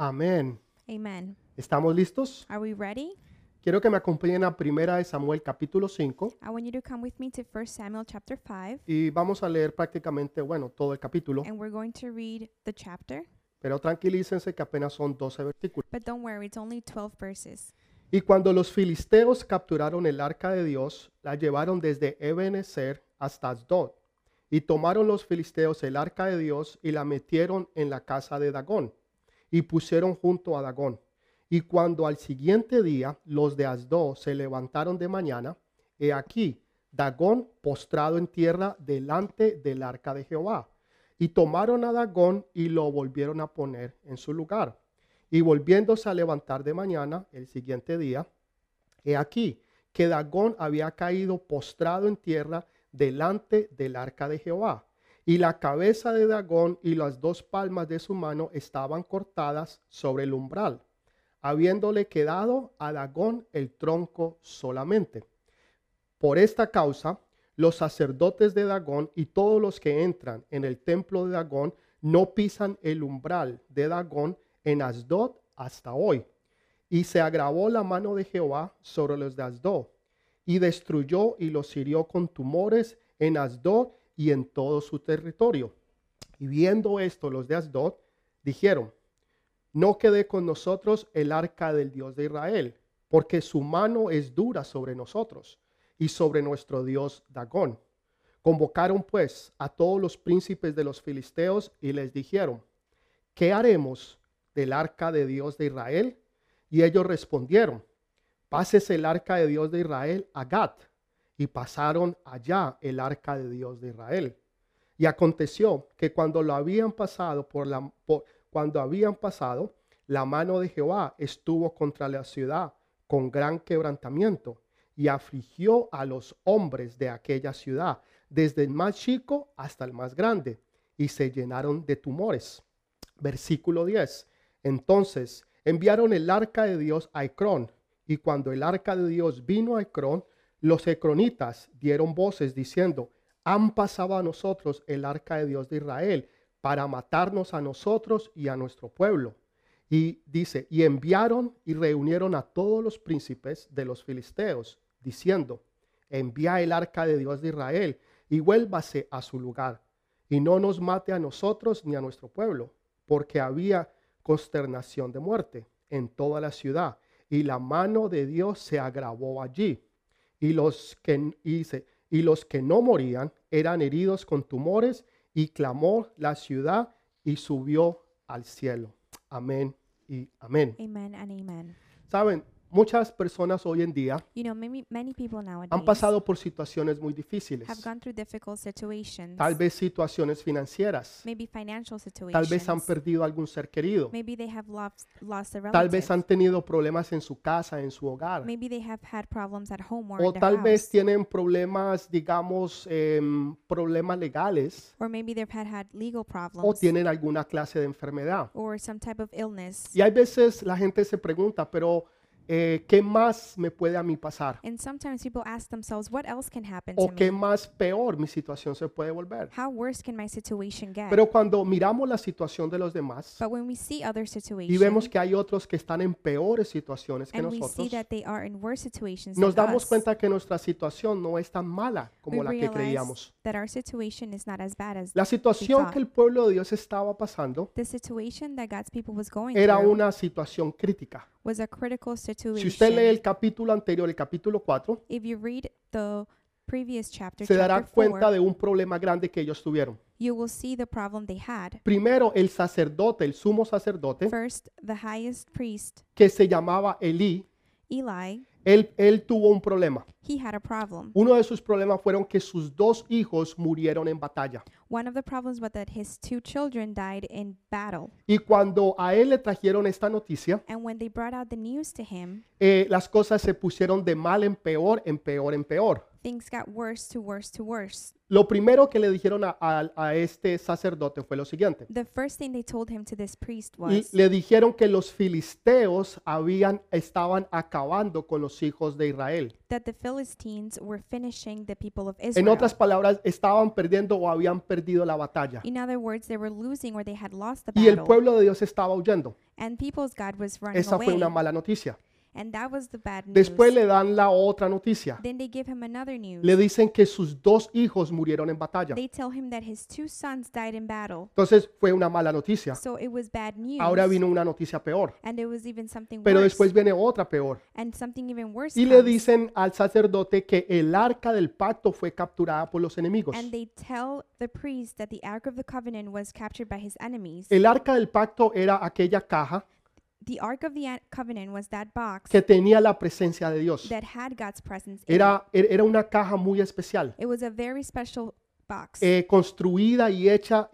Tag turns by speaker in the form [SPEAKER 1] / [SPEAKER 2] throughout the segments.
[SPEAKER 1] Amén.
[SPEAKER 2] Amen.
[SPEAKER 1] ¿Estamos listos?
[SPEAKER 2] Are we ready?
[SPEAKER 1] Quiero que me acompañen a Primera de Samuel capítulo 5
[SPEAKER 2] I want you to come with me to 1 Samuel chapter 5,
[SPEAKER 1] y vamos a leer prácticamente, bueno, todo el capítulo,
[SPEAKER 2] and we're going to read the chapter.
[SPEAKER 1] pero tranquilícense que apenas son 12 versículos.
[SPEAKER 2] But don't worry, it's only 12 verses.
[SPEAKER 1] Y cuando los filisteos capturaron el arca de Dios, la llevaron desde Ebenezer hasta Asdod. Y tomaron los filisteos el arca de Dios y la metieron en la casa de Dagón y pusieron junto a Dagón. Y cuando al siguiente día los de Asdod se levantaron de mañana, he aquí Dagón postrado en tierra delante del arca de Jehová. Y tomaron a Dagón y lo volvieron a poner en su lugar. Y volviéndose a levantar de mañana, el siguiente día, he aquí que Dagón había caído postrado en tierra delante del arca de Jehová. Y la cabeza de Dagón y las dos palmas de su mano estaban cortadas sobre el umbral, habiéndole quedado a Dagón el tronco solamente. Por esta causa, los sacerdotes de Dagón y todos los que entran en el templo de Dagón no pisan el umbral de Dagón en Asdod hasta hoy. Y se agravó la mano de Jehová sobre los de Asdod, y destruyó y los hirió con tumores en Asdod y en todo su territorio. Y viendo esto, los de Asdod dijeron, no quede con nosotros el arca del Dios de Israel, porque su mano es dura sobre nosotros y sobre nuestro Dios Dagón. Convocaron pues a todos los príncipes de los filisteos y les dijeron, ¿qué haremos del arca de Dios de Israel? Y ellos respondieron, pases el arca de Dios de Israel a Gat. Y pasaron allá el arca de Dios de Israel. Y aconteció que cuando lo habían pasado por la por- cuando habían pasado, la mano de Jehová estuvo contra la ciudad con gran quebrantamiento y afligió a los hombres de aquella ciudad, desde el más chico hasta el más grande, y se llenaron de tumores. Versículo 10. Entonces enviaron el arca de Dios a Ecrón, y cuando el arca de Dios vino a Ecrón, los ecronitas dieron voces diciendo, han pasado a nosotros el arca de Dios de Israel para matarnos a nosotros y a nuestro pueblo. Y dice, y enviaron y reunieron a todos los príncipes de los filisteos, diciendo, envía el arca de Dios de Israel y vuélvase a su lugar, y no nos mate a nosotros ni a nuestro pueblo, porque había consternación de muerte en toda la ciudad, y la mano de Dios se agravó allí y los que n- y dice, y los que no morían eran heridos con tumores y clamó la ciudad y subió al cielo. Amén y amén.
[SPEAKER 2] Amen and amen.
[SPEAKER 1] Saben, muchas personas hoy en día
[SPEAKER 2] You know, many, many people nowadays
[SPEAKER 1] han pasado por situaciones muy difíciles,
[SPEAKER 2] have gone through difficult situations,
[SPEAKER 1] tal vez situaciones financieras,
[SPEAKER 2] maybe financial
[SPEAKER 1] tal
[SPEAKER 2] situations,
[SPEAKER 1] vez han perdido algún ser querido,
[SPEAKER 2] maybe they have lost, lost a
[SPEAKER 1] tal
[SPEAKER 2] relative,
[SPEAKER 1] vez han tenido problemas en su casa, en su hogar,
[SPEAKER 2] maybe they have had problems at home or
[SPEAKER 1] o
[SPEAKER 2] in their
[SPEAKER 1] tal vez
[SPEAKER 2] house,
[SPEAKER 1] tienen problemas, digamos, em, problemas legales,
[SPEAKER 2] or maybe they've had, had legal
[SPEAKER 1] o
[SPEAKER 2] problems
[SPEAKER 1] tienen alguna clase de enfermedad.
[SPEAKER 2] or some type of illness.
[SPEAKER 1] Y hay veces la gente se pregunta, pero eh, ¿qué más me puede a mí pasar?
[SPEAKER 2] And sometimes people ask themselves, what else can happen
[SPEAKER 1] ¿O
[SPEAKER 2] to
[SPEAKER 1] qué
[SPEAKER 2] me?
[SPEAKER 1] más peor mi situación se puede volver?
[SPEAKER 2] How worse can my situation get?
[SPEAKER 1] Pero cuando miramos la situación de los demás
[SPEAKER 2] but when we see other
[SPEAKER 1] y
[SPEAKER 2] situations
[SPEAKER 1] vemos que hay otros que están en peores situaciones que
[SPEAKER 2] and we see
[SPEAKER 1] nosotros,
[SPEAKER 2] that they are in worse situations
[SPEAKER 1] nos
[SPEAKER 2] than
[SPEAKER 1] damos
[SPEAKER 2] us,
[SPEAKER 1] cuenta que nuestra situación no es tan mala
[SPEAKER 2] we
[SPEAKER 1] como la que
[SPEAKER 2] realize
[SPEAKER 1] creíamos.
[SPEAKER 2] that our situation is not as bad as
[SPEAKER 1] La situación
[SPEAKER 2] thought.
[SPEAKER 1] que el pueblo de Dios estaba pasando
[SPEAKER 2] the situation that God's people was going
[SPEAKER 1] era
[SPEAKER 2] through
[SPEAKER 1] una situación crítica.
[SPEAKER 2] was a critical
[SPEAKER 1] Si
[SPEAKER 2] situation.
[SPEAKER 1] usted lee el capítulo anterior, el capítulo 4,
[SPEAKER 2] if you read the previous chapter,
[SPEAKER 1] se dará
[SPEAKER 2] chapter 4,
[SPEAKER 1] cuenta de un problema grande que ellos tuvieron.
[SPEAKER 2] you will see the problem they had.
[SPEAKER 1] Primero el sacerdote, el sumo sacerdote,
[SPEAKER 2] First, the highest priest,
[SPEAKER 1] que se llamaba Elí,
[SPEAKER 2] Eli,
[SPEAKER 1] él, él tuvo un problema.
[SPEAKER 2] he had a problem.
[SPEAKER 1] Uno de sus problemas fueron que sus dos hijos murieron en batalla.
[SPEAKER 2] One of the problems was that his two children died in battle.
[SPEAKER 1] Y cuando a él le trajeron esta noticia,
[SPEAKER 2] And when they brought out the news to him,
[SPEAKER 1] eh, las cosas se pusieron de mal en peor, en peor, en peor.
[SPEAKER 2] Things got worse to worse to worse.
[SPEAKER 1] Lo primero que le dijeron a, a- a este sacerdote fue lo siguiente.
[SPEAKER 2] The first thing they told him to this priest
[SPEAKER 1] Y
[SPEAKER 2] was
[SPEAKER 1] le dijeron que los filisteos habían, estaban acabando con los hijos de Israel.
[SPEAKER 2] that the Philistines were finishing the people of
[SPEAKER 1] En
[SPEAKER 2] Israel.
[SPEAKER 1] otras palabras, estaban perdiendo o habían perdido la batalla.
[SPEAKER 2] In other words, they were losing or they had lost the
[SPEAKER 1] Y el
[SPEAKER 2] battle.
[SPEAKER 1] pueblo de Dios estaba huyendo.
[SPEAKER 2] and people's God was running
[SPEAKER 1] Esa fue
[SPEAKER 2] away.
[SPEAKER 1] una mala noticia.
[SPEAKER 2] and that was the bad news.
[SPEAKER 1] Después le dan la otra noticia.
[SPEAKER 2] then they give him another news.
[SPEAKER 1] Le dicen que sus dos hijos murieron en batalla.
[SPEAKER 2] They tell him that his two sons died in battle.
[SPEAKER 1] Entonces fue una mala noticia.
[SPEAKER 2] So it was bad news.
[SPEAKER 1] Ahora vino una noticia peor.
[SPEAKER 2] and it was even something
[SPEAKER 1] Pero
[SPEAKER 2] worse.
[SPEAKER 1] después viene otra peor.
[SPEAKER 2] and something even worse.
[SPEAKER 1] Y le
[SPEAKER 2] comes.
[SPEAKER 1] dicen al sacerdote que el arca del pacto fue capturada por los enemigos.
[SPEAKER 2] And they tell the priest that the Ark of the Covenant was captured by his enemies.
[SPEAKER 1] El arca del pacto era aquella caja
[SPEAKER 2] The Ark of the An- Covenant was that box
[SPEAKER 1] que tenía la presencia de Dios.
[SPEAKER 2] that had God's presence in it.
[SPEAKER 1] Era, er- era una caja muy especial,
[SPEAKER 2] It was a very special box,
[SPEAKER 1] eh, construida y hecha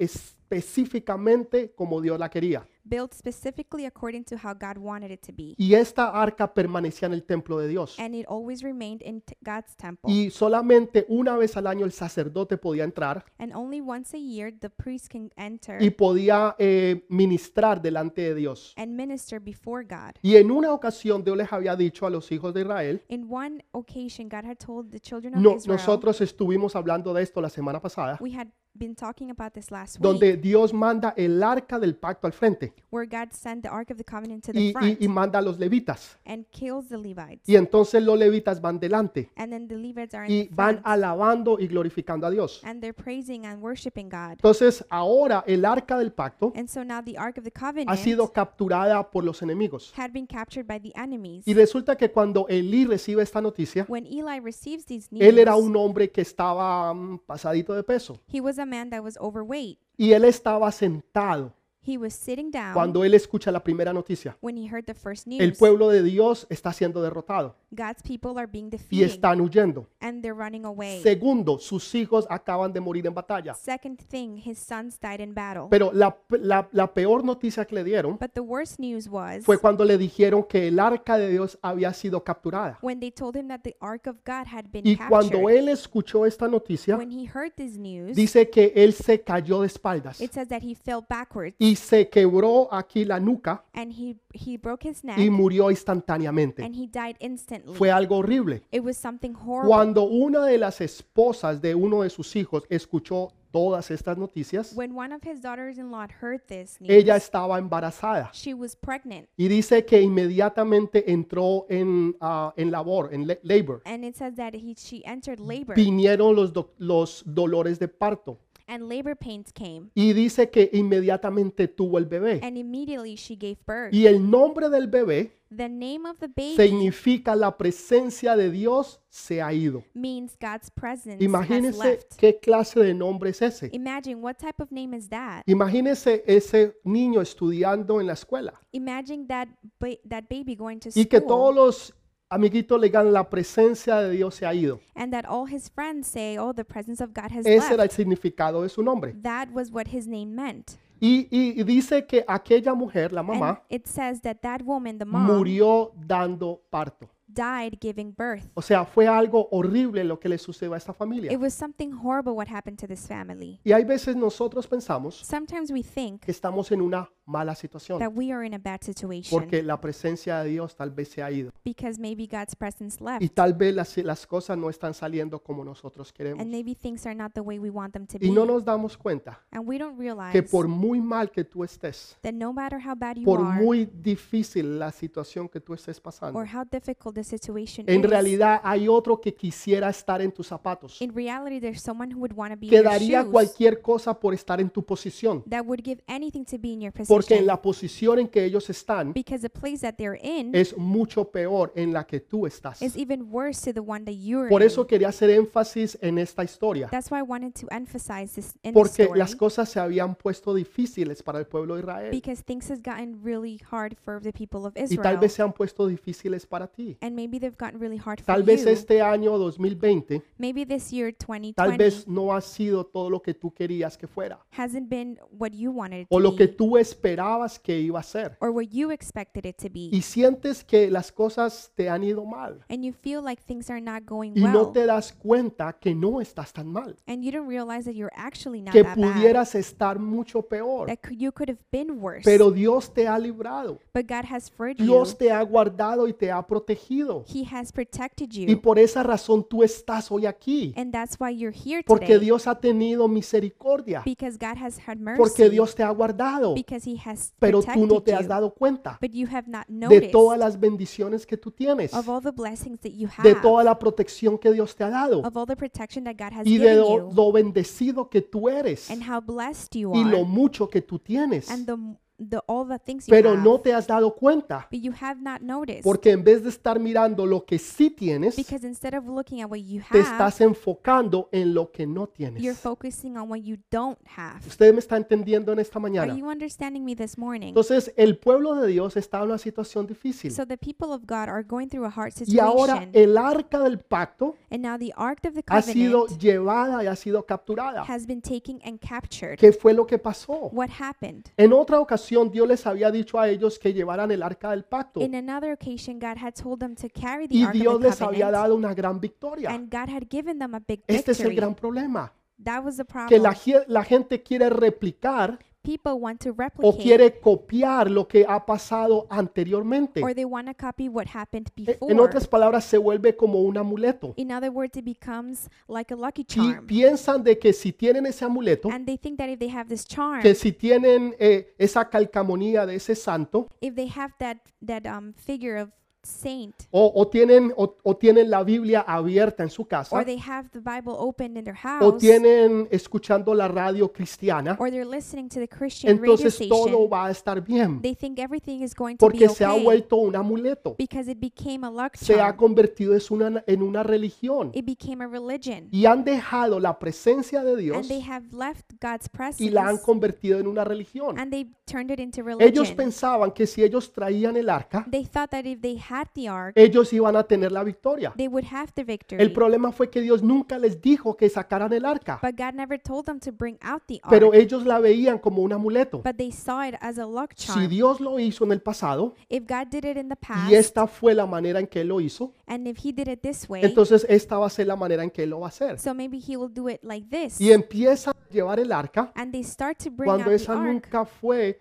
[SPEAKER 1] específicamente como Dios la quería.
[SPEAKER 2] built specifically according to how God wanted it to be.
[SPEAKER 1] Y esta arca permanecía en el templo de Dios.
[SPEAKER 2] And it always remained in t- God's temple.
[SPEAKER 1] Y solamente una vez al año el sacerdote podía entrar
[SPEAKER 2] and only once a year the priest can enter
[SPEAKER 1] y podía eh, ministrar delante de Dios.
[SPEAKER 2] and minister before God.
[SPEAKER 1] Y en una ocasión Dios les había dicho a los hijos de Israel,
[SPEAKER 2] In one occasion, God had told the children of
[SPEAKER 1] no,
[SPEAKER 2] Israel,
[SPEAKER 1] nosotros estuvimos hablando de esto la semana pasada,
[SPEAKER 2] we had been talking about this last week,
[SPEAKER 1] donde Dios manda el arca del pacto al frente.
[SPEAKER 2] where God sent the Ark of the Covenant to the
[SPEAKER 1] y,
[SPEAKER 2] front
[SPEAKER 1] y- y manda a los levitas.
[SPEAKER 2] and kills the Levites.
[SPEAKER 1] Y entonces los levitas van delante
[SPEAKER 2] And then the Levites are in
[SPEAKER 1] y
[SPEAKER 2] the
[SPEAKER 1] van
[SPEAKER 2] front,
[SPEAKER 1] alabando y glorificando a Dios.
[SPEAKER 2] and they're praising and worshiping God.
[SPEAKER 1] Entonces ahora el arca del pacto
[SPEAKER 2] And so now the Ark of the
[SPEAKER 1] ha sido
[SPEAKER 2] Covenant
[SPEAKER 1] capturada por los enemigos.
[SPEAKER 2] had been captured by the enemies.
[SPEAKER 1] Y resulta que cuando Elí recibe esta noticia,
[SPEAKER 2] When Eli receives these
[SPEAKER 1] él era
[SPEAKER 2] news,
[SPEAKER 1] un hombre que estaba mm, pasadito de peso
[SPEAKER 2] he was a man that was overweight.
[SPEAKER 1] y él estaba sentado
[SPEAKER 2] He was sitting down
[SPEAKER 1] cuando él escucha la primera noticia.
[SPEAKER 2] when he heard the first
[SPEAKER 1] El
[SPEAKER 2] news.
[SPEAKER 1] pueblo de Dios está siendo derrotado
[SPEAKER 2] God's people are being
[SPEAKER 1] y
[SPEAKER 2] defeated
[SPEAKER 1] están huyendo.
[SPEAKER 2] and they're running away.
[SPEAKER 1] Segundo, sus hijos acaban de morir en batalla.
[SPEAKER 2] Second thing, his sons died in battle.
[SPEAKER 1] Pero la, la- la peor noticia que le dieron
[SPEAKER 2] But the worst news was
[SPEAKER 1] fue cuando le dijeron que el arca de Dios había sido capturada.
[SPEAKER 2] when they told him that the Ark of God had been
[SPEAKER 1] Y cuando
[SPEAKER 2] captured.
[SPEAKER 1] él escuchó esta noticia,
[SPEAKER 2] When he heard this news,
[SPEAKER 1] dice que él se cayó de espaldas
[SPEAKER 2] it says that he fell backwards
[SPEAKER 1] y se quebró aquí la nuca
[SPEAKER 2] and he he broke his neck
[SPEAKER 1] y murió instantáneamente.
[SPEAKER 2] and he died instantly.
[SPEAKER 1] Fue algo horrible.
[SPEAKER 2] It was something horrible.
[SPEAKER 1] Cuando una de las esposas de uno de sus hijos escuchó todas estas noticias,
[SPEAKER 2] When one of his daughters-in-law heard this news,
[SPEAKER 1] ella estaba embarazada.
[SPEAKER 2] she was pregnant,
[SPEAKER 1] Y dice que inmediatamente entró en, ah, en labor, en la- labor.
[SPEAKER 2] and it says that he she entered labor
[SPEAKER 1] vinieron los, do- los dolores de parto
[SPEAKER 2] and labor pains came,
[SPEAKER 1] y dice que inmediatamente tuvo el bebé.
[SPEAKER 2] and immediately she gave birth.
[SPEAKER 1] Y el nombre del bebé
[SPEAKER 2] The name of the baby
[SPEAKER 1] significa la presencia de Dios se ha ido.
[SPEAKER 2] means God's presence has
[SPEAKER 1] Imagínense
[SPEAKER 2] left.
[SPEAKER 1] qué clase de nombre es ese.
[SPEAKER 2] Imagine what type of name is that?
[SPEAKER 1] Imagínense ese niño estudiando en la escuela
[SPEAKER 2] Imagine that ba- that baby going to
[SPEAKER 1] y que todos
[SPEAKER 2] school
[SPEAKER 1] los amiguitos le digan la presencia de Dios se ha ido.
[SPEAKER 2] and that all his friends say, "Oh, the presence of God has
[SPEAKER 1] Ese era el
[SPEAKER 2] left."
[SPEAKER 1] significado de su nombre.
[SPEAKER 2] That was what his name meant.
[SPEAKER 1] Y, y- y dice que aquella mujer, la
[SPEAKER 2] And
[SPEAKER 1] mamá,
[SPEAKER 2] it says that that woman, the mom,
[SPEAKER 1] murió dando parto.
[SPEAKER 2] died giving birth.
[SPEAKER 1] O sea, fue algo horrible lo que le sucedió a esta familia.
[SPEAKER 2] It was something horrible what happened to this family.
[SPEAKER 1] Y hay veces nosotros pensamos
[SPEAKER 2] Sometimes we think
[SPEAKER 1] que estamos en una mala situación
[SPEAKER 2] that we are in a bad situation
[SPEAKER 1] porque la presencia de Dios tal vez se ha ido
[SPEAKER 2] because maybe God's presence left
[SPEAKER 1] y tal vez las, las cosas no están saliendo como nosotros queremos.
[SPEAKER 2] and maybe things are not the way we want them to
[SPEAKER 1] Y
[SPEAKER 2] be.
[SPEAKER 1] no nos damos cuenta
[SPEAKER 2] and we don't realize
[SPEAKER 1] que por muy mal que tú estés,
[SPEAKER 2] that no matter how bad you
[SPEAKER 1] por
[SPEAKER 2] are
[SPEAKER 1] muy difícil la situación que tú estés pasando,
[SPEAKER 2] or how difficult the situation
[SPEAKER 1] en
[SPEAKER 2] is,
[SPEAKER 1] realidad hay otro que quisiera estar en tus zapatos,
[SPEAKER 2] in reality, there's someone who would want to be
[SPEAKER 1] que
[SPEAKER 2] in your
[SPEAKER 1] daría
[SPEAKER 2] shoes
[SPEAKER 1] cualquier cosa por estar en tu posición,
[SPEAKER 2] that would give anything to be in your position
[SPEAKER 1] porque en la posición en que ellos están,
[SPEAKER 2] because the place that they're in
[SPEAKER 1] es mucho peor en la que tú estás.
[SPEAKER 2] is even worse to the one that you're
[SPEAKER 1] Por
[SPEAKER 2] in.
[SPEAKER 1] eso quería hacer énfasis en esta historia,
[SPEAKER 2] That's why I wanted to emphasize this in the
[SPEAKER 1] porque
[SPEAKER 2] story
[SPEAKER 1] las cosas se habían puesto difíciles para el pueblo de Israel
[SPEAKER 2] because things has gotten really hard for the people of
[SPEAKER 1] y
[SPEAKER 2] Israel.
[SPEAKER 1] tal vez se han puesto difíciles para ti.
[SPEAKER 2] and maybe they've gotten really hard for
[SPEAKER 1] Tal vez
[SPEAKER 2] you.
[SPEAKER 1] este año 2020,
[SPEAKER 2] maybe this year 2020
[SPEAKER 1] tal vez no ha sido todo lo que tú querías que fuera
[SPEAKER 2] hasn't been what you wanted it
[SPEAKER 1] o
[SPEAKER 2] to
[SPEAKER 1] lo
[SPEAKER 2] be
[SPEAKER 1] que tú esperabas que iba a ser.
[SPEAKER 2] or what you expected it to be,
[SPEAKER 1] Y sientes que las cosas te han ido mal.
[SPEAKER 2] and you feel like things are not going
[SPEAKER 1] Y no
[SPEAKER 2] well,
[SPEAKER 1] te das cuenta que no estás tan mal.
[SPEAKER 2] and you don't realize that you're actually not
[SPEAKER 1] Que
[SPEAKER 2] that bad,
[SPEAKER 1] pudieras estar mucho peor.
[SPEAKER 2] that could, you could have been worse,
[SPEAKER 1] Pero Dios te ha librado.
[SPEAKER 2] but God has freed you.
[SPEAKER 1] Dios te ha guardado y te ha protegido.
[SPEAKER 2] He has protected
[SPEAKER 1] Y
[SPEAKER 2] you,
[SPEAKER 1] por esa razón tú estás hoy aquí.
[SPEAKER 2] and that's why you're here
[SPEAKER 1] Porque
[SPEAKER 2] today,
[SPEAKER 1] Dios ha tenido misericordia.
[SPEAKER 2] because God has had
[SPEAKER 1] Porque
[SPEAKER 2] mercy,
[SPEAKER 1] Dios te ha guardado.
[SPEAKER 2] because He has
[SPEAKER 1] Pero tú no
[SPEAKER 2] protected
[SPEAKER 1] te has
[SPEAKER 2] you,
[SPEAKER 1] dado cuenta
[SPEAKER 2] but you have not
[SPEAKER 1] de
[SPEAKER 2] noticed
[SPEAKER 1] todas las bendiciones que tú tienes.
[SPEAKER 2] of all the blessings that you
[SPEAKER 1] De
[SPEAKER 2] have,
[SPEAKER 1] toda la protección que Dios te ha dado.
[SPEAKER 2] of all the protection that God has
[SPEAKER 1] Y de
[SPEAKER 2] given
[SPEAKER 1] lo,
[SPEAKER 2] you,
[SPEAKER 1] lo bendecido que tú eres.
[SPEAKER 2] and how blessed you
[SPEAKER 1] Y lo
[SPEAKER 2] are,
[SPEAKER 1] mucho que tú tienes.
[SPEAKER 2] and the, the all the things you
[SPEAKER 1] Pero
[SPEAKER 2] have,
[SPEAKER 1] no te has dado cuenta.
[SPEAKER 2] but you have not noticed.
[SPEAKER 1] Porque en vez de estar mirando lo que sí tienes,
[SPEAKER 2] Because instead of looking at what you
[SPEAKER 1] te
[SPEAKER 2] have,
[SPEAKER 1] estás enfocando en lo que no
[SPEAKER 2] you're
[SPEAKER 1] tienes.
[SPEAKER 2] focusing on what you don't have.
[SPEAKER 1] Usted me está entendiendo en esta
[SPEAKER 2] Are
[SPEAKER 1] mañana.
[SPEAKER 2] you understanding me this morning?
[SPEAKER 1] Entonces, el pueblo de Dios está en una situación difícil.
[SPEAKER 2] So the people of God are going through a hard
[SPEAKER 1] Y ahora
[SPEAKER 2] situation.
[SPEAKER 1] el arca del pacto
[SPEAKER 2] And now the Ark of the
[SPEAKER 1] ha sido
[SPEAKER 2] Covenant
[SPEAKER 1] llevada y ha sido capturada.
[SPEAKER 2] has been taken and captured.
[SPEAKER 1] ¿Qué fue lo que pasó?
[SPEAKER 2] What happened?
[SPEAKER 1] En otra ocasión Dios les había dicho a ellos que llevaran el arca del pacto
[SPEAKER 2] In another occasion, God had told them to carry the
[SPEAKER 1] y
[SPEAKER 2] Ark
[SPEAKER 1] Dios
[SPEAKER 2] of the
[SPEAKER 1] les había
[SPEAKER 2] Covenant.
[SPEAKER 1] dado una gran victoria.
[SPEAKER 2] And God had given them a big
[SPEAKER 1] Este es el
[SPEAKER 2] victory.
[SPEAKER 1] gran problema,
[SPEAKER 2] That was the
[SPEAKER 1] que la,
[SPEAKER 2] problem.
[SPEAKER 1] gie- la gente quiere replicar
[SPEAKER 2] People want to
[SPEAKER 1] o
[SPEAKER 2] replicate
[SPEAKER 1] quiere copiar lo que ha pasado anteriormente.
[SPEAKER 2] or they want to copy what happened
[SPEAKER 1] E- En
[SPEAKER 2] before.
[SPEAKER 1] otras palabras, se vuelve como un amuleto.
[SPEAKER 2] In other words, it becomes like a lucky
[SPEAKER 1] Y
[SPEAKER 2] charm.
[SPEAKER 1] piensan de que si tienen ese amuleto,
[SPEAKER 2] And they think that if they have this charm,
[SPEAKER 1] que si tienen eh, esa calcamonía de ese santo,
[SPEAKER 2] if they have that that um figure of saint,
[SPEAKER 1] o, o tienen, o, o tienen la Biblia abierta en su casa,
[SPEAKER 2] or they have the Bible opened in their
[SPEAKER 1] o
[SPEAKER 2] house,
[SPEAKER 1] tienen escuchando la radio cristiana,
[SPEAKER 2] or they're listening to the Christian radio
[SPEAKER 1] entonces todo
[SPEAKER 2] station,
[SPEAKER 1] va a estar bien,
[SPEAKER 2] they think everything is going to be
[SPEAKER 1] porque se ha
[SPEAKER 2] okay
[SPEAKER 1] vuelto un amuleto,
[SPEAKER 2] because it became a luck
[SPEAKER 1] se ha
[SPEAKER 2] charm.
[SPEAKER 1] convertido es una- en una religión
[SPEAKER 2] It became a religion,
[SPEAKER 1] y han dejado la presencia de
[SPEAKER 2] and
[SPEAKER 1] Dios
[SPEAKER 2] they have left God's
[SPEAKER 1] y la han
[SPEAKER 2] presence,
[SPEAKER 1] convertido en una religión.
[SPEAKER 2] and they turned it into
[SPEAKER 1] Ellos
[SPEAKER 2] religion.
[SPEAKER 1] pensaban que si ellos traían el arca,
[SPEAKER 2] They thought that if they had the ark,
[SPEAKER 1] ellos iban a tener la victoria.
[SPEAKER 2] they would have the victory.
[SPEAKER 1] El problema fue que Dios nunca les dijo que sacaran el arca,
[SPEAKER 2] But God never told them to bring out the ark,
[SPEAKER 1] pero ellos la veían como un amuleto.
[SPEAKER 2] but they saw it as a luck
[SPEAKER 1] Si
[SPEAKER 2] charm.
[SPEAKER 1] Dios lo hizo en el pasado
[SPEAKER 2] If God did it in the
[SPEAKER 1] y
[SPEAKER 2] past,
[SPEAKER 1] esta fue la manera en que Él lo hizo,
[SPEAKER 2] and if He did it this way,
[SPEAKER 1] entonces esta va a ser la manera en que Él lo va a hacer.
[SPEAKER 2] so maybe He will do it like this.
[SPEAKER 1] Y empieza a llevar el arca
[SPEAKER 2] And they start to bring out
[SPEAKER 1] cuando
[SPEAKER 2] the
[SPEAKER 1] esa
[SPEAKER 2] ark,
[SPEAKER 1] nunca fue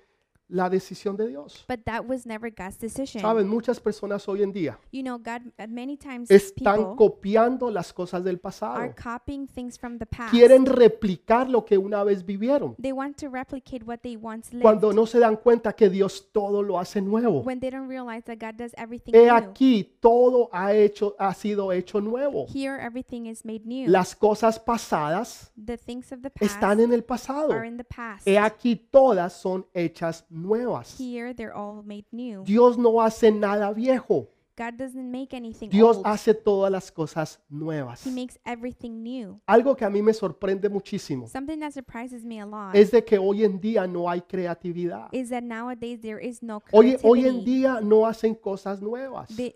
[SPEAKER 1] la decisión de Dios.
[SPEAKER 2] but that was never God's decision.
[SPEAKER 1] Saben, muchas personas hoy en día
[SPEAKER 2] You know, God, uh, many times
[SPEAKER 1] están
[SPEAKER 2] people
[SPEAKER 1] copiando las cosas del
[SPEAKER 2] are
[SPEAKER 1] pasado.
[SPEAKER 2] copying things from the past.
[SPEAKER 1] Quieren replicar lo que una vez vivieron.
[SPEAKER 2] They want to replicate what they once lived
[SPEAKER 1] cuando no se dan cuenta que Dios todo lo hace nuevo.
[SPEAKER 2] when they don't realize that God does everything
[SPEAKER 1] He
[SPEAKER 2] new.
[SPEAKER 1] aquí todo ha hecho ha sido hecho nuevo.
[SPEAKER 2] Here, everything is made new.
[SPEAKER 1] Las cosas pasadas
[SPEAKER 2] The things of the
[SPEAKER 1] están
[SPEAKER 2] past
[SPEAKER 1] en el pasado.
[SPEAKER 2] are in the past.
[SPEAKER 1] He aquí todas son hechas nuevas.
[SPEAKER 2] Here, they're all made new.
[SPEAKER 1] Dios no hace nada viejo.
[SPEAKER 2] God doesn't make anything
[SPEAKER 1] Dios
[SPEAKER 2] old.
[SPEAKER 1] hace todas las cosas nuevas.
[SPEAKER 2] He makes everything new.
[SPEAKER 1] Algo que a mí me sorprende muchísimo
[SPEAKER 2] Something that surprises me a lot
[SPEAKER 1] es de que hoy en día no hay creatividad.
[SPEAKER 2] is that nowadays there is no
[SPEAKER 1] Hoy, hoy en
[SPEAKER 2] creativity.
[SPEAKER 1] día no hacen cosas nuevas.
[SPEAKER 2] The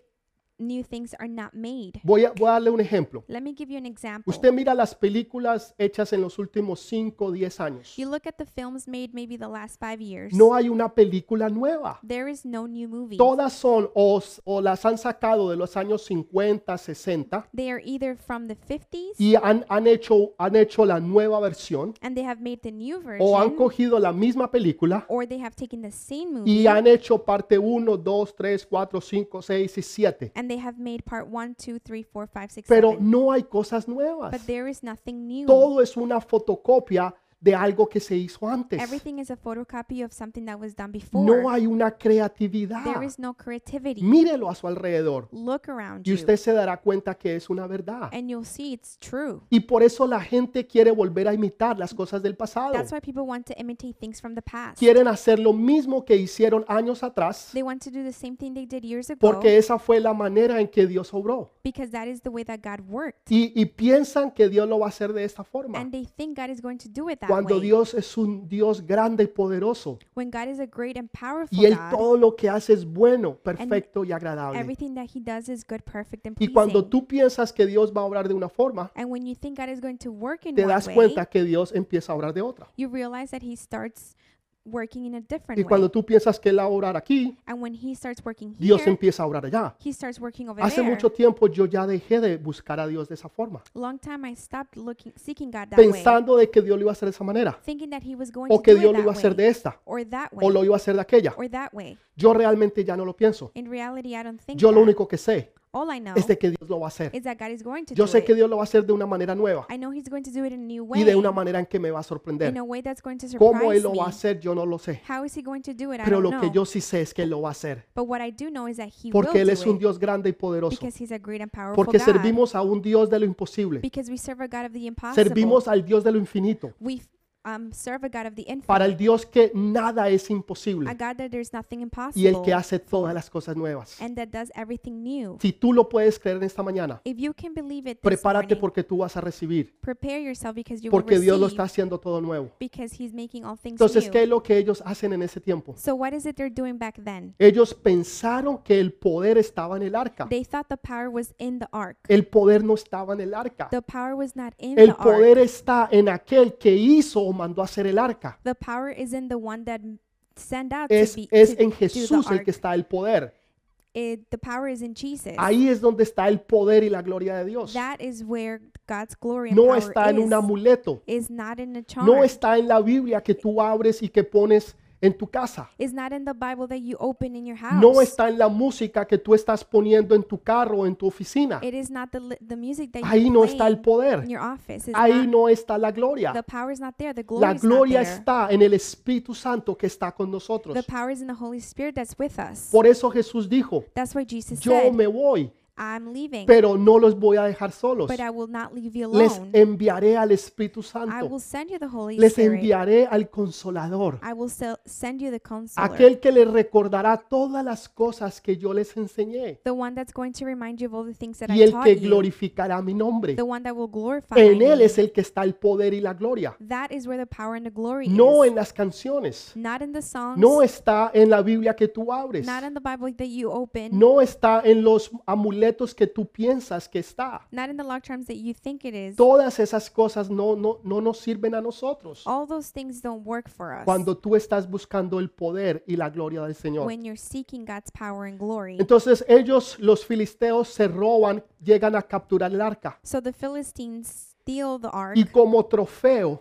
[SPEAKER 2] new things are not made.
[SPEAKER 1] Voy a, voy a darle un ejemplo.
[SPEAKER 2] Let me give you an example.
[SPEAKER 1] Usted mira las películas hechas en los últimos 5 o 10 años.
[SPEAKER 2] You look at the films made maybe the last five years.
[SPEAKER 1] No hay una película nueva.
[SPEAKER 2] There is no new movie.
[SPEAKER 1] Todas son o, s- o las han sacado de los años 50, 60
[SPEAKER 2] They are either from the 50s
[SPEAKER 1] y han, han hecho, han hecho la nueva versión
[SPEAKER 2] and they have made the new
[SPEAKER 1] o han
[SPEAKER 2] version
[SPEAKER 1] cogido la misma película
[SPEAKER 2] or they have taken the same movie
[SPEAKER 1] y han hecho parte 1, 2, 3, 4, 5, 6 y 7.
[SPEAKER 2] and they have made part one, two, three, four, five, six,
[SPEAKER 1] Pero
[SPEAKER 2] seven.
[SPEAKER 1] no hay cosas nuevas.
[SPEAKER 2] But there is nothing new.
[SPEAKER 1] Todo es una fotocopia de algo que se hizo antes.
[SPEAKER 2] Everything is a photocopy of something that was done before.
[SPEAKER 1] No hay una
[SPEAKER 2] There
[SPEAKER 1] creatividad.
[SPEAKER 2] is no creativity.
[SPEAKER 1] Mírelo a su alrededor
[SPEAKER 2] Look around
[SPEAKER 1] y
[SPEAKER 2] you,
[SPEAKER 1] usted se dará cuenta que es una verdad.
[SPEAKER 2] and you'll see it's true.
[SPEAKER 1] Y por eso la gente quiere volver a imitar las cosas del pasado.
[SPEAKER 2] That's why people want to imitate things from the past.
[SPEAKER 1] Quieren hacer lo mismo que hicieron años atrás
[SPEAKER 2] They want to do the same thing they did years ago
[SPEAKER 1] porque esa fue la manera en que Dios obró.
[SPEAKER 2] because that is the way that God worked.
[SPEAKER 1] Y, y piensan que Dios lo va a hacer de esta forma.
[SPEAKER 2] And they think God is going to do it that
[SPEAKER 1] Cuando
[SPEAKER 2] way.
[SPEAKER 1] Dios es un Dios grande y poderoso
[SPEAKER 2] when God is a great and powerful
[SPEAKER 1] y Él
[SPEAKER 2] God,
[SPEAKER 1] todo lo que hace es bueno, perfecto y agradable.
[SPEAKER 2] everything that He does is good, perfect, and
[SPEAKER 1] Y
[SPEAKER 2] pleasing.
[SPEAKER 1] cuando tú piensas que Dios va a obrar de una forma,
[SPEAKER 2] and when you think God is going to work in
[SPEAKER 1] te
[SPEAKER 2] one
[SPEAKER 1] das
[SPEAKER 2] way,
[SPEAKER 1] cuenta que Dios empieza a obrar de otra.
[SPEAKER 2] you realize that He starts working in a different
[SPEAKER 1] Y cuando
[SPEAKER 2] way.
[SPEAKER 1] tú piensas que él va a orar aquí,
[SPEAKER 2] And when he starts working here,
[SPEAKER 1] Dios empieza a orar allá.
[SPEAKER 2] he starts working over
[SPEAKER 1] Hace
[SPEAKER 2] there.
[SPEAKER 1] mucho tiempo yo ya dejé de buscar a Dios de esa forma,
[SPEAKER 2] Long time I stopped looking, seeking God that way,
[SPEAKER 1] pensando de que Dios lo iba a hacer de esa manera,
[SPEAKER 2] thinking that he was going
[SPEAKER 1] o
[SPEAKER 2] to
[SPEAKER 1] que
[SPEAKER 2] do
[SPEAKER 1] Dios
[SPEAKER 2] it
[SPEAKER 1] lo iba a
[SPEAKER 2] that way,
[SPEAKER 1] hacer de esta,
[SPEAKER 2] or that way,
[SPEAKER 1] o lo iba a hacer de aquella.
[SPEAKER 2] or that way.
[SPEAKER 1] Yo realmente ya no lo pienso.
[SPEAKER 2] In reality, I don't think
[SPEAKER 1] Yo lo
[SPEAKER 2] that.
[SPEAKER 1] único que sé
[SPEAKER 2] All I know
[SPEAKER 1] es de que Dios lo va a hacer.
[SPEAKER 2] is that God is going to
[SPEAKER 1] Yo
[SPEAKER 2] do
[SPEAKER 1] sé que
[SPEAKER 2] it.
[SPEAKER 1] Dios lo va a hacer de una manera nueva
[SPEAKER 2] I know he's going to do it in a new way,
[SPEAKER 1] y de una manera en que me va a
[SPEAKER 2] in
[SPEAKER 1] sorprender.
[SPEAKER 2] a way that's going to
[SPEAKER 1] Cómo Él
[SPEAKER 2] surprise
[SPEAKER 1] lo va a
[SPEAKER 2] me.
[SPEAKER 1] hacer, yo no lo sé.
[SPEAKER 2] How is he going to do it? I
[SPEAKER 1] Pero
[SPEAKER 2] don't
[SPEAKER 1] lo que
[SPEAKER 2] know.
[SPEAKER 1] yo sí sé es que Él lo va a hacer.
[SPEAKER 2] But what I do know is that he will
[SPEAKER 1] Porque Él es
[SPEAKER 2] do
[SPEAKER 1] un
[SPEAKER 2] it
[SPEAKER 1] Dios grande y poderoso.
[SPEAKER 2] because he's a great and powerful
[SPEAKER 1] Porque
[SPEAKER 2] God.
[SPEAKER 1] servimos a un Dios de lo imposible.
[SPEAKER 2] Because we serve a God of the impossible.
[SPEAKER 1] Servimos al Dios de lo infinito.
[SPEAKER 2] we f- um, serve a God of the infinite,
[SPEAKER 1] Para el Dios que nada es
[SPEAKER 2] a
[SPEAKER 1] imposible
[SPEAKER 2] God that there's nothing
[SPEAKER 1] y el
[SPEAKER 2] impossible,
[SPEAKER 1] que hace todas las cosas nuevas.
[SPEAKER 2] and that does everything new.
[SPEAKER 1] Si tú lo puedes creer en esta mañana,
[SPEAKER 2] If you can believe it, this
[SPEAKER 1] prepárate
[SPEAKER 2] morning,
[SPEAKER 1] porque tú vas a recibir.
[SPEAKER 2] prepare yourself because you
[SPEAKER 1] Porque
[SPEAKER 2] will
[SPEAKER 1] Dios lo
[SPEAKER 2] receive
[SPEAKER 1] está haciendo todo nuevo.
[SPEAKER 2] because He's making all things
[SPEAKER 1] Entonces,
[SPEAKER 2] new.
[SPEAKER 1] ¿qué es lo que ellos hacen en ese tiempo?
[SPEAKER 2] so what is it they're doing back then?
[SPEAKER 1] Ellos pensaron que el poder estaba en el arca.
[SPEAKER 2] They thought the power was in the ark.
[SPEAKER 1] El poder no estaba en el arca.
[SPEAKER 2] The power was not in
[SPEAKER 1] El
[SPEAKER 2] the ark.
[SPEAKER 1] poder está en aquel que hizo o mandó a hacer el arca.
[SPEAKER 2] The power is in the one that m- sent out
[SPEAKER 1] Es,
[SPEAKER 2] to be
[SPEAKER 1] es
[SPEAKER 2] to
[SPEAKER 1] en
[SPEAKER 2] do the
[SPEAKER 1] Jesús el
[SPEAKER 2] ark.
[SPEAKER 1] que está el poder.
[SPEAKER 2] It- the power is in Jesus.
[SPEAKER 1] Ahí es donde está el poder y la gloria de Dios.
[SPEAKER 2] that is where God's glory and
[SPEAKER 1] No
[SPEAKER 2] power
[SPEAKER 1] está en
[SPEAKER 2] is.
[SPEAKER 1] un amuleto.
[SPEAKER 2] is not in the charm.
[SPEAKER 1] No está en la Biblia que tú abres y que pones en tu casa.
[SPEAKER 2] is not in the Bible that you open in your house.
[SPEAKER 1] No está en la música que tú estás poniendo en tu carro o en tu oficina.
[SPEAKER 2] It is not the, li- the music that
[SPEAKER 1] Ahí
[SPEAKER 2] you
[SPEAKER 1] no está el
[SPEAKER 2] playing
[SPEAKER 1] poder.
[SPEAKER 2] in your office. It's
[SPEAKER 1] Ahí
[SPEAKER 2] not-
[SPEAKER 1] no está la gloria.
[SPEAKER 2] the power is not there. The glory
[SPEAKER 1] La gloria
[SPEAKER 2] is not
[SPEAKER 1] está en el Espíritu Santo que está con
[SPEAKER 2] there.
[SPEAKER 1] nosotros.
[SPEAKER 2] The power is in the Holy Spirit that's with us.
[SPEAKER 1] Por eso Jesús dijo,
[SPEAKER 2] That's why Jesus
[SPEAKER 1] yo
[SPEAKER 2] said,
[SPEAKER 1] me voy,
[SPEAKER 2] I'm leaving,
[SPEAKER 1] pero no los voy a dejar solos.
[SPEAKER 2] but I will not leave you
[SPEAKER 1] Les
[SPEAKER 2] alone.
[SPEAKER 1] enviaré al Espíritu
[SPEAKER 2] I
[SPEAKER 1] Santo.
[SPEAKER 2] will send you the Holy
[SPEAKER 1] Les
[SPEAKER 2] Spirit.
[SPEAKER 1] enviaré al Consolador.
[SPEAKER 2] I will se- send you the counselor.
[SPEAKER 1] Aquel que les recordará todas las cosas que yo les enseñé.
[SPEAKER 2] the one that's going to remind you of all the things that
[SPEAKER 1] Y
[SPEAKER 2] I
[SPEAKER 1] el
[SPEAKER 2] taught
[SPEAKER 1] que
[SPEAKER 2] you.
[SPEAKER 1] glorificará mi nombre.
[SPEAKER 2] the one that will glorify
[SPEAKER 1] En
[SPEAKER 2] my
[SPEAKER 1] él
[SPEAKER 2] name.
[SPEAKER 1] es el que está el poder y la gloria.
[SPEAKER 2] That is where the power and the glory
[SPEAKER 1] No
[SPEAKER 2] is.
[SPEAKER 1] en las canciones.
[SPEAKER 2] Not in the songs.
[SPEAKER 1] No está en la Biblia que tú abres.
[SPEAKER 2] not in the Bible that you open,
[SPEAKER 1] no está en los amuletos que tú piensas que está.
[SPEAKER 2] not in the lock charms that you think it is.
[SPEAKER 1] Todas esas cosas no, no, no nos sirven a nosotros
[SPEAKER 2] All those things don't work for us
[SPEAKER 1] cuando tú estás buscando el poder y la gloria del Señor.
[SPEAKER 2] when you're seeking God's power and glory.
[SPEAKER 1] Entonces ellos, los filisteos, se roban, llegan a capturar el arca
[SPEAKER 2] So the Philistines steal the ark,
[SPEAKER 1] y como trofeo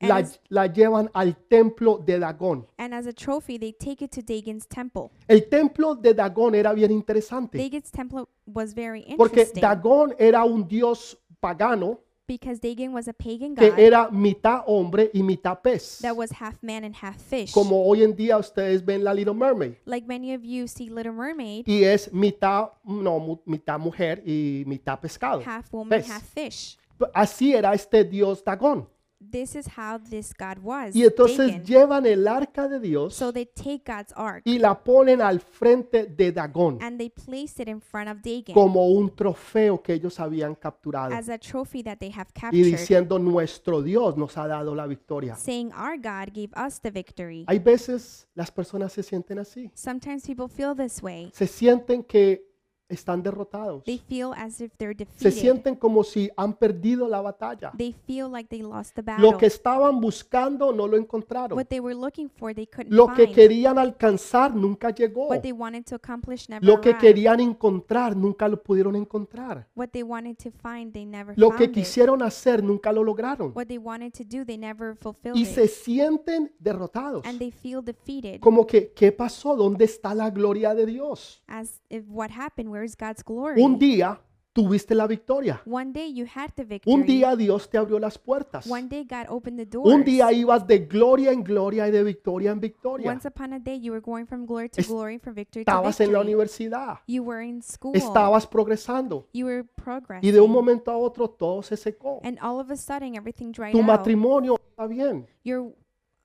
[SPEAKER 1] la,
[SPEAKER 2] And-
[SPEAKER 1] la llevan al templo de Dagón.
[SPEAKER 2] and as a trophy, they take it to Dagon's temple.
[SPEAKER 1] El templo de Dagón era bien interesante
[SPEAKER 2] Dagon's temple was very
[SPEAKER 1] porque
[SPEAKER 2] interesting
[SPEAKER 1] Dagón era un dios pagano
[SPEAKER 2] because Dagon was a pagan
[SPEAKER 1] que
[SPEAKER 2] god
[SPEAKER 1] era mitad hombre y mitad pez.
[SPEAKER 2] that was half man and half fish.
[SPEAKER 1] como hoy en día ustedes ven la Little Mermaid
[SPEAKER 2] Like many of you see Little Mermaid,
[SPEAKER 1] y es mitad no mu- mitad mujer y mitad pescado
[SPEAKER 2] half woman,
[SPEAKER 1] Pez.
[SPEAKER 2] half fish.
[SPEAKER 1] P- así era este dios Dagón
[SPEAKER 2] This is how this god was.
[SPEAKER 1] y entonces
[SPEAKER 2] Dagon.
[SPEAKER 1] llevan el arca de Dios
[SPEAKER 2] So they take God's ark
[SPEAKER 1] y la ponen al frente de Dagón
[SPEAKER 2] and they place it in front of Dagon.
[SPEAKER 1] como un trofeo que ellos habían capturado
[SPEAKER 2] as a trophy that they have
[SPEAKER 1] y
[SPEAKER 2] captured,
[SPEAKER 1] diciendo nuestro Dios nos ha dado la victoria
[SPEAKER 2] saying, Our God gave us the victory.
[SPEAKER 1] hay veces las personas se sienten así
[SPEAKER 2] Sometimes people feel this way.
[SPEAKER 1] se sienten que están derrotados
[SPEAKER 2] They feel as if they're
[SPEAKER 1] se
[SPEAKER 2] defeated.
[SPEAKER 1] sienten como si han perdido la batalla
[SPEAKER 2] They feel like they lost the
[SPEAKER 1] Lo
[SPEAKER 2] battle.
[SPEAKER 1] que estaban buscando no lo encontraron.
[SPEAKER 2] What they were looking for, they couldn't
[SPEAKER 1] Lo que
[SPEAKER 2] find.
[SPEAKER 1] querían alcanzar nunca llegó.
[SPEAKER 2] What they wanted to accomplish never
[SPEAKER 1] Oh. Lo que
[SPEAKER 2] arrived.
[SPEAKER 1] querían encontrar nunca lo pudieron encontrar.
[SPEAKER 2] What they wanted to find, they never
[SPEAKER 1] Lo que
[SPEAKER 2] found it.
[SPEAKER 1] quisieron hacer nunca lo lograron.
[SPEAKER 2] What they wanted to do, they never fulfilled
[SPEAKER 1] Y se
[SPEAKER 2] it.
[SPEAKER 1] sienten derrotados.
[SPEAKER 2] And they feel defeated.
[SPEAKER 1] Como que, ¿qué pasó? ¿Dónde está la gloria de Dios?
[SPEAKER 2] As if what happened, where is God's glory?
[SPEAKER 1] Un día tuviste la victoria.
[SPEAKER 2] One day you had the
[SPEAKER 1] Un
[SPEAKER 2] victory.
[SPEAKER 1] día Dios te abrió las puertas.
[SPEAKER 2] One day God opened the doors.
[SPEAKER 1] Un día ibas de gloria en gloria y de victoria en victoria.
[SPEAKER 2] Once upon a day, you were going from glory to glory, from victory to
[SPEAKER 1] Estabas en la
[SPEAKER 2] victory.
[SPEAKER 1] universidad.
[SPEAKER 2] You were in school.
[SPEAKER 1] Estabas progresando.
[SPEAKER 2] You were
[SPEAKER 1] Y de un
[SPEAKER 2] progressing.
[SPEAKER 1] momento a otro todo se secó.
[SPEAKER 2] And all of a sudden, everything dried
[SPEAKER 1] Tu
[SPEAKER 2] out.
[SPEAKER 1] matrimonio está bien.
[SPEAKER 2] Your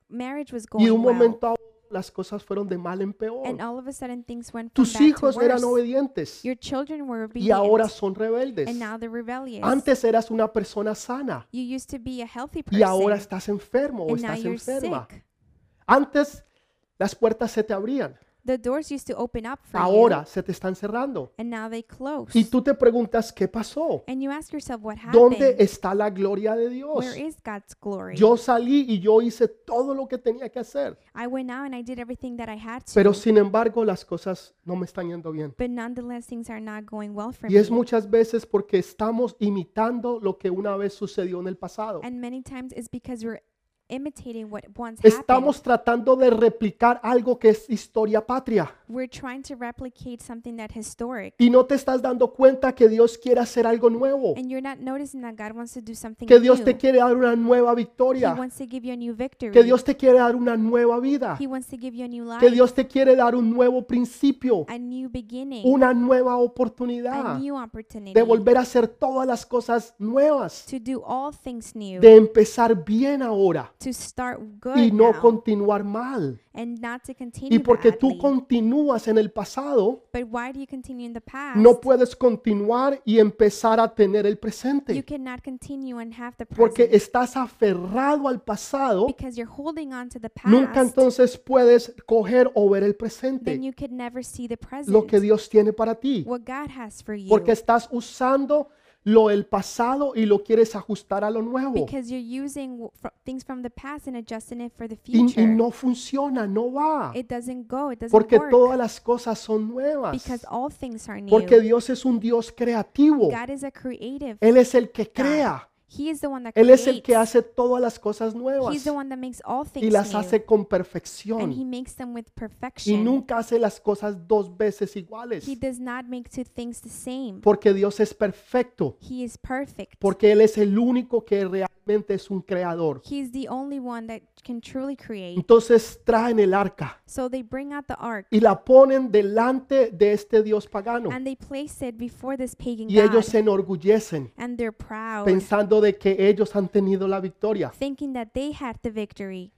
[SPEAKER 2] marriage was
[SPEAKER 1] Y de un
[SPEAKER 2] going well.
[SPEAKER 1] momento a otro las cosas fueron de mal en
[SPEAKER 2] And
[SPEAKER 1] peor.
[SPEAKER 2] all of a sudden, things went from
[SPEAKER 1] Tus
[SPEAKER 2] bad to
[SPEAKER 1] hijos eran
[SPEAKER 2] worse.
[SPEAKER 1] obedientes
[SPEAKER 2] Your children were
[SPEAKER 1] y ahora
[SPEAKER 2] obedient.
[SPEAKER 1] son rebeldes.
[SPEAKER 2] And now they're rebellious.
[SPEAKER 1] Antes eras una persona sana
[SPEAKER 2] You used to be a healthy
[SPEAKER 1] y ahora
[SPEAKER 2] person.
[SPEAKER 1] estás enfermo o
[SPEAKER 2] And now
[SPEAKER 1] estás
[SPEAKER 2] you're
[SPEAKER 1] enferma.
[SPEAKER 2] sick.
[SPEAKER 1] Antes las puertas se te abrían
[SPEAKER 2] The doors used to open up for you,
[SPEAKER 1] ahora se te están cerrando.
[SPEAKER 2] and now they close.
[SPEAKER 1] Y tú te preguntas, ¿qué pasó?
[SPEAKER 2] and you ask yourself what happened.
[SPEAKER 1] ¿Dónde está la gloria de Dios?
[SPEAKER 2] Where is God's glory?
[SPEAKER 1] Yo salí y yo hice todo lo que tenía que hacer,
[SPEAKER 2] I went out and I did everything that I had to,
[SPEAKER 1] pero sin embargo las cosas no me están yendo bien.
[SPEAKER 2] but nonetheless things are not going well for
[SPEAKER 1] Y es
[SPEAKER 2] me.
[SPEAKER 1] muchas veces porque estamos imitando lo que una vez sucedió en el pasado.
[SPEAKER 2] And many times it's because we're imitating what once happened.
[SPEAKER 1] Estamos tratando de replicar algo que es historia patria
[SPEAKER 2] We're trying to replicate something that historic,
[SPEAKER 1] y no te estás dando cuenta que Dios quiere hacer algo nuevo,
[SPEAKER 2] and you're not noticing that God wants to do something
[SPEAKER 1] que
[SPEAKER 2] new.
[SPEAKER 1] Dios te quiere dar una nueva
[SPEAKER 2] He
[SPEAKER 1] victoria,
[SPEAKER 2] wants to give you a new victory.
[SPEAKER 1] que Dios te quiere dar una nueva vida,
[SPEAKER 2] He wants to give you a new life,
[SPEAKER 1] que Dios Ah. te quiere dar un nuevo principio,
[SPEAKER 2] a new beginning,
[SPEAKER 1] una nueva
[SPEAKER 2] a
[SPEAKER 1] oportunidad
[SPEAKER 2] new opportunity
[SPEAKER 1] de volver a hacer todas las cosas nuevas,
[SPEAKER 2] to do all things new,
[SPEAKER 1] de empezar bien ahora
[SPEAKER 2] to start good
[SPEAKER 1] y no
[SPEAKER 2] now,
[SPEAKER 1] continuar mal.
[SPEAKER 2] and not to continue
[SPEAKER 1] Y porque tú
[SPEAKER 2] badly.
[SPEAKER 1] continúas en el pasado,
[SPEAKER 2] But why do you continue in the past?
[SPEAKER 1] no puedes continuar y empezar a tener el
[SPEAKER 2] you
[SPEAKER 1] presente.
[SPEAKER 2] cannot continue and have the present
[SPEAKER 1] Porque estás aferrado al pasado,
[SPEAKER 2] because you're holding on to the past.
[SPEAKER 1] nunca entonces puedes coger o ver el
[SPEAKER 2] then
[SPEAKER 1] presente,
[SPEAKER 2] you could never see the present.
[SPEAKER 1] lo que Dios tiene para ti.
[SPEAKER 2] what God has for you.
[SPEAKER 1] Porque estás usando lo del pasado y lo quieres ajustar a lo nuevo.
[SPEAKER 2] because you're using w- fr- things from the past and adjusting it for the
[SPEAKER 1] Y,
[SPEAKER 2] future.
[SPEAKER 1] y no funciona, no va.
[SPEAKER 2] it doesn't go. It doesn't
[SPEAKER 1] Porque
[SPEAKER 2] work.
[SPEAKER 1] todas las cosas son nuevas.
[SPEAKER 2] because all things are new.
[SPEAKER 1] Porque Dios es un Dios creativo.
[SPEAKER 2] God is a creative.
[SPEAKER 1] Él es el que crea.
[SPEAKER 2] He is the one that
[SPEAKER 1] Él es el que
[SPEAKER 2] creates.
[SPEAKER 1] hace todas las cosas nuevas
[SPEAKER 2] He's the one that makes all things
[SPEAKER 1] y las
[SPEAKER 2] new.
[SPEAKER 1] hace con
[SPEAKER 2] and he
[SPEAKER 1] perfección.
[SPEAKER 2] makes them with
[SPEAKER 1] Y
[SPEAKER 2] perfection.
[SPEAKER 1] nunca hace las cosas dos veces iguales.
[SPEAKER 2] he does not make two things the same.
[SPEAKER 1] Porque Dios es perfecto.
[SPEAKER 2] he is perfect.
[SPEAKER 1] Porque Él es el único que realmente es un creador.
[SPEAKER 2] He's the only one that can truly create.
[SPEAKER 1] Entonces traen el arca
[SPEAKER 2] So they bring out the ark
[SPEAKER 1] y la ponen delante de este Dios pagano.
[SPEAKER 2] and they place it before this pagan
[SPEAKER 1] Y ellos
[SPEAKER 2] god.
[SPEAKER 1] se enorgullecen
[SPEAKER 2] And they're proud,
[SPEAKER 1] pensando de que ellos han tenido la victoria.
[SPEAKER 2] thinking that they had the victory.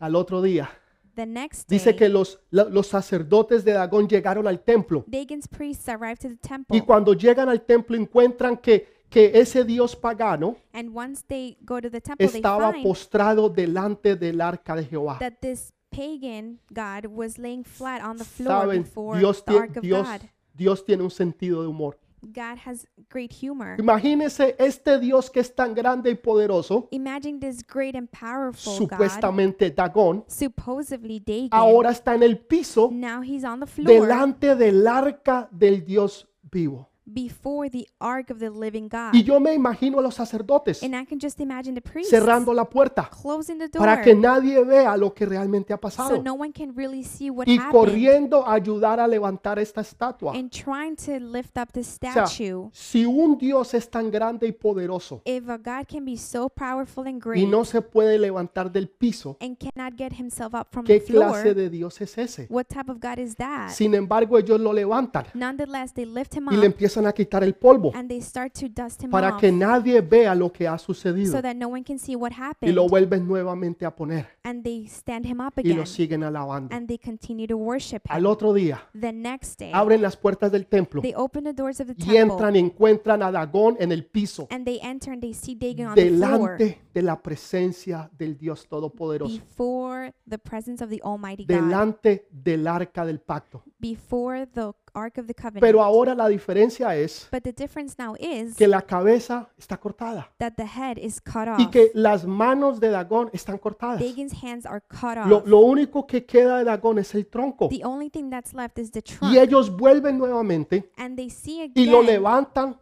[SPEAKER 1] Al otro día
[SPEAKER 2] The next day,
[SPEAKER 1] dice que los, la- los sacerdotes de Dagón llegaron al templo.
[SPEAKER 2] Dagon's priests arrived to the
[SPEAKER 1] Y
[SPEAKER 2] temple.
[SPEAKER 1] cuando llegan al templo encuentran que, que ese dios pagano
[SPEAKER 2] And once they go to the temple, they
[SPEAKER 1] estaba
[SPEAKER 2] find
[SPEAKER 1] postrado delante del arca de Jehová.
[SPEAKER 2] that this pagan god was laying flat on the floor
[SPEAKER 1] Saben,
[SPEAKER 2] before
[SPEAKER 1] Dios,
[SPEAKER 2] the
[SPEAKER 1] tie-
[SPEAKER 2] ark of
[SPEAKER 1] Dios,
[SPEAKER 2] God.
[SPEAKER 1] Dios tiene un sentido de humor.
[SPEAKER 2] God has great humor.
[SPEAKER 1] Imagínense este Dios que es tan grande y poderoso,
[SPEAKER 2] Imagine this great and powerful Oh, God,
[SPEAKER 1] supuestamente Dagón,
[SPEAKER 2] supposedly Dagon.
[SPEAKER 1] ahora está en el piso
[SPEAKER 2] now he's on the floor.
[SPEAKER 1] delante del arca del Dios vivo.
[SPEAKER 2] before the ark of the living God.
[SPEAKER 1] Y yo me imagino a los sacerdotes
[SPEAKER 2] Ah. And I can just imagine the priest
[SPEAKER 1] cerrando la puerta
[SPEAKER 2] closing the door
[SPEAKER 1] para que nadie vea lo que realmente ha
[SPEAKER 2] so
[SPEAKER 1] pasado.
[SPEAKER 2] no one can really see what
[SPEAKER 1] y
[SPEAKER 2] happened
[SPEAKER 1] corriendo a ayudar a levantar esta estatua.
[SPEAKER 2] and trying to lift up the
[SPEAKER 1] O sea,
[SPEAKER 2] statue.
[SPEAKER 1] si un Dios es tan grande y poderoso
[SPEAKER 2] if a God can be so powerful and
[SPEAKER 1] y
[SPEAKER 2] great
[SPEAKER 1] no se puede levantar del piso,
[SPEAKER 2] and cannot get himself up from the
[SPEAKER 1] ¿qué
[SPEAKER 2] floor,
[SPEAKER 1] clase de Dios es ese?
[SPEAKER 2] what type of God is that?
[SPEAKER 1] Sin embargo, ellos lo levantan
[SPEAKER 2] Nonetheless, they lift him
[SPEAKER 1] y le
[SPEAKER 2] up
[SPEAKER 1] empiezan a quitar el polvo
[SPEAKER 2] and they start to dust him
[SPEAKER 1] para
[SPEAKER 2] off
[SPEAKER 1] que nadie vea lo que ha
[SPEAKER 2] so
[SPEAKER 1] sucedido
[SPEAKER 2] that no one can see what
[SPEAKER 1] y
[SPEAKER 2] happened.
[SPEAKER 1] lo vuelven nuevamente a poner
[SPEAKER 2] and they stand him up
[SPEAKER 1] y
[SPEAKER 2] again
[SPEAKER 1] lo siguen alabando.
[SPEAKER 2] and they continue to worship him.
[SPEAKER 1] Al otro día,
[SPEAKER 2] The next day,
[SPEAKER 1] abren las puertas del templo
[SPEAKER 2] They open the doors of the
[SPEAKER 1] y
[SPEAKER 2] temple
[SPEAKER 1] entran y encuentran a Dagón en el piso
[SPEAKER 2] and they enter and they see Dagon on the floor
[SPEAKER 1] delante de la presencia del Dios Todopoderoso.
[SPEAKER 2] before the presence of the Almighty God,
[SPEAKER 1] delante del arca del pacto.
[SPEAKER 2] before the Ark of the Covenant.
[SPEAKER 1] Pero ahora la diferencia es
[SPEAKER 2] but the difference now is
[SPEAKER 1] que la cabeza está cortada
[SPEAKER 2] that the head is cut off.
[SPEAKER 1] y que las manos de Dagón están cortadas.
[SPEAKER 2] Dagon's hands are cut off.
[SPEAKER 1] Lo, lo único que queda de Dagón es el tronco.
[SPEAKER 2] the only thing that's left is the trunk.
[SPEAKER 1] Y ellos vuelven nuevamente
[SPEAKER 2] and they see
[SPEAKER 1] y lo
[SPEAKER 2] again,
[SPEAKER 1] levantan,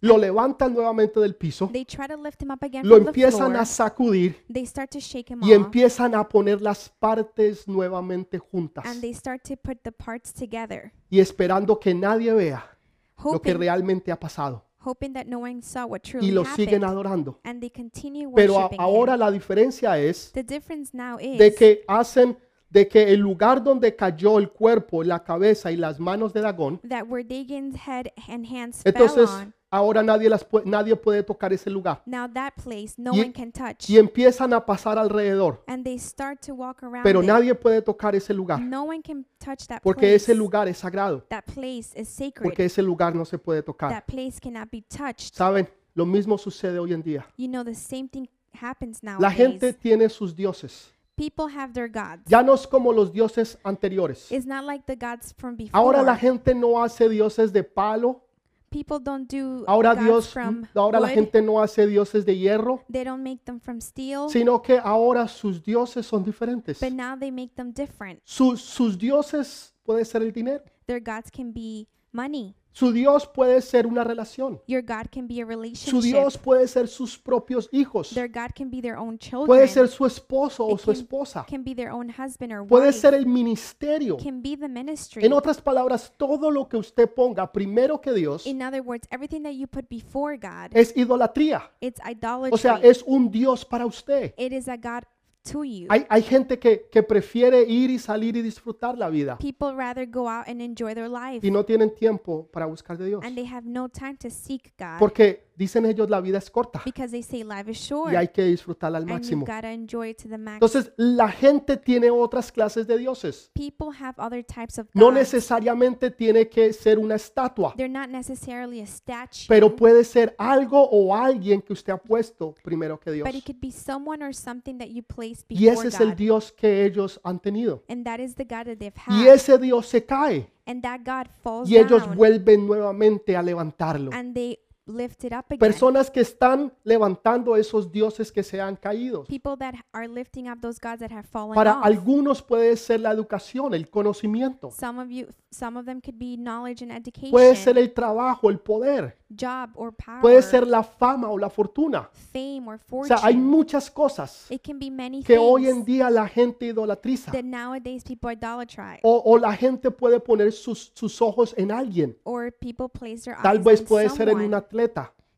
[SPEAKER 1] lo levantan nuevamente del piso,
[SPEAKER 2] they try to lift him up again
[SPEAKER 1] lo
[SPEAKER 2] from the floor.
[SPEAKER 1] empiezan a sacudir
[SPEAKER 2] they start to shake him
[SPEAKER 1] y
[SPEAKER 2] off
[SPEAKER 1] empiezan a poner las partes nuevamente juntas
[SPEAKER 2] and they start to put the parts together,
[SPEAKER 1] y esperando que nadie vea lo que
[SPEAKER 2] hoping,
[SPEAKER 1] realmente ha pasado.
[SPEAKER 2] hoping that no one saw what truly
[SPEAKER 1] Y lo
[SPEAKER 2] happened.
[SPEAKER 1] siguen adorando.
[SPEAKER 2] and they continue
[SPEAKER 1] Pero a-
[SPEAKER 2] worshiping him.
[SPEAKER 1] ahora la diferencia es
[SPEAKER 2] The difference now is
[SPEAKER 1] de que hacen de que el lugar donde cayó el cuerpo, la cabeza y las manos de Dagón,
[SPEAKER 2] that where Dagon's head and hands
[SPEAKER 1] entonces
[SPEAKER 2] fell on,
[SPEAKER 1] ahora nadie las pue- nadie puede tocar ese lugar
[SPEAKER 2] now that place no
[SPEAKER 1] Y-
[SPEAKER 2] one can touch.
[SPEAKER 1] y empiezan a pasar alrededor,
[SPEAKER 2] and they start to walk around
[SPEAKER 1] pero
[SPEAKER 2] it.
[SPEAKER 1] nadie puede tocar ese lugar
[SPEAKER 2] no one can touch that
[SPEAKER 1] porque
[SPEAKER 2] place.
[SPEAKER 1] ese lugar es sagrado,
[SPEAKER 2] that place is sacred.
[SPEAKER 1] porque ese lugar no se puede tocar.
[SPEAKER 2] that place cannot be touched.
[SPEAKER 1] Saben, lo mismo sucede hoy en día.
[SPEAKER 2] You know, the same thing happens
[SPEAKER 1] La
[SPEAKER 2] nowadays.
[SPEAKER 1] gente tiene sus dioses
[SPEAKER 2] People have their gods.
[SPEAKER 1] Ya no es como los dioses anteriores.
[SPEAKER 2] It's not like the gods from before.
[SPEAKER 1] Ahora la gente no hace dioses de palo.
[SPEAKER 2] People don't do
[SPEAKER 1] Ahora
[SPEAKER 2] gods
[SPEAKER 1] Dios, mm,
[SPEAKER 2] from
[SPEAKER 1] ahora la
[SPEAKER 2] wood.
[SPEAKER 1] gente no hace dioses de hierro,
[SPEAKER 2] They don't make them from steel,
[SPEAKER 1] sino que ahora sus dioses son diferentes.
[SPEAKER 2] but now they make them different.
[SPEAKER 1] Sus, sus dioses puede ser el dinero.
[SPEAKER 2] Their gods can be money.
[SPEAKER 1] Su dios puede ser una relación.
[SPEAKER 2] Your god can be a
[SPEAKER 1] Su
[SPEAKER 2] relationship.
[SPEAKER 1] dios puede ser sus propios hijos.
[SPEAKER 2] Their god can be their own children.
[SPEAKER 1] Puede ser su esposo o
[SPEAKER 2] It
[SPEAKER 1] su esposa.
[SPEAKER 2] can be their own husband or
[SPEAKER 1] Puede
[SPEAKER 2] wife.
[SPEAKER 1] ser el ministerio.
[SPEAKER 2] can be the ministry.
[SPEAKER 1] En otras palabras, todo lo que usted ponga primero que Dios
[SPEAKER 2] In other words, everything that you put before God,
[SPEAKER 1] es idolatría.
[SPEAKER 2] it's idolatry.
[SPEAKER 1] O sea, es un dios para usted.
[SPEAKER 2] it is a god to you.
[SPEAKER 1] Hay, hay gente que, que prefiere ir y salir y disfrutar la vida
[SPEAKER 2] People rather go out and enjoy their life,
[SPEAKER 1] y no tienen tiempo para buscar de Dios.
[SPEAKER 2] and they have no time to seek God
[SPEAKER 1] Porque dicen ellos la vida es corta
[SPEAKER 2] because they say life is short,
[SPEAKER 1] y hay que disfrutarla al
[SPEAKER 2] and you
[SPEAKER 1] máximo.
[SPEAKER 2] gotta enjoy it to the max.
[SPEAKER 1] Entonces, la gente tiene otras clases de dioses.
[SPEAKER 2] People have other types of
[SPEAKER 1] No
[SPEAKER 2] gods.
[SPEAKER 1] necesariamente tiene que ser una estatua,
[SPEAKER 2] They're not necessarily a statue,
[SPEAKER 1] pero puede ser algo o alguien que usted ha puesto primero que Dios.
[SPEAKER 2] but it could be someone or something that you place
[SPEAKER 1] Y
[SPEAKER 2] before
[SPEAKER 1] ese es el
[SPEAKER 2] God,
[SPEAKER 1] Dios que ellos han tenido.
[SPEAKER 2] and that is the God that they've had,
[SPEAKER 1] Y ese Dios se cae
[SPEAKER 2] and that God falls
[SPEAKER 1] y ellos
[SPEAKER 2] down,
[SPEAKER 1] vuelven nuevamente a levantarlo.
[SPEAKER 2] and they lift it up again.
[SPEAKER 1] Personas que están levantando esos dioses que se han caído.
[SPEAKER 2] people that are lifting up those gods that have fallen
[SPEAKER 1] Para
[SPEAKER 2] off.
[SPEAKER 1] algunos puede ser la educación, el conocimiento.
[SPEAKER 2] some of you, some of them could be knowledge and education,
[SPEAKER 1] Puede ser el trabajo, el poder.
[SPEAKER 2] job or power,
[SPEAKER 1] Puede ser la fama o la fortuna.
[SPEAKER 2] fame or
[SPEAKER 1] O
[SPEAKER 2] fortune.
[SPEAKER 1] sea, hay muchas cosas
[SPEAKER 2] it can be many
[SPEAKER 1] que
[SPEAKER 2] things
[SPEAKER 1] hoy en día la gente idolatriza.
[SPEAKER 2] that nowadays people idolatrize,
[SPEAKER 1] O, o la gente puede poner sus, sus ojos en alguien.
[SPEAKER 2] or people place their
[SPEAKER 1] Tal
[SPEAKER 2] eyes
[SPEAKER 1] vez
[SPEAKER 2] on
[SPEAKER 1] puede ser en
[SPEAKER 2] Ah, someone.
[SPEAKER 1] un atleta.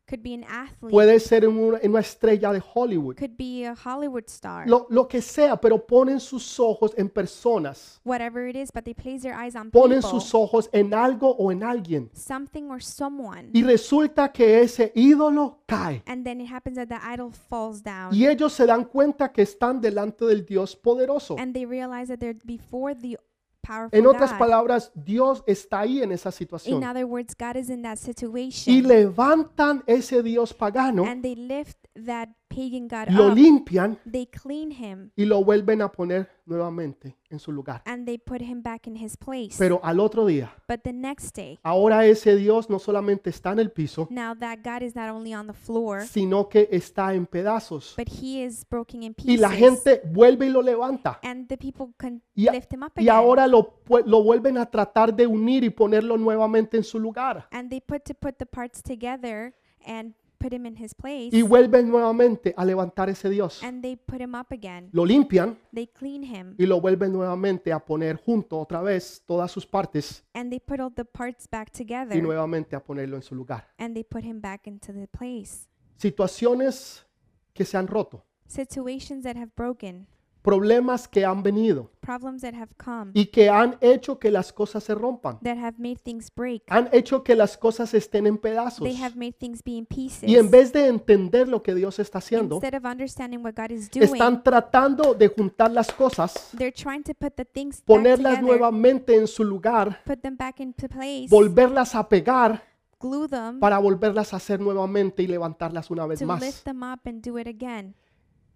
[SPEAKER 2] could be an athlete,
[SPEAKER 1] Puede ser en una, en una estrella de Hollywood.
[SPEAKER 2] could be a Hollywood star,
[SPEAKER 1] Lo, lo que sea, pero ponen sus ojos en personas.
[SPEAKER 2] whatever it is, but they place their eyes on
[SPEAKER 1] Ponen
[SPEAKER 2] people,
[SPEAKER 1] sus ojos en algo o en alguien.
[SPEAKER 2] something or someone,
[SPEAKER 1] Y resulta que ese ídolo cae.
[SPEAKER 2] and then it happens that the idol falls down.
[SPEAKER 1] Y ellos se dan cuenta que están delante del Dios poderoso.
[SPEAKER 2] and they realize that they're before the powerful
[SPEAKER 1] En otras
[SPEAKER 2] God.
[SPEAKER 1] palabras, Dios está ahí en esa
[SPEAKER 2] In
[SPEAKER 1] situación.
[SPEAKER 2] other words, God is in that situation.
[SPEAKER 1] Y levantan ese Dios pagano,
[SPEAKER 2] and they lift that pagan God
[SPEAKER 1] lo
[SPEAKER 2] up.
[SPEAKER 1] limpian
[SPEAKER 2] They clean him
[SPEAKER 1] y lo vuelven a poner nuevamente en su lugar.
[SPEAKER 2] and they put him back in his place.
[SPEAKER 1] Pero al otro día,
[SPEAKER 2] but the next day,
[SPEAKER 1] ahora ese Dios no solamente está en el piso,
[SPEAKER 2] now that God is not only on the floor,
[SPEAKER 1] sino que está en pedazos.
[SPEAKER 2] but he is broken in pieces.
[SPEAKER 1] Y la gente vuelve y lo levanta.
[SPEAKER 2] and the people can
[SPEAKER 1] Y, a-
[SPEAKER 2] lift him up
[SPEAKER 1] y
[SPEAKER 2] again.
[SPEAKER 1] ahora lo, pu- lo vuelven a tratar de unir y ponerlo nuevamente en su lugar.
[SPEAKER 2] and they put to put the parts together and put him in his place.
[SPEAKER 1] y vuelven nuevamente a levantar ese Dios.
[SPEAKER 2] and they put him up again.
[SPEAKER 1] Lo limpian
[SPEAKER 2] They clean him.
[SPEAKER 1] y lo vuelven nuevamente a poner junto otra vez todas sus partes
[SPEAKER 2] and they put all the parts back together.
[SPEAKER 1] y nuevamente a ponerlo en su lugar.
[SPEAKER 2] and they put him back into the place.
[SPEAKER 1] Situaciones que se han roto,
[SPEAKER 2] situations that have broken,
[SPEAKER 1] problemas que han venido
[SPEAKER 2] problems that have come,
[SPEAKER 1] y que han hecho que las cosas se rompan,
[SPEAKER 2] that have made things break.
[SPEAKER 1] han hecho que las cosas estén en pedazos.
[SPEAKER 2] They have made things be in pieces.
[SPEAKER 1] Y en vez de entender lo que Dios está haciendo,
[SPEAKER 2] Instead of understanding what God is doing,
[SPEAKER 1] están tratando de juntar las cosas,
[SPEAKER 2] they're trying to put the things back
[SPEAKER 1] ponerlas
[SPEAKER 2] together,
[SPEAKER 1] nuevamente en su lugar,
[SPEAKER 2] put them back into place,
[SPEAKER 1] volverlas a pegar
[SPEAKER 2] glue them
[SPEAKER 1] para volverlas a hacer nuevamente y levantarlas una vez
[SPEAKER 2] to lift
[SPEAKER 1] más.
[SPEAKER 2] them up and do it again.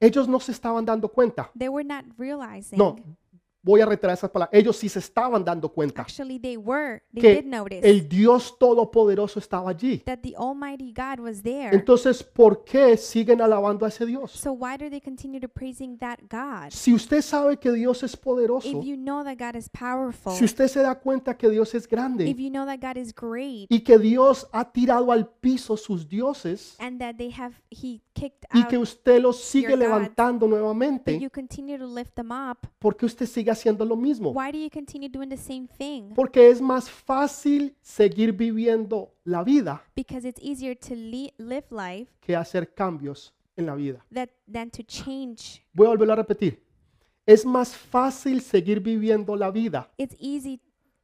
[SPEAKER 1] Ellos no se estaban dando cuenta.
[SPEAKER 2] They were not realizing.
[SPEAKER 1] No, voy a retirar esas palabras. Ellos sí se estaban dando cuenta
[SPEAKER 2] Actually, they were. They
[SPEAKER 1] que
[SPEAKER 2] did notice
[SPEAKER 1] el Dios Todopoderoso estaba allí.
[SPEAKER 2] that the Almighty God was there.
[SPEAKER 1] Entonces, ¿por qué siguen alabando a ese Dios?
[SPEAKER 2] so why do they continue to praising that God?
[SPEAKER 1] Si usted sabe que Dios es poderoso,
[SPEAKER 2] If you know that God is powerful,
[SPEAKER 1] si usted se da cuenta que Dios es grande
[SPEAKER 2] if you know that God is great,
[SPEAKER 1] y que Dios ha tirado al piso sus dioses
[SPEAKER 2] and that they have he kicked
[SPEAKER 1] y
[SPEAKER 2] out
[SPEAKER 1] que usted los sigue
[SPEAKER 2] your gods,
[SPEAKER 1] levantando
[SPEAKER 2] but
[SPEAKER 1] nuevamente,
[SPEAKER 2] you continue to lift them up
[SPEAKER 1] ¿por qué usted sigue haciendo lo mismo?
[SPEAKER 2] why do you continue doing the same thing
[SPEAKER 1] Porque es más fácil seguir viviendo la vida
[SPEAKER 2] because it's easier to le- live life
[SPEAKER 1] que hacer cambios en la vida.
[SPEAKER 2] that than to change
[SPEAKER 1] Voy a volverlo a repetir. Es más fácil seguir viviendo la vida.
[SPEAKER 2] it's easy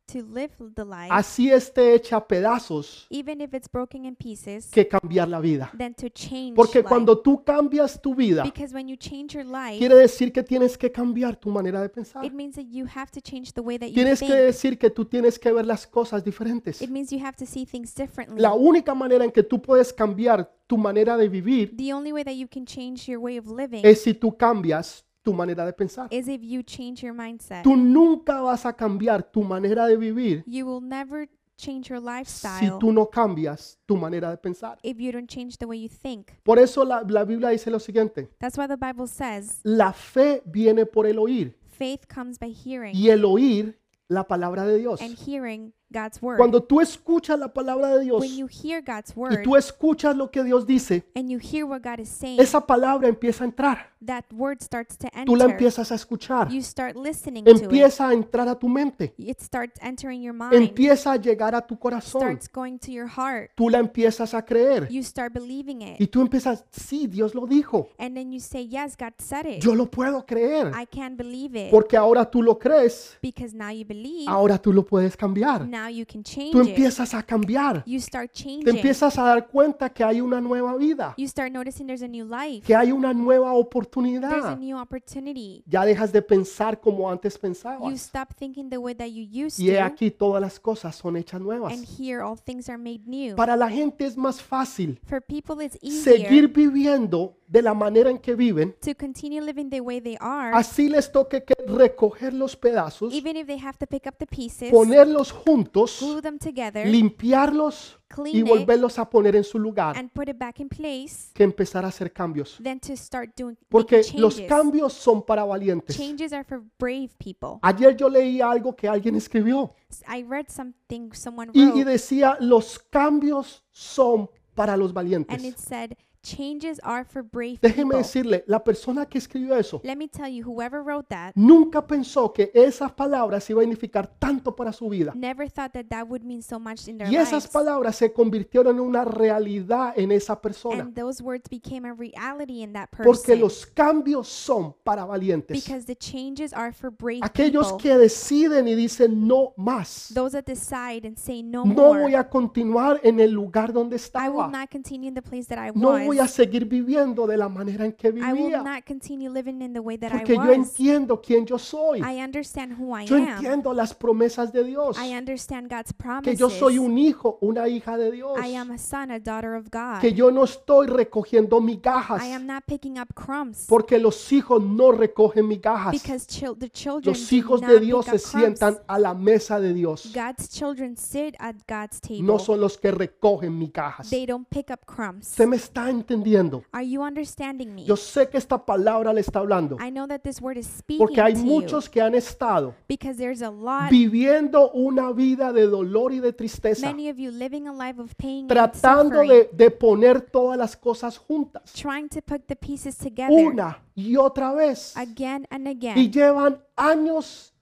[SPEAKER 2] to live the life
[SPEAKER 1] Así esté hecha a pedazos
[SPEAKER 2] even if it's broken in pieces
[SPEAKER 1] que cambiar la vida.
[SPEAKER 2] than to change
[SPEAKER 1] Porque
[SPEAKER 2] life.
[SPEAKER 1] cuando tú cambias tu vida,
[SPEAKER 2] because when you change your life
[SPEAKER 1] quiere decir que tienes que cambiar tu manera de pensar.
[SPEAKER 2] it means that you have to change the way that you
[SPEAKER 1] Tienes que
[SPEAKER 2] think
[SPEAKER 1] decir que tú tienes que ver las cosas diferentes.
[SPEAKER 2] it means you have to see things differently
[SPEAKER 1] La única manera en que tú puedes cambiar tu manera de vivir
[SPEAKER 2] the only way that you can change your way of living
[SPEAKER 1] es si tú cambias tu manera de pensar.
[SPEAKER 2] is if you change your mindset.
[SPEAKER 1] Tú nunca vas a cambiar tu manera de vivir
[SPEAKER 2] You will never change your
[SPEAKER 1] si
[SPEAKER 2] lifestyle
[SPEAKER 1] tú no cambias tu manera de pensar.
[SPEAKER 2] if you don't change the way you think.
[SPEAKER 1] Por eso la, la Biblia dice lo siguiente,
[SPEAKER 2] That's why the Bible says
[SPEAKER 1] la fe viene por el oír
[SPEAKER 2] faith comes by hearing
[SPEAKER 1] y el oír la palabra de Dios.
[SPEAKER 2] and hearing God's word.
[SPEAKER 1] Cuando tú escuchas la palabra de Dios
[SPEAKER 2] When you hear God's
[SPEAKER 1] y
[SPEAKER 2] word
[SPEAKER 1] tú escuchas lo que Dios dice,
[SPEAKER 2] and you hear what God is saying,
[SPEAKER 1] esa palabra empieza a entrar.
[SPEAKER 2] that word starts to
[SPEAKER 1] Tú la
[SPEAKER 2] enter.
[SPEAKER 1] empiezas a escuchar.
[SPEAKER 2] You start listening to it.
[SPEAKER 1] Empieza a entrar a tu mente.
[SPEAKER 2] It starts entering your mind,
[SPEAKER 1] Empieza a llegar a tu corazón.
[SPEAKER 2] starts going to your heart.
[SPEAKER 1] Tú la empiezas a creer.
[SPEAKER 2] You start believing it.
[SPEAKER 1] Y tú empiezas, sí, Dios lo dijo.
[SPEAKER 2] And then you say, Yes, God said it.
[SPEAKER 1] Yo lo puedo creer.
[SPEAKER 2] I can believe it.
[SPEAKER 1] Porque ahora tú lo crees.
[SPEAKER 2] Because now you believe,
[SPEAKER 1] Ahora tú lo puedes cambiar.
[SPEAKER 2] now you can change
[SPEAKER 1] Tú
[SPEAKER 2] it.
[SPEAKER 1] empiezas a cambiar.
[SPEAKER 2] You start
[SPEAKER 1] Te
[SPEAKER 2] changing.
[SPEAKER 1] empiezas a dar cuenta que hay una nueva vida.
[SPEAKER 2] You start noticing there's a new life.
[SPEAKER 1] Que hay una nueva
[SPEAKER 2] There's a
[SPEAKER 1] oportunidad.
[SPEAKER 2] new opportunity.
[SPEAKER 1] Ya dejas de pensar como antes
[SPEAKER 2] You
[SPEAKER 1] pensabas.
[SPEAKER 2] stop thinking the way that you used
[SPEAKER 1] Y he
[SPEAKER 2] to.
[SPEAKER 1] aquí todas las cosas son hechas
[SPEAKER 2] And
[SPEAKER 1] nuevas.
[SPEAKER 2] here all things are made new.
[SPEAKER 1] Para la gente es más fácil
[SPEAKER 2] For people, it's easier
[SPEAKER 1] seguir viviendo de la manera en que viven
[SPEAKER 2] to continue living the way they are,
[SPEAKER 1] Así les toque que recoger los pedazos,
[SPEAKER 2] even if they have to pick up the pieces,
[SPEAKER 1] ponerlos juntos,
[SPEAKER 2] glue them together,
[SPEAKER 1] limpiarlos y
[SPEAKER 2] clean it,
[SPEAKER 1] volverlos a poner en su lugar,
[SPEAKER 2] and put it back in place,
[SPEAKER 1] que empezar a hacer cambios.
[SPEAKER 2] than to start doing
[SPEAKER 1] Porque
[SPEAKER 2] making
[SPEAKER 1] los
[SPEAKER 2] changes.
[SPEAKER 1] cambios son para valientes.
[SPEAKER 2] Changes are for brave people.
[SPEAKER 1] Ayer yo leí algo que alguien escribió
[SPEAKER 2] S- I read something someone
[SPEAKER 1] y, y
[SPEAKER 2] wrote,
[SPEAKER 1] decía, los cambios son para los
[SPEAKER 2] and
[SPEAKER 1] valientes.
[SPEAKER 2] it said, Changes are for brave
[SPEAKER 1] Déjeme
[SPEAKER 2] people.
[SPEAKER 1] decirle, la persona que escribió eso
[SPEAKER 2] Let me tell you, whoever wrote that
[SPEAKER 1] nunca pensó que esas palabras iban a significar tanto para su vida.
[SPEAKER 2] never thought that that would mean so much in their
[SPEAKER 1] Y esas
[SPEAKER 2] lives.
[SPEAKER 1] palabras se convirtieron en una realidad en esa persona.
[SPEAKER 2] And those words became a reality in that
[SPEAKER 1] Porque
[SPEAKER 2] person.
[SPEAKER 1] los cambios son para valientes.
[SPEAKER 2] Because the changes are for brave
[SPEAKER 1] Aquellos
[SPEAKER 2] people.
[SPEAKER 1] que deciden y dicen no más.
[SPEAKER 2] Those that decide and say no
[SPEAKER 1] No voy
[SPEAKER 2] more.
[SPEAKER 1] a continuar en el lugar donde
[SPEAKER 2] I will
[SPEAKER 1] estaba.
[SPEAKER 2] not continue in the place that I
[SPEAKER 1] No voy a
[SPEAKER 2] was.
[SPEAKER 1] seguir viviendo de la manera en que
[SPEAKER 2] I will
[SPEAKER 1] vivía.
[SPEAKER 2] not continue living in the way that I
[SPEAKER 1] Porque yo
[SPEAKER 2] was.
[SPEAKER 1] entiendo quién yo soy.
[SPEAKER 2] I understand who I
[SPEAKER 1] Yo
[SPEAKER 2] am.
[SPEAKER 1] entiendo las promesas de Dios.
[SPEAKER 2] I understand God's
[SPEAKER 1] Que yo soy
[SPEAKER 2] promises.
[SPEAKER 1] un hijo, una hija de Dios.
[SPEAKER 2] I am a son, a daughter of God.
[SPEAKER 1] Que yo no estoy recogiendo migajas.
[SPEAKER 2] I am not picking up crumbs
[SPEAKER 1] Porque los hijos no recogen migajas.
[SPEAKER 2] because chil- the children
[SPEAKER 1] Los
[SPEAKER 2] do
[SPEAKER 1] hijos
[SPEAKER 2] not
[SPEAKER 1] de
[SPEAKER 2] pick
[SPEAKER 1] Dios
[SPEAKER 2] up
[SPEAKER 1] se sientan
[SPEAKER 2] crumbs.
[SPEAKER 1] a la mesa de Dios.
[SPEAKER 2] God's children sit at God's table.
[SPEAKER 1] no son los que recogen migajas.
[SPEAKER 2] They don't pick up crumbs.
[SPEAKER 1] ¿Se me está entendiendo?
[SPEAKER 2] Are you understanding me?
[SPEAKER 1] Yo sé que esta palabra le está hablando,
[SPEAKER 2] I know that this word is speaking
[SPEAKER 1] porque hay
[SPEAKER 2] to you
[SPEAKER 1] muchos que han estado
[SPEAKER 2] because there's a lot,
[SPEAKER 1] viviendo una vida de dolor y de tristeza,
[SPEAKER 2] many of you living a life of pain and
[SPEAKER 1] tratando
[SPEAKER 2] suffering,
[SPEAKER 1] de, de poner todas las cosas juntas,
[SPEAKER 2] trying to put the pieces together
[SPEAKER 1] una y otra vez,
[SPEAKER 2] again and again.
[SPEAKER 1] y llevan años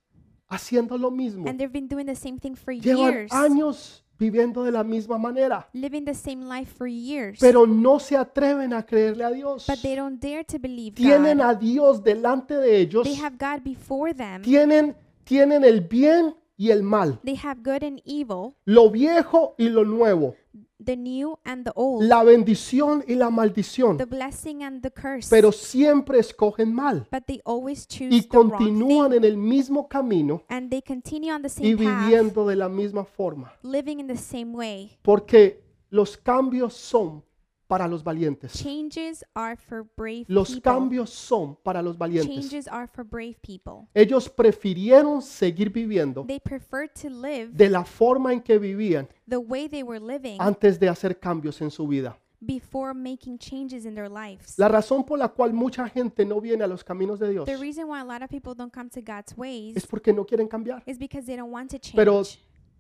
[SPEAKER 1] haciendo lo mismo,
[SPEAKER 2] and they've been doing the same thing for
[SPEAKER 1] llevan
[SPEAKER 2] years,
[SPEAKER 1] años viviendo de la misma manera,
[SPEAKER 2] living the same life for years,
[SPEAKER 1] pero no se atreven a creerle a Dios.
[SPEAKER 2] but they don't dare to believe
[SPEAKER 1] Tienen
[SPEAKER 2] God.
[SPEAKER 1] a Dios delante de ellos
[SPEAKER 2] They have God before them.
[SPEAKER 1] tienen, tienen el bien y el mal,
[SPEAKER 2] They have good and evil,
[SPEAKER 1] lo viejo y lo nuevo,
[SPEAKER 2] the new and the old,
[SPEAKER 1] la bendición y la maldición,
[SPEAKER 2] the blessing and the curse.
[SPEAKER 1] pero siempre escogen mal
[SPEAKER 2] but they always choose
[SPEAKER 1] y
[SPEAKER 2] the wrong thing.
[SPEAKER 1] continúan en el mismo camino
[SPEAKER 2] and they continue on the
[SPEAKER 1] y
[SPEAKER 2] same path,
[SPEAKER 1] viviendo de la misma forma,
[SPEAKER 2] living in the same way.
[SPEAKER 1] porque los cambios son para los valientes.
[SPEAKER 2] Changes are for brave
[SPEAKER 1] Los
[SPEAKER 2] people.
[SPEAKER 1] cambios son para los valientes.
[SPEAKER 2] Changes are for brave people.
[SPEAKER 1] Ellos prefirieron seguir viviendo
[SPEAKER 2] They prefer to live
[SPEAKER 1] de la forma en que vivían
[SPEAKER 2] the way they were living
[SPEAKER 1] antes de hacer cambios en su vida.
[SPEAKER 2] before making changes in their lives.
[SPEAKER 1] La razón por la cual mucha gente no viene a los caminos de Dios
[SPEAKER 2] The reason why a lot of people don't come to God's ways
[SPEAKER 1] es porque no quieren cambiar.
[SPEAKER 2] is because they don't want to change.
[SPEAKER 1] Pero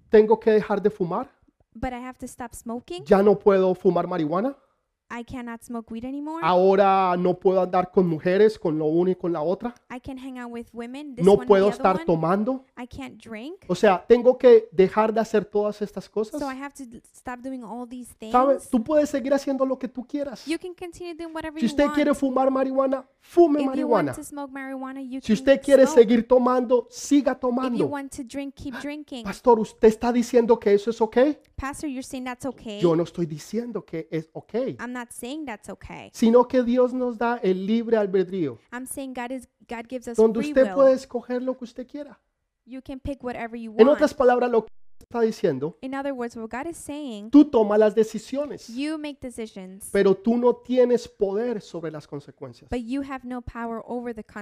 [SPEAKER 1] tengo que dejar de fumar.
[SPEAKER 2] but I have to stop smoking.
[SPEAKER 1] Ya no puedo fumar marihuana.
[SPEAKER 2] I cannot smoke weed anymore.
[SPEAKER 1] Ah. Ahora no puedo andar con mujeres, con lo una y con la otra.
[SPEAKER 2] I can hang out with women. This
[SPEAKER 1] No
[SPEAKER 2] one and the
[SPEAKER 1] puedo
[SPEAKER 2] other
[SPEAKER 1] estar
[SPEAKER 2] one.
[SPEAKER 1] tomando.
[SPEAKER 2] I can't drink.
[SPEAKER 1] O sea, tengo que dejar de hacer todas estas cosas.
[SPEAKER 2] So I have to d- stop doing all these things.
[SPEAKER 1] ¿Sabes? Tú puedes seguir haciendo lo que tú quieras.
[SPEAKER 2] You can continue doing whatever
[SPEAKER 1] Si
[SPEAKER 2] you
[SPEAKER 1] usted
[SPEAKER 2] want.
[SPEAKER 1] quiere fumar marihuana, fume
[SPEAKER 2] if you want
[SPEAKER 1] marihuana.
[SPEAKER 2] to smoke marijuana, you
[SPEAKER 1] Si
[SPEAKER 2] can
[SPEAKER 1] usted quiere
[SPEAKER 2] smoke.
[SPEAKER 1] seguir tomando, siga
[SPEAKER 2] If you
[SPEAKER 1] tomando.
[SPEAKER 2] want to drink, keep drinking.
[SPEAKER 1] Pastor, ¿usted está diciendo que eso es ok?
[SPEAKER 2] Pastor, you're saying that's okay.
[SPEAKER 1] Yo no estoy diciendo que es ok.
[SPEAKER 2] I'm not saying that's okay.
[SPEAKER 1] sino que Dios nos da el libre albedrío,
[SPEAKER 2] I'm saying God is God gives us
[SPEAKER 1] donde
[SPEAKER 2] free
[SPEAKER 1] usted
[SPEAKER 2] will.
[SPEAKER 1] puede escoger lo que usted quiera.
[SPEAKER 2] You can pick whatever you
[SPEAKER 1] En
[SPEAKER 2] want.
[SPEAKER 1] otras palabras, lo que está diciendo,
[SPEAKER 2] In other words, what God is saying,
[SPEAKER 1] tú toma las decisiones,
[SPEAKER 2] you make decisions,
[SPEAKER 1] pero tú no tienes poder sobre las consecuencias.
[SPEAKER 2] but you have no power over the
[SPEAKER 1] O sea,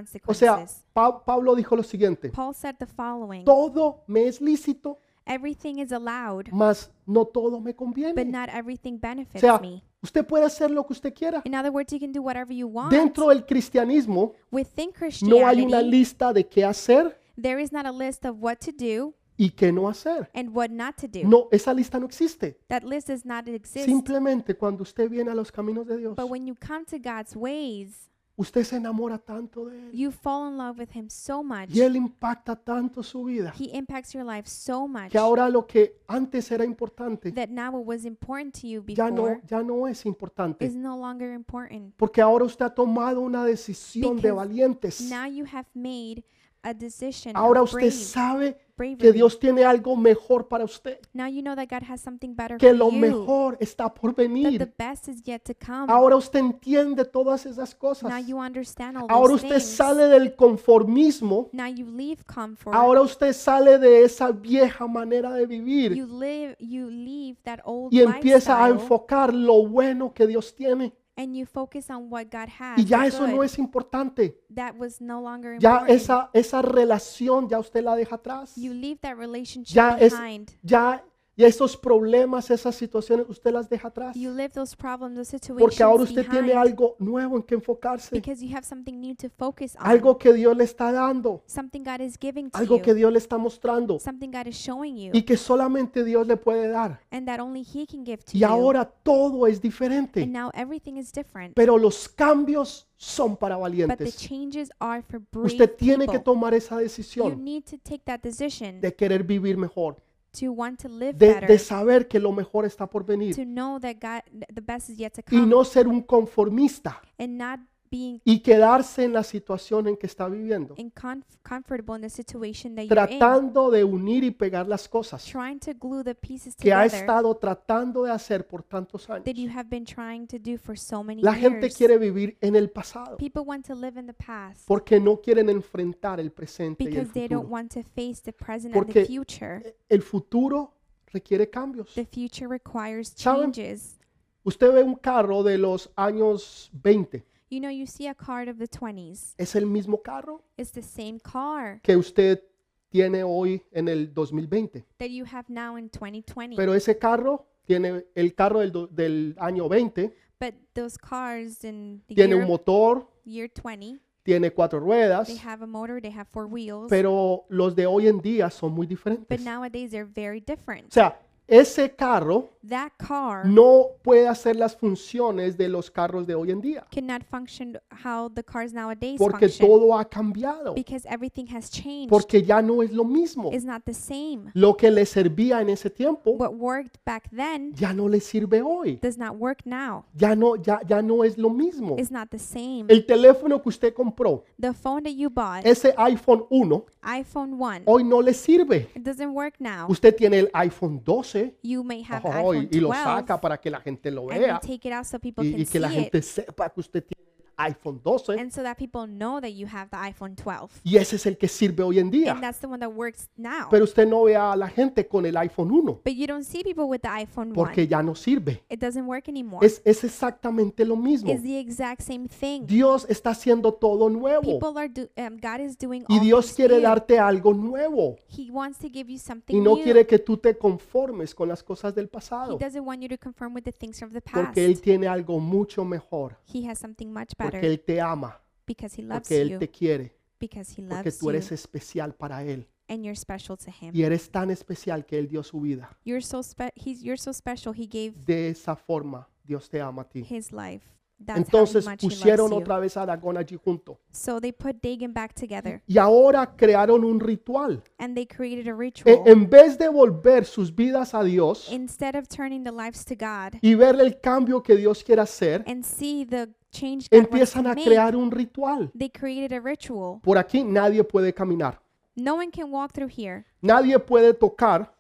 [SPEAKER 2] consequences.
[SPEAKER 1] Pa- Pablo dijo lo siguiente,
[SPEAKER 2] Paul said the following
[SPEAKER 1] todo me es lícito,
[SPEAKER 2] Everything is allowed,
[SPEAKER 1] mas no todo me
[SPEAKER 2] but
[SPEAKER 1] conviene.
[SPEAKER 2] not everything
[SPEAKER 1] O
[SPEAKER 2] benefits
[SPEAKER 1] sea,
[SPEAKER 2] me.
[SPEAKER 1] usted puede hacer lo que usted quiera.
[SPEAKER 2] In other words, you can do whatever you want.
[SPEAKER 1] Dentro del cristianismo
[SPEAKER 2] Within
[SPEAKER 1] no hay una
[SPEAKER 2] Christianity,
[SPEAKER 1] lista de qué hacer
[SPEAKER 2] there is not a list of what to do
[SPEAKER 1] y qué no hacer.
[SPEAKER 2] and what not to do.
[SPEAKER 1] No, esa lista no existe.
[SPEAKER 2] That list does not exist.
[SPEAKER 1] Simplemente cuando usted viene a los caminos de Dios,
[SPEAKER 2] But when you come to God's ways,
[SPEAKER 1] usted se enamora tanto de Él
[SPEAKER 2] you fall in love with Him so much.
[SPEAKER 1] y Él impacta tanto su vida
[SPEAKER 2] He impacts your life so much
[SPEAKER 1] que ahora lo que antes era importante
[SPEAKER 2] that now what was important to you
[SPEAKER 1] ya
[SPEAKER 2] before
[SPEAKER 1] no, ya no es
[SPEAKER 2] is
[SPEAKER 1] importante
[SPEAKER 2] no longer important.
[SPEAKER 1] porque ahora usted ha tomado una decisión de
[SPEAKER 2] Because
[SPEAKER 1] valientes.
[SPEAKER 2] Now you have made a decision. of
[SPEAKER 1] Ahora usted
[SPEAKER 2] brave,
[SPEAKER 1] sabe que
[SPEAKER 2] bravery.
[SPEAKER 1] Dios tiene algo mejor para usted,
[SPEAKER 2] now you know that God has something better
[SPEAKER 1] que
[SPEAKER 2] for
[SPEAKER 1] lo
[SPEAKER 2] you.
[SPEAKER 1] mejor está por
[SPEAKER 2] that the
[SPEAKER 1] venir.
[SPEAKER 2] best is yet to come.
[SPEAKER 1] Ahora usted entiende todas esas cosas.
[SPEAKER 2] now you understand all
[SPEAKER 1] Ahora
[SPEAKER 2] those
[SPEAKER 1] usted
[SPEAKER 2] things.
[SPEAKER 1] sale del conformismo.
[SPEAKER 2] now you leave comfort.
[SPEAKER 1] Ahora usted sale de esa vieja manera de vivir
[SPEAKER 2] you live you leave that old
[SPEAKER 1] y empieza a
[SPEAKER 2] lifestyle
[SPEAKER 1] enfocar lo bueno que Dios tiene.
[SPEAKER 2] and you focus on what God has.
[SPEAKER 1] Y ya
[SPEAKER 2] the
[SPEAKER 1] eso no
[SPEAKER 2] good.
[SPEAKER 1] es importante.
[SPEAKER 2] that was no longer
[SPEAKER 1] Ya
[SPEAKER 2] important.
[SPEAKER 1] esa, esa relación ya usted la deja atrás.
[SPEAKER 2] you leave that relationship
[SPEAKER 1] Ya es-
[SPEAKER 2] behind.
[SPEAKER 1] Ya, ya esos problemas, esas situaciones, usted las deja atrás.
[SPEAKER 2] You leave those problems, those situations
[SPEAKER 1] Porque ahora usted
[SPEAKER 2] behind
[SPEAKER 1] tiene algo nuevo en que enfocarse.
[SPEAKER 2] because you have something new to focus on.
[SPEAKER 1] Algo que Dios le está dando.
[SPEAKER 2] something God is giving to
[SPEAKER 1] Algo
[SPEAKER 2] you.
[SPEAKER 1] que Dios le está mostrando.
[SPEAKER 2] something God is showing you
[SPEAKER 1] Y que solamente Dios le puede dar.
[SPEAKER 2] and that only he can give to
[SPEAKER 1] Y
[SPEAKER 2] you.
[SPEAKER 1] ahora todo es diferente.
[SPEAKER 2] and now everything is different.
[SPEAKER 1] Pero los cambios son para
[SPEAKER 2] but the
[SPEAKER 1] valientes.
[SPEAKER 2] changes are for brave
[SPEAKER 1] Usted tiene que
[SPEAKER 2] people.
[SPEAKER 1] tomar esa
[SPEAKER 2] You
[SPEAKER 1] decisión
[SPEAKER 2] need to take that decision
[SPEAKER 1] de querer vivir mejor,
[SPEAKER 2] to want to live
[SPEAKER 1] de,
[SPEAKER 2] better,
[SPEAKER 1] de saber que lo mejor está por venir
[SPEAKER 2] to know that God the best is yet to
[SPEAKER 1] y
[SPEAKER 2] come
[SPEAKER 1] no ser un conformista
[SPEAKER 2] and not being
[SPEAKER 1] y quedarse en la situación en que está viviendo,
[SPEAKER 2] in conf- comfortable in the situation that you're in,
[SPEAKER 1] tratando de unir y pegar las cosas
[SPEAKER 2] trying to glue the pieces
[SPEAKER 1] que ha
[SPEAKER 2] together
[SPEAKER 1] estado tratando de hacer por tantos años.
[SPEAKER 2] that you have been trying to do for so many
[SPEAKER 1] La gente
[SPEAKER 2] years.
[SPEAKER 1] quiere vivir en el pasado
[SPEAKER 2] People want to live in the past
[SPEAKER 1] porque no quieren enfrentar el presente y el
[SPEAKER 2] because they don't
[SPEAKER 1] futuro.
[SPEAKER 2] want to face the present and
[SPEAKER 1] Porque-
[SPEAKER 2] the future.
[SPEAKER 1] El futuro requiere cambios.
[SPEAKER 2] The future requires
[SPEAKER 1] ¿Saben?
[SPEAKER 2] changes.
[SPEAKER 1] Usted ve un carro de los años 20.
[SPEAKER 2] You know, you see a car of the 20s.
[SPEAKER 1] Es el mismo carro
[SPEAKER 2] It's the same car
[SPEAKER 1] que usted tiene hoy en el 2020.
[SPEAKER 2] that you have now in 2020.
[SPEAKER 1] Pero ese carro tiene el carro del, do- del año 20,
[SPEAKER 2] but those cars in the
[SPEAKER 1] tiene un
[SPEAKER 2] year,
[SPEAKER 1] motor,
[SPEAKER 2] year 20,
[SPEAKER 1] tiene cuatro ruedas,
[SPEAKER 2] they have a motor, they have four wheels.
[SPEAKER 1] pero los de hoy en día son muy
[SPEAKER 2] but
[SPEAKER 1] diferentes.
[SPEAKER 2] nowadays they're very
[SPEAKER 1] O
[SPEAKER 2] different.
[SPEAKER 1] sea, ese carro
[SPEAKER 2] That car
[SPEAKER 1] no puede hacer las funciones de los carros de hoy en día
[SPEAKER 2] cannot function how the cars nowadays
[SPEAKER 1] porque
[SPEAKER 2] function
[SPEAKER 1] todo ha cambiado,
[SPEAKER 2] because everything has changed.
[SPEAKER 1] porque ya no es lo mismo.
[SPEAKER 2] It's not the same.
[SPEAKER 1] Lo que le servía en ese tiempo
[SPEAKER 2] What worked back then
[SPEAKER 1] ya no le sirve hoy.
[SPEAKER 2] does not work now.
[SPEAKER 1] Ya no, ya, ya no es lo mismo.
[SPEAKER 2] It's not the same.
[SPEAKER 1] El teléfono que usted compró,
[SPEAKER 2] The phone that you bought,
[SPEAKER 1] ese iPhone 1,
[SPEAKER 2] iPhone 1,
[SPEAKER 1] hoy no le sirve.
[SPEAKER 2] it doesn't work now.
[SPEAKER 1] Usted tiene el iPhone 12
[SPEAKER 2] You may have
[SPEAKER 1] ojo, y,
[SPEAKER 2] iPhone
[SPEAKER 1] y lo
[SPEAKER 2] 12
[SPEAKER 1] saca para que la gente lo
[SPEAKER 2] and you
[SPEAKER 1] vea
[SPEAKER 2] take it out so people
[SPEAKER 1] y,
[SPEAKER 2] can
[SPEAKER 1] y que
[SPEAKER 2] see
[SPEAKER 1] la
[SPEAKER 2] it
[SPEAKER 1] gente sepa que usted tiene el iPhone 12
[SPEAKER 2] and so that people know that you have the iPhone 12.
[SPEAKER 1] y ese es el que sirve hoy en
[SPEAKER 2] And
[SPEAKER 1] día.
[SPEAKER 2] that's the one that works now.
[SPEAKER 1] Pero usted no ve a la gente con el iPhone 1
[SPEAKER 2] But you don't see people with the iPhone 1.
[SPEAKER 1] porque ya no sirve.
[SPEAKER 2] It doesn't work anymore.
[SPEAKER 1] Es, es exactamente lo mismo.
[SPEAKER 2] It's the exact same thing.
[SPEAKER 1] Dios está haciendo todo nuevo
[SPEAKER 2] People are do, um, God is doing
[SPEAKER 1] y
[SPEAKER 2] all
[SPEAKER 1] Dios
[SPEAKER 2] things
[SPEAKER 1] quiere
[SPEAKER 2] new.
[SPEAKER 1] darte algo nuevo.
[SPEAKER 2] He wants to give you something
[SPEAKER 1] y no
[SPEAKER 2] new.
[SPEAKER 1] quiere que tú te conformes con las cosas del
[SPEAKER 2] he
[SPEAKER 1] pasado,
[SPEAKER 2] doesn't want you to conform with the things of the past.
[SPEAKER 1] porque Él tiene algo mucho mejor,
[SPEAKER 2] he has something much better
[SPEAKER 1] porque Él te ama,
[SPEAKER 2] because he loves
[SPEAKER 1] porque Él
[SPEAKER 2] you.
[SPEAKER 1] te quiere,
[SPEAKER 2] Because he
[SPEAKER 1] porque
[SPEAKER 2] loves
[SPEAKER 1] tú
[SPEAKER 2] you
[SPEAKER 1] eres especial para Él
[SPEAKER 2] and you're special to him.
[SPEAKER 1] y eres tan especial que Él dio su vida.
[SPEAKER 2] You're so spe- he's you're so special. He gave
[SPEAKER 1] De esa forma, Dios te ama a ti.
[SPEAKER 2] his life. That's
[SPEAKER 1] Entonces
[SPEAKER 2] how much he
[SPEAKER 1] pusieron
[SPEAKER 2] loves you.
[SPEAKER 1] otra vez a Dagón allí junto
[SPEAKER 2] So they put Dagon back together
[SPEAKER 1] y ahora crearon un ritual.
[SPEAKER 2] and they created a
[SPEAKER 1] E-
[SPEAKER 2] ritual.
[SPEAKER 1] En vez de volver sus vidas a Dios
[SPEAKER 2] Instead of turning the lives to God
[SPEAKER 1] y ver el cambio que Dios quiere hacer,
[SPEAKER 2] and see the change God wants
[SPEAKER 1] empiezan
[SPEAKER 2] to
[SPEAKER 1] a
[SPEAKER 2] make,
[SPEAKER 1] crear un ritual.
[SPEAKER 2] they created a ritual.
[SPEAKER 1] Por aquí nadie puede caminar.
[SPEAKER 2] No one can walk through here.
[SPEAKER 1] Nadie puede tocar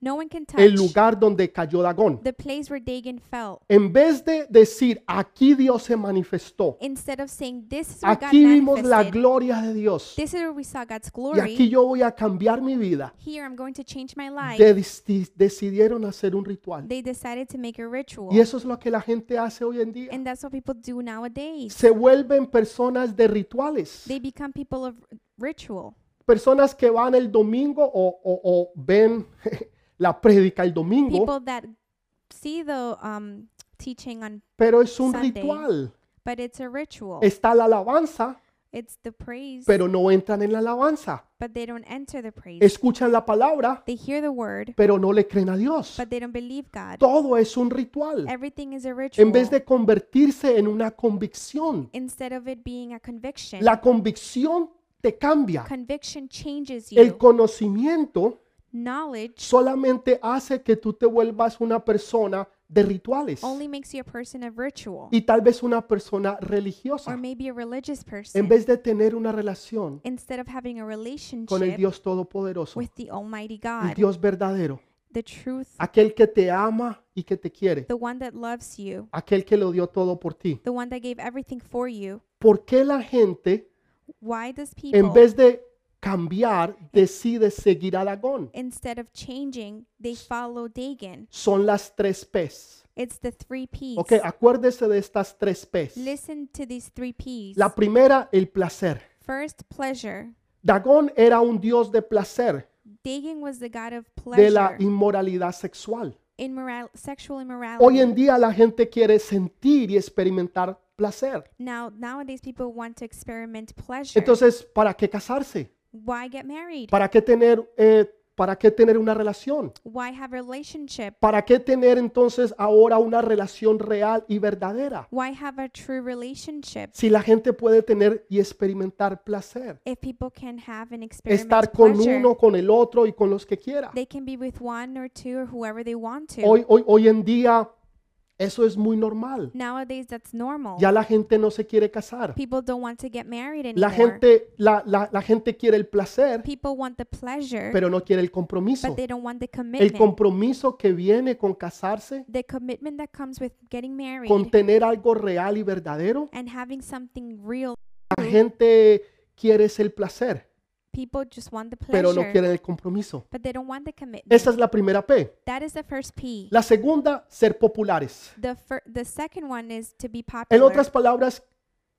[SPEAKER 2] No one can touch
[SPEAKER 1] el lugar donde cayó Dagón.
[SPEAKER 2] the place where Dagon fell.
[SPEAKER 1] En vez de decir, aquí Dios se manifestó,
[SPEAKER 2] Instead of saying, This is where God
[SPEAKER 1] aquí vimos la
[SPEAKER 2] manifested,
[SPEAKER 1] gloria de Dios
[SPEAKER 2] this is where we saw God's
[SPEAKER 1] y aquí
[SPEAKER 2] glory,
[SPEAKER 1] yo voy a cambiar mi vida,
[SPEAKER 2] here I'm going to change my life,
[SPEAKER 1] de- deci- decidieron hacer un ritual.
[SPEAKER 2] they decided to make a ritual.
[SPEAKER 1] Y eso es lo que la gente hace hoy en día.
[SPEAKER 2] And that's what people do nowadays.
[SPEAKER 1] Se vuelven personas de rituales,
[SPEAKER 2] They become people of ritual.
[SPEAKER 1] personas que van el domingo o, o- o ven la prédica el domingo,
[SPEAKER 2] People that see the um, teaching on,
[SPEAKER 1] pero es un
[SPEAKER 2] Sunday. Oh.
[SPEAKER 1] ritual.
[SPEAKER 2] but it's a ritual.
[SPEAKER 1] Está la alabanza,
[SPEAKER 2] It's the praise,
[SPEAKER 1] pero no entran en la alabanza.
[SPEAKER 2] but they don't enter the praise.
[SPEAKER 1] Escuchan la palabra,
[SPEAKER 2] They hear the word,
[SPEAKER 1] pero no le creen a Dios.
[SPEAKER 2] but they don't believe God.
[SPEAKER 1] Todo es un ritual.
[SPEAKER 2] Everything is a
[SPEAKER 1] En
[SPEAKER 2] ritual.
[SPEAKER 1] vez de convertirse en una convicción,
[SPEAKER 2] Instead of it being a conviction,
[SPEAKER 1] la convicción te cambia.
[SPEAKER 2] conviction changes you.
[SPEAKER 1] El conocimiento
[SPEAKER 2] Knowledge
[SPEAKER 1] solamente hace que tú te vuelvas una persona de rituales
[SPEAKER 2] only makes you a person of ritual,
[SPEAKER 1] y tal vez una persona
[SPEAKER 2] or
[SPEAKER 1] religiosa
[SPEAKER 2] maybe a religious
[SPEAKER 1] en
[SPEAKER 2] person,
[SPEAKER 1] vez de tener una relación
[SPEAKER 2] instead of having a relationship
[SPEAKER 1] con el Dios Todopoderoso,
[SPEAKER 2] with the Almighty
[SPEAKER 1] el
[SPEAKER 2] God,
[SPEAKER 1] Dios verdadero,
[SPEAKER 2] the truth,
[SPEAKER 1] aquel que te ama y que te quiere,
[SPEAKER 2] the one that loves you,
[SPEAKER 1] aquel que lo dio todo por ti.
[SPEAKER 2] the one that gave everything for you.
[SPEAKER 1] ¿Por qué la gente
[SPEAKER 2] Why does people,
[SPEAKER 1] en vez de cambiar decide seguir a Dagón?
[SPEAKER 2] instead of changing, they follow Dagon?
[SPEAKER 1] Son las tres P's.
[SPEAKER 2] It's the three P's.
[SPEAKER 1] Ok, acuérdese de estas tres P's.
[SPEAKER 2] Listen to these three P's.
[SPEAKER 1] La primera, el placer.
[SPEAKER 2] First, pleasure.
[SPEAKER 1] Dagón era un dios de placer,
[SPEAKER 2] Dagon was the god of
[SPEAKER 1] de la
[SPEAKER 2] pleasure,
[SPEAKER 1] inmoralidad sexual.
[SPEAKER 2] immoral- sexual immorality.
[SPEAKER 1] Hoy en día la gente quiere sentir y experimentar placer.
[SPEAKER 2] Now, nowadays, people want to experiment pleasure.
[SPEAKER 1] Entonces, ¿para qué casarse?
[SPEAKER 2] Why get married?
[SPEAKER 1] ¿Para qué tener, eh, para qué tener una relación?
[SPEAKER 2] Why have a relationship?
[SPEAKER 1] ¿Para qué tener entonces ahora una relación real y verdadera?
[SPEAKER 2] Why have a true relationship
[SPEAKER 1] Si la gente puede tener y experimentar placer,
[SPEAKER 2] if people can have an experience
[SPEAKER 1] estar con uno, con el otro y con los que quiera.
[SPEAKER 2] They can be with one or two or whoever they want to.
[SPEAKER 1] Hoy, hoy, hoy en día eso es muy normal.
[SPEAKER 2] Nowadays, that's normal.
[SPEAKER 1] Ya la gente no se quiere casar.
[SPEAKER 2] People don't want to get married anymore.
[SPEAKER 1] La gente, la, la- la gente quiere el placer,
[SPEAKER 2] people want the pleasure,
[SPEAKER 1] pero no quiere el compromiso.
[SPEAKER 2] but they don't want the
[SPEAKER 1] El
[SPEAKER 2] commitment.
[SPEAKER 1] compromiso que viene con casarse,
[SPEAKER 2] the commitment that comes with getting married
[SPEAKER 1] con tener algo real y verdadero.
[SPEAKER 2] and having something real.
[SPEAKER 1] La gente quiere es el placer,
[SPEAKER 2] People just want the pleasure,
[SPEAKER 1] pero no quieren el compromiso.
[SPEAKER 2] but they don't want the commitment.
[SPEAKER 1] Esa es la primera P.
[SPEAKER 2] that is the first P.
[SPEAKER 1] La segunda, ser populares.
[SPEAKER 2] the fir- the second one is to be
[SPEAKER 1] En
[SPEAKER 2] popular.
[SPEAKER 1] otras palabras,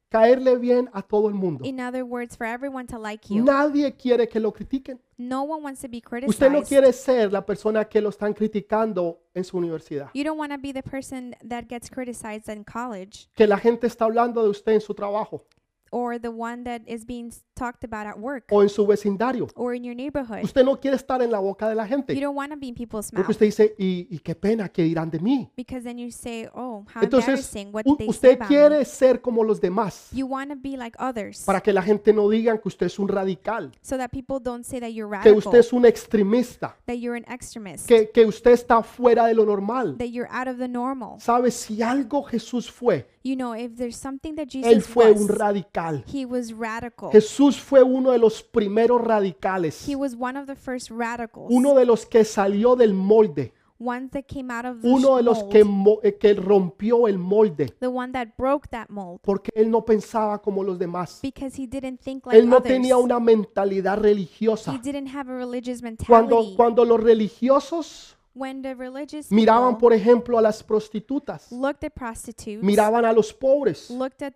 [SPEAKER 1] caerle bien a todo el mundo.
[SPEAKER 2] In other words, for everyone to like you.
[SPEAKER 1] Nadie quiere que lo critiquen.
[SPEAKER 2] no one wants to be criticized.
[SPEAKER 1] Usted no quiere ser la persona que lo están criticando en su universidad.
[SPEAKER 2] You don't want to be the person that gets criticized in college
[SPEAKER 1] Que la gente está hablando de usted en su trabajo
[SPEAKER 2] or the one that is being s- talked about at work
[SPEAKER 1] o en su vecindario.
[SPEAKER 2] or in your neighborhood.
[SPEAKER 1] Usted no quiere estar en la boca de la
[SPEAKER 2] You
[SPEAKER 1] gente.
[SPEAKER 2] don't want to be in people's
[SPEAKER 1] Porque
[SPEAKER 2] mouth
[SPEAKER 1] usted dice, y, y qué pena que dirán de mí.
[SPEAKER 2] because then you say, "Oh, how
[SPEAKER 1] Entonces,
[SPEAKER 2] embarrassing! What
[SPEAKER 1] u-
[SPEAKER 2] did they
[SPEAKER 1] usted
[SPEAKER 2] say about me?"
[SPEAKER 1] quiere ser como los demás
[SPEAKER 2] You want to be like others
[SPEAKER 1] para que la gente no digan que usted es un radical,
[SPEAKER 2] so that people don't say that you're
[SPEAKER 1] que
[SPEAKER 2] radical,
[SPEAKER 1] usted es un extremista,
[SPEAKER 2] that you're an extremist,
[SPEAKER 1] que, que usted está fuera de lo normal.
[SPEAKER 2] that you're out of the normal.
[SPEAKER 1] ¿Sabe si algo Jesús fue?
[SPEAKER 2] You know, if there's something that Jesus
[SPEAKER 1] Él fue un
[SPEAKER 2] was,
[SPEAKER 1] radical.
[SPEAKER 2] he was radical.
[SPEAKER 1] Jesús fue uno de los primeros radicales,
[SPEAKER 2] He was one of the first radicals,
[SPEAKER 1] uno de los que salió del molde,
[SPEAKER 2] ones that came out of the
[SPEAKER 1] uno de los
[SPEAKER 2] mold,
[SPEAKER 1] que, mo- eh, que rompió el molde,
[SPEAKER 2] the one that broke that mold
[SPEAKER 1] porque él no pensaba como los demás.
[SPEAKER 2] because he didn't think like
[SPEAKER 1] Él no
[SPEAKER 2] others.
[SPEAKER 1] tenía una mentalidad
[SPEAKER 2] he
[SPEAKER 1] religiosa.
[SPEAKER 2] didn't have a religious mentality.
[SPEAKER 1] Cuando, cuando los religiosos
[SPEAKER 2] when the religious
[SPEAKER 1] miraban,
[SPEAKER 2] people
[SPEAKER 1] por ejemplo, a las prostitutas,
[SPEAKER 2] looked at prostitutes,
[SPEAKER 1] miraban a los pobres,
[SPEAKER 2] looked at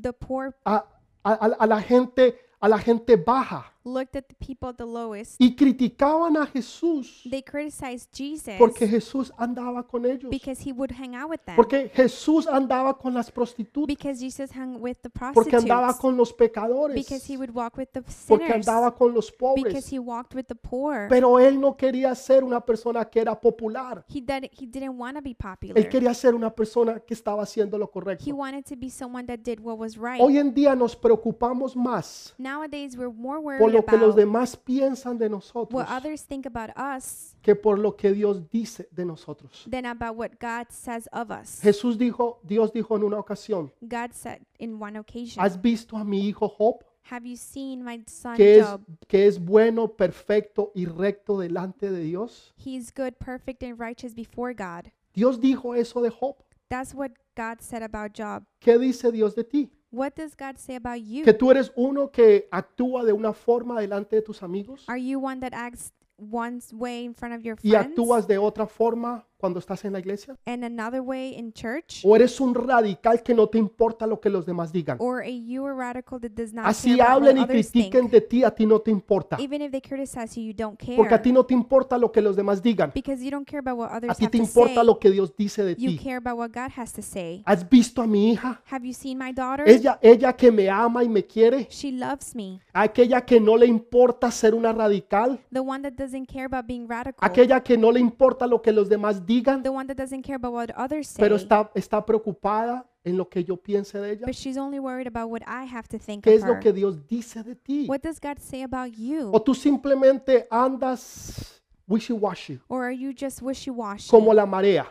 [SPEAKER 2] the poor,
[SPEAKER 1] a, a- a- a la gente, a la gente baja,
[SPEAKER 2] looked at the people at the lowest,
[SPEAKER 1] y criticaban a Jesús
[SPEAKER 2] they criticized Jesus
[SPEAKER 1] porque Jesús andaba con ellos.
[SPEAKER 2] because he would hang out with them.
[SPEAKER 1] Porque Jesús andaba con las prostitutas,
[SPEAKER 2] because Jesus hung with the
[SPEAKER 1] porque
[SPEAKER 2] prostitutes.
[SPEAKER 1] andaba con los pecadores,
[SPEAKER 2] because he would walk with the
[SPEAKER 1] porque
[SPEAKER 2] sinners.
[SPEAKER 1] andaba con los
[SPEAKER 2] Because
[SPEAKER 1] pobres.
[SPEAKER 2] he walked with the poor.
[SPEAKER 1] Pero él no quería ser una persona que era popular.
[SPEAKER 2] he, did, he didn't want to be popular.
[SPEAKER 1] Él quería ser una persona que estaba haciendo lo
[SPEAKER 2] he
[SPEAKER 1] correcto.
[SPEAKER 2] wanted to be someone that did what was right.
[SPEAKER 1] Hoy en día nos preocupamos más
[SPEAKER 2] Nowadays, we're more
[SPEAKER 1] por
[SPEAKER 2] worried
[SPEAKER 1] lo que los
[SPEAKER 2] about
[SPEAKER 1] demás piensan de nosotros
[SPEAKER 2] what others think about us
[SPEAKER 1] que por lo que Dios dice de nosotros.
[SPEAKER 2] than about what God says of us.
[SPEAKER 1] Jesús dijo, Dios dijo en una ocasión,
[SPEAKER 2] God said in one occasion,
[SPEAKER 1] ¿has visto a mi hijo Job?
[SPEAKER 2] Have you seen my son
[SPEAKER 1] que es,
[SPEAKER 2] Job?
[SPEAKER 1] que es bueno, perfecto y recto delante de Dios?
[SPEAKER 2] He is good, perfect, and righteous before God.
[SPEAKER 1] Dios dijo eso de Job.
[SPEAKER 2] That's what God said about Job.
[SPEAKER 1] ¿Qué dice Dios de ti?
[SPEAKER 2] What does God say about you?
[SPEAKER 1] ¿Que tú eres uno que actúa de una forma delante de tus amigos
[SPEAKER 2] Are you one that acts one way in front of your
[SPEAKER 1] y
[SPEAKER 2] friends
[SPEAKER 1] actúas de otra forma cuando estás en la iglesia?
[SPEAKER 2] and another way in church?
[SPEAKER 1] ¿O eres un radical que no te importa lo que los demás digan?
[SPEAKER 2] Or a you a radical that does not
[SPEAKER 1] Así
[SPEAKER 2] care about what
[SPEAKER 1] hablen y
[SPEAKER 2] others
[SPEAKER 1] critiquen
[SPEAKER 2] think?
[SPEAKER 1] de ti, a ti no te importa.
[SPEAKER 2] Even if they criticize you, you don't
[SPEAKER 1] Porque a
[SPEAKER 2] care
[SPEAKER 1] ti no te importa lo que los demás digan.
[SPEAKER 2] because you don't care about what
[SPEAKER 1] A
[SPEAKER 2] others
[SPEAKER 1] ti
[SPEAKER 2] have
[SPEAKER 1] te
[SPEAKER 2] to say.
[SPEAKER 1] importa lo que Dios dice de
[SPEAKER 2] You
[SPEAKER 1] ti.
[SPEAKER 2] care about what God has to say.
[SPEAKER 1] ¿Has visto a mi hija?
[SPEAKER 2] Have you seen my daughter?
[SPEAKER 1] Ella, ella que me ama y me quiere.
[SPEAKER 2] She loves me.
[SPEAKER 1] Aquella que no le importa ser una radical.
[SPEAKER 2] The one that doesn't care about being radical.
[SPEAKER 1] Aquella que no le importa lo que los demás digan.
[SPEAKER 2] The one that doesn't care about what others say.
[SPEAKER 1] Pero está, está preocupada en lo que yo piense de ella.
[SPEAKER 2] But she's only worried about what I have to think
[SPEAKER 1] ¿Qué
[SPEAKER 2] of
[SPEAKER 1] es lo
[SPEAKER 2] her.
[SPEAKER 1] que Dios dice de ti?
[SPEAKER 2] What does God say about you?
[SPEAKER 1] O tú simplemente andas wishy-washy,
[SPEAKER 2] Or are you just wishy-washy
[SPEAKER 1] como la marea.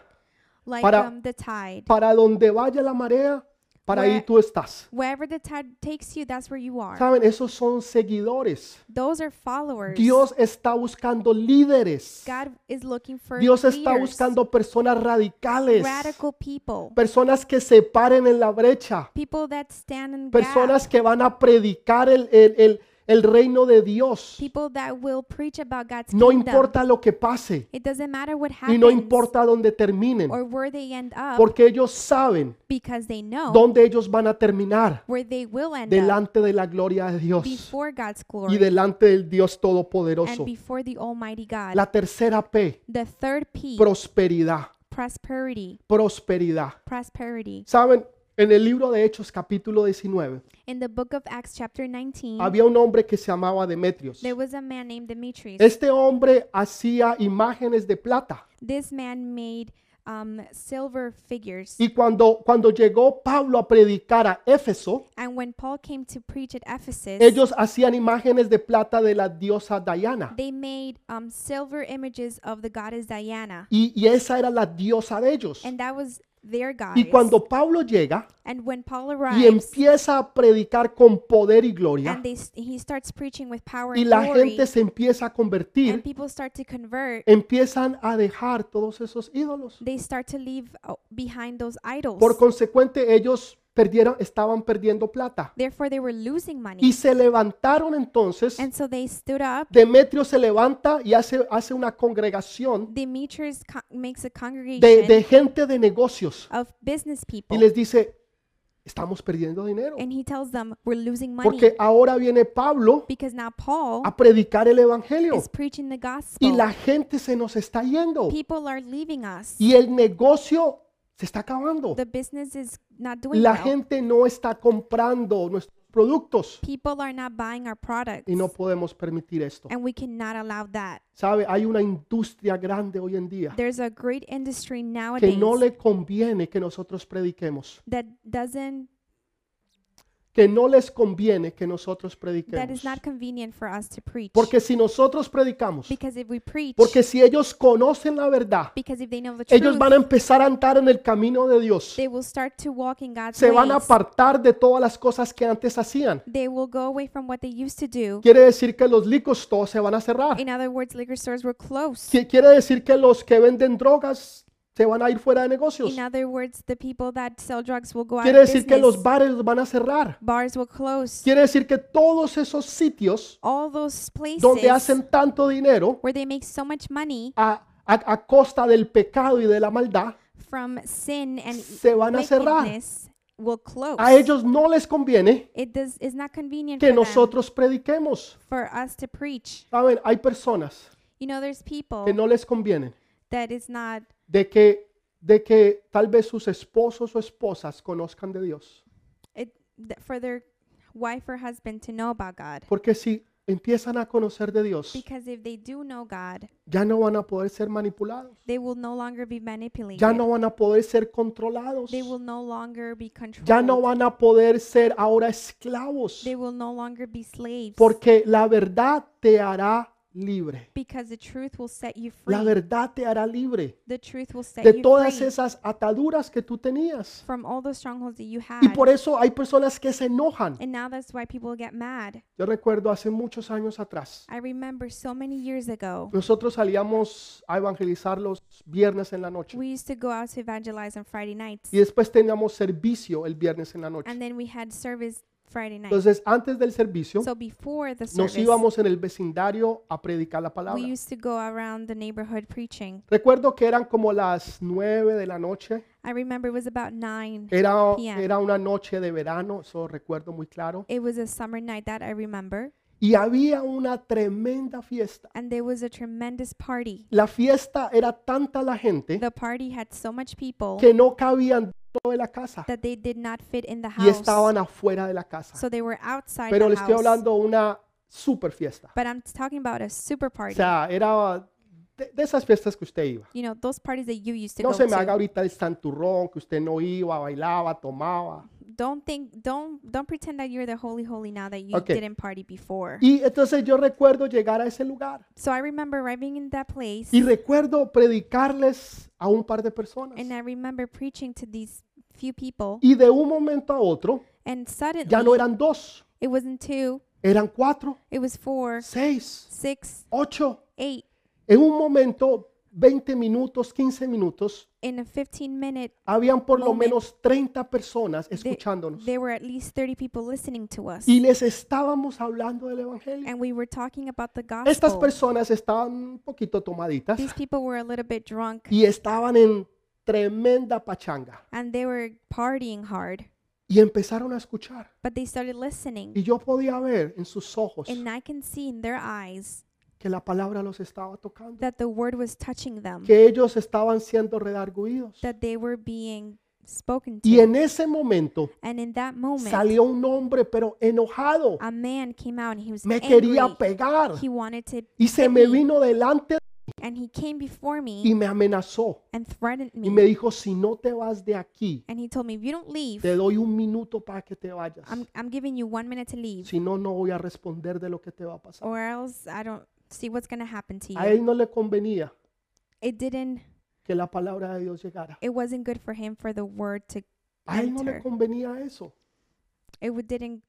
[SPEAKER 2] like
[SPEAKER 1] para-
[SPEAKER 2] um, the tide?
[SPEAKER 1] Para donde vaya la marea, para ahí
[SPEAKER 2] Where-
[SPEAKER 1] tú estás.
[SPEAKER 2] Wherever the tide takes you, that's where you are.
[SPEAKER 1] Saben, esos son seguidores.
[SPEAKER 2] Those are followers.
[SPEAKER 1] Dios está buscando líderes.
[SPEAKER 2] God is looking for
[SPEAKER 1] Dios está
[SPEAKER 2] leaders,
[SPEAKER 1] buscando personas radicales,
[SPEAKER 2] radical people,
[SPEAKER 1] personas que se paren en la brecha,
[SPEAKER 2] people that stand in gap,
[SPEAKER 1] personas que van a predicar el, el- el- el reino de Dios.
[SPEAKER 2] people that will preach about God's
[SPEAKER 1] No
[SPEAKER 2] kingdom.
[SPEAKER 1] importa lo que pase
[SPEAKER 2] It doesn't matter what
[SPEAKER 1] y
[SPEAKER 2] happens
[SPEAKER 1] no importa dónde terminen,
[SPEAKER 2] or where they end up
[SPEAKER 1] porque ellos saben
[SPEAKER 2] because they know
[SPEAKER 1] dónde ellos van a terminar
[SPEAKER 2] where they will end up
[SPEAKER 1] delante de la gloria de Dios
[SPEAKER 2] before God's
[SPEAKER 1] y
[SPEAKER 2] glory
[SPEAKER 1] delante del Dios
[SPEAKER 2] and
[SPEAKER 1] Todopoderoso.
[SPEAKER 2] before the Almighty God.
[SPEAKER 1] La tercera P,
[SPEAKER 2] the third P,
[SPEAKER 1] prosperidad,
[SPEAKER 2] prosperity.
[SPEAKER 1] prosperidad.
[SPEAKER 2] Prosperity.
[SPEAKER 1] Saben, en el libro de Hechos capítulo 19
[SPEAKER 2] In the book of Acts, chapter 19,
[SPEAKER 1] había un hombre que se llamaba Demetrios.
[SPEAKER 2] there was a man named Demetrius.
[SPEAKER 1] Este hombre hacía imágenes de plata
[SPEAKER 2] this man made um, silver figures.
[SPEAKER 1] y cuando, cuando llegó Pablo a predicar a Éfeso,
[SPEAKER 2] and when Paul came to preach at Ephesus,
[SPEAKER 1] ellos hacían imágenes de plata de la diosa Diana
[SPEAKER 2] they made um, silver images of the goddess Diana.
[SPEAKER 1] y, y esa era la diosa de ellos.
[SPEAKER 2] And that was their goddess.
[SPEAKER 1] Y cuando Pablo llega
[SPEAKER 2] and when Paul
[SPEAKER 1] y
[SPEAKER 2] arrives,
[SPEAKER 1] empieza a predicar con poder y gloria
[SPEAKER 2] and they, s- he starts preaching with power
[SPEAKER 1] y
[SPEAKER 2] and
[SPEAKER 1] la
[SPEAKER 2] glory,
[SPEAKER 1] gente se Eh. empieza a
[SPEAKER 2] and
[SPEAKER 1] convertir,
[SPEAKER 2] people start to convert,
[SPEAKER 1] empiezan a dejar todos esos ídolos.
[SPEAKER 2] they start to leave uh, behind those idols.
[SPEAKER 1] Por consecuente, ellos perdieron, estaban perdiendo plata.
[SPEAKER 2] Therefore, they were losing money.
[SPEAKER 1] Y se levantaron entonces.
[SPEAKER 2] and so they stood up.
[SPEAKER 1] Demetrio se levanta y hace, hace una congregación
[SPEAKER 2] Demetrius co- makes a congregation
[SPEAKER 1] de, de gente de negocios
[SPEAKER 2] of business people.
[SPEAKER 1] y les dice, estamos perdiendo dinero.
[SPEAKER 2] And he tells them, we're losing money
[SPEAKER 1] Porque ahora viene Pablo
[SPEAKER 2] because now Paul
[SPEAKER 1] a predicar el Evangelio
[SPEAKER 2] is preaching the gospel.
[SPEAKER 1] y la gente se nos está yendo
[SPEAKER 2] People are leaving us.
[SPEAKER 1] y el negocio se está acabando.
[SPEAKER 2] The business is not doing
[SPEAKER 1] La
[SPEAKER 2] well.
[SPEAKER 1] gente no está comprando nuestros productos
[SPEAKER 2] People are not buying our products.
[SPEAKER 1] y no podemos permitir esto.
[SPEAKER 2] And we cannot allow that.
[SPEAKER 1] Sabe, hay una industria grande hoy en día
[SPEAKER 2] There's a great industry
[SPEAKER 1] que
[SPEAKER 2] nowadays
[SPEAKER 1] no le conviene que nosotros prediquemos,
[SPEAKER 2] that doesn't
[SPEAKER 1] que no les conviene que nosotros
[SPEAKER 2] that
[SPEAKER 1] prediquemos.
[SPEAKER 2] is not convenient for us to preach.
[SPEAKER 1] Porque si nosotros predicamos,
[SPEAKER 2] because if we preach,
[SPEAKER 1] porque si ellos conocen la verdad,
[SPEAKER 2] because if they know the
[SPEAKER 1] ellos
[SPEAKER 2] truth,
[SPEAKER 1] van a empezar a andar en el camino de Dios.
[SPEAKER 2] they will start to walk in God's
[SPEAKER 1] Se van a
[SPEAKER 2] ways.
[SPEAKER 1] apartar de todas las cosas que antes hacían.
[SPEAKER 2] They will go away from what they used to do.
[SPEAKER 1] Quiere decir que los licos todos se van a cerrar.
[SPEAKER 2] In other words, liquor stores were closed.
[SPEAKER 1] Qui- Quiere decir que los que venden drogas se van a ir fuera de negocios.
[SPEAKER 2] In other words, the people that sell drugs will go out
[SPEAKER 1] Quiere
[SPEAKER 2] of
[SPEAKER 1] decir que los
[SPEAKER 2] business.
[SPEAKER 1] bares los van a cerrar.
[SPEAKER 2] Bars will close.
[SPEAKER 1] Quiere decir que todos esos sitios
[SPEAKER 2] All those places
[SPEAKER 1] donde hacen tanto dinero
[SPEAKER 2] where they make so much money
[SPEAKER 1] a, a- a costa del pecado y de la maldad,
[SPEAKER 2] from sin and e-
[SPEAKER 1] Se van a cerrar.
[SPEAKER 2] wickedness will close.
[SPEAKER 1] a ellos no les conviene
[SPEAKER 2] It does is not convenient
[SPEAKER 1] que
[SPEAKER 2] for, them,
[SPEAKER 1] nosotros prediquemos.
[SPEAKER 2] for us to preach.
[SPEAKER 1] Saben, hay personas
[SPEAKER 2] You know, there's people
[SPEAKER 1] que no les conviene
[SPEAKER 2] that is not
[SPEAKER 1] de que, de que tal vez sus esposos o esposas conozcan de Dios.
[SPEAKER 2] it, th- for their wife or husband to know about God.
[SPEAKER 1] Porque si empiezan a conocer de Dios,
[SPEAKER 2] Because if they do know God,
[SPEAKER 1] ya no van a poder ser manipulados,
[SPEAKER 2] they will no longer be manipulated.
[SPEAKER 1] ya no van a poder ser controlados,
[SPEAKER 2] They will no longer be controlled.
[SPEAKER 1] ya no van a poder ser ahora esclavos.
[SPEAKER 2] They will no longer be slaves.
[SPEAKER 1] Porque la verdad te hará libre.
[SPEAKER 2] because the truth will set you free.
[SPEAKER 1] La verdad te hará libre
[SPEAKER 2] the truth will set
[SPEAKER 1] de
[SPEAKER 2] you
[SPEAKER 1] todas
[SPEAKER 2] free
[SPEAKER 1] esas ataduras que tú tenías.
[SPEAKER 2] from all those strongholds that you had.
[SPEAKER 1] Y por eso hay personas que se enojan.
[SPEAKER 2] and now that's why people get mad.
[SPEAKER 1] Yo recuerdo hace muchos años atrás,
[SPEAKER 2] I remember so many years ago,
[SPEAKER 1] nosotros salíamos a evangelizar los viernes en la noche
[SPEAKER 2] we used to go out to evangelize on Friday nights,
[SPEAKER 1] y después teníamos servicio el viernes en la noche.
[SPEAKER 2] and then we had service Friday night.
[SPEAKER 1] Entonces, antes del servicio,
[SPEAKER 2] so before the
[SPEAKER 1] nos
[SPEAKER 2] service,
[SPEAKER 1] íbamos en el vecindario a predicar la
[SPEAKER 2] we
[SPEAKER 1] palabra.
[SPEAKER 2] used to go around the neighborhood preaching.
[SPEAKER 1] Recuerdo que eran como las nueve de la noche.
[SPEAKER 2] I remember it was about nine.
[SPEAKER 1] Era,
[SPEAKER 2] PM.
[SPEAKER 1] era una noche de verano, eso recuerdo muy claro.
[SPEAKER 2] It was a summer night that I remember,
[SPEAKER 1] Y había una tremenda fiesta.
[SPEAKER 2] and there was a tremendous party.
[SPEAKER 1] La fiesta era tanta la gente
[SPEAKER 2] The party had so much people
[SPEAKER 1] que no cabían dentro de la casa
[SPEAKER 2] that they did not fit in the
[SPEAKER 1] y
[SPEAKER 2] house.
[SPEAKER 1] estaban afuera de la casa.
[SPEAKER 2] So they were outside
[SPEAKER 1] Pero
[SPEAKER 2] the
[SPEAKER 1] les estoy
[SPEAKER 2] house.
[SPEAKER 1] hablando una super fiesta.
[SPEAKER 2] But I'm talking about a super
[SPEAKER 1] O
[SPEAKER 2] party.
[SPEAKER 1] sea, era de, de esas fiestas que usted iba.
[SPEAKER 2] you know, those parties that you used to
[SPEAKER 1] No
[SPEAKER 2] go
[SPEAKER 1] se me
[SPEAKER 2] to.
[SPEAKER 1] haga ahorita el santurrón, que usted no iba, bailaba, tomaba.
[SPEAKER 2] Don't think don't don't pretend that you're the holy holy now that you
[SPEAKER 1] Okay.
[SPEAKER 2] didn't party before.
[SPEAKER 1] Y entonces yo recuerdo llegar a ese lugar
[SPEAKER 2] so I remember arriving in that place
[SPEAKER 1] y recuerdo predicarles a un par de personas.
[SPEAKER 2] and I remember preaching to these few people
[SPEAKER 1] Y de un momento a otro
[SPEAKER 2] and suddenly
[SPEAKER 1] ya no eran dos,
[SPEAKER 2] it wasn't two,
[SPEAKER 1] eran cuatro,
[SPEAKER 2] it was four,
[SPEAKER 1] seis,
[SPEAKER 2] six,
[SPEAKER 1] ocho.
[SPEAKER 2] eight.
[SPEAKER 1] En un momento, 20 minutos, 15 minutos,
[SPEAKER 2] In a 15 minute
[SPEAKER 1] habían por lo
[SPEAKER 2] Moment.
[SPEAKER 1] menos 30 personas
[SPEAKER 2] the-
[SPEAKER 1] escuchándonos.
[SPEAKER 2] there were at least 30 people listening to us
[SPEAKER 1] Y les estábamos hablando del Evangelio.
[SPEAKER 2] and we were talking about the gospel.
[SPEAKER 1] Estas personas estaban un poquito tomaditas
[SPEAKER 2] These people were a little bit drunk
[SPEAKER 1] y estaban en tremenda pachanga.
[SPEAKER 2] and they were partying hard,
[SPEAKER 1] Y empezaron a escuchar.
[SPEAKER 2] but they started listening.
[SPEAKER 1] Y yo podía ver en sus ojos
[SPEAKER 2] And I can see in their eyes
[SPEAKER 1] que la palabra los estaba tocando.
[SPEAKER 2] that the word was touching them,
[SPEAKER 1] Que ellos estaban siendo redarguidos.
[SPEAKER 2] that they were being spoken
[SPEAKER 1] Y
[SPEAKER 2] to.
[SPEAKER 1] en ese momento
[SPEAKER 2] And in that moment,
[SPEAKER 1] salió un hombre, pero enojado.
[SPEAKER 2] a man came out and he was
[SPEAKER 1] Me quería
[SPEAKER 2] Ah, angry.
[SPEAKER 1] pegar.
[SPEAKER 2] He wanted to,
[SPEAKER 1] Y se
[SPEAKER 2] hit
[SPEAKER 1] me
[SPEAKER 2] me.
[SPEAKER 1] vino delante
[SPEAKER 2] and he came before
[SPEAKER 1] y
[SPEAKER 2] me
[SPEAKER 1] me amenazó.
[SPEAKER 2] and threatened
[SPEAKER 1] Y me
[SPEAKER 2] me.
[SPEAKER 1] dijo, si no te vas de aquí,
[SPEAKER 2] And he told me, if you don't leave,
[SPEAKER 1] te doy un minuto para que te vayas.
[SPEAKER 2] I'm, I'm giving you one minute to leave,
[SPEAKER 1] Si no, no voy a responder de lo que te va a pasar.
[SPEAKER 2] or else I don't see what's going to happen to
[SPEAKER 1] A
[SPEAKER 2] you.
[SPEAKER 1] él no le convenía
[SPEAKER 2] It didn't,
[SPEAKER 1] que la palabra de Dios llegara.
[SPEAKER 2] it wasn't good for him for the word to
[SPEAKER 1] A él no le
[SPEAKER 2] enter.
[SPEAKER 1] convenía eso.
[SPEAKER 2] It w- didn't,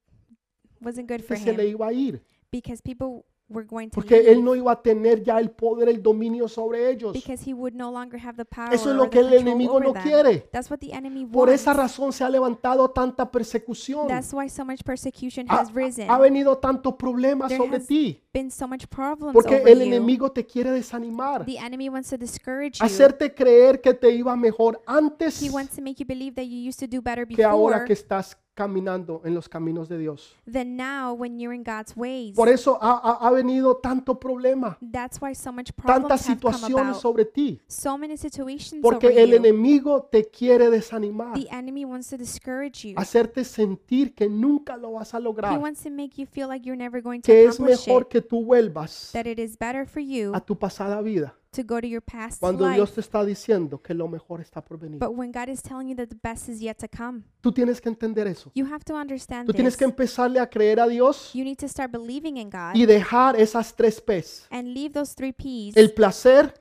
[SPEAKER 2] wasn't good for
[SPEAKER 1] Que se le
[SPEAKER 2] him
[SPEAKER 1] iba a ir.
[SPEAKER 2] because people were going to
[SPEAKER 1] Porque él
[SPEAKER 2] leave.
[SPEAKER 1] no iba a tener ya el poder, el dominio sobre ellos.
[SPEAKER 2] Because he would no longer have the power
[SPEAKER 1] Eso es
[SPEAKER 2] or
[SPEAKER 1] lo
[SPEAKER 2] the
[SPEAKER 1] que el
[SPEAKER 2] control
[SPEAKER 1] enemigo
[SPEAKER 2] over
[SPEAKER 1] no
[SPEAKER 2] them.
[SPEAKER 1] quiere.
[SPEAKER 2] That's what the enemy
[SPEAKER 1] Por
[SPEAKER 2] wants.
[SPEAKER 1] esa razón se ha levantado tanta persecución.
[SPEAKER 2] That's why so much persecution
[SPEAKER 1] Ha,
[SPEAKER 2] has risen.
[SPEAKER 1] ha venido tanto problema
[SPEAKER 2] There
[SPEAKER 1] sobre
[SPEAKER 2] has
[SPEAKER 1] ti.
[SPEAKER 2] been so much problems
[SPEAKER 1] Porque
[SPEAKER 2] over
[SPEAKER 1] el
[SPEAKER 2] you.
[SPEAKER 1] enemigo te quiere desanimar.
[SPEAKER 2] the enemy wants to discourage you.
[SPEAKER 1] Hacerte creer que te iba mejor antes
[SPEAKER 2] he wants to make you believe that you used to do better
[SPEAKER 1] que ahora
[SPEAKER 2] before
[SPEAKER 1] que estás caminando en los caminos de Dios.
[SPEAKER 2] than now when you're in God's ways.
[SPEAKER 1] Por eso ha, ha- ha venido tanto problema,
[SPEAKER 2] That's why so much
[SPEAKER 1] tantas
[SPEAKER 2] problems have come
[SPEAKER 1] situaciones
[SPEAKER 2] about.
[SPEAKER 1] sobre ti.
[SPEAKER 2] so many situations
[SPEAKER 1] Porque
[SPEAKER 2] over
[SPEAKER 1] el
[SPEAKER 2] you.
[SPEAKER 1] enemigo te quiere desanimar,
[SPEAKER 2] the enemy wants to discourage you.
[SPEAKER 1] hacerte sentir que nunca lo vas a
[SPEAKER 2] He
[SPEAKER 1] lograr,
[SPEAKER 2] wants to make you feel like you're never going to
[SPEAKER 1] que es
[SPEAKER 2] accomplish
[SPEAKER 1] mejor
[SPEAKER 2] it.
[SPEAKER 1] que tú vuelvas
[SPEAKER 2] That it is better for you
[SPEAKER 1] a tu pasada vida
[SPEAKER 2] to go to your past
[SPEAKER 1] cuando
[SPEAKER 2] life.
[SPEAKER 1] Dios te está diciendo que lo mejor está por venir.
[SPEAKER 2] But when God is telling you that the best is yet to come,
[SPEAKER 1] Tú tienes que entender eso.
[SPEAKER 2] you have to understand
[SPEAKER 1] Tú tienes
[SPEAKER 2] this.
[SPEAKER 1] que empezarle a creer a Dios
[SPEAKER 2] You need to start believing in God
[SPEAKER 1] y dejar esas tres P's.
[SPEAKER 2] and leave those three P's
[SPEAKER 1] El placer,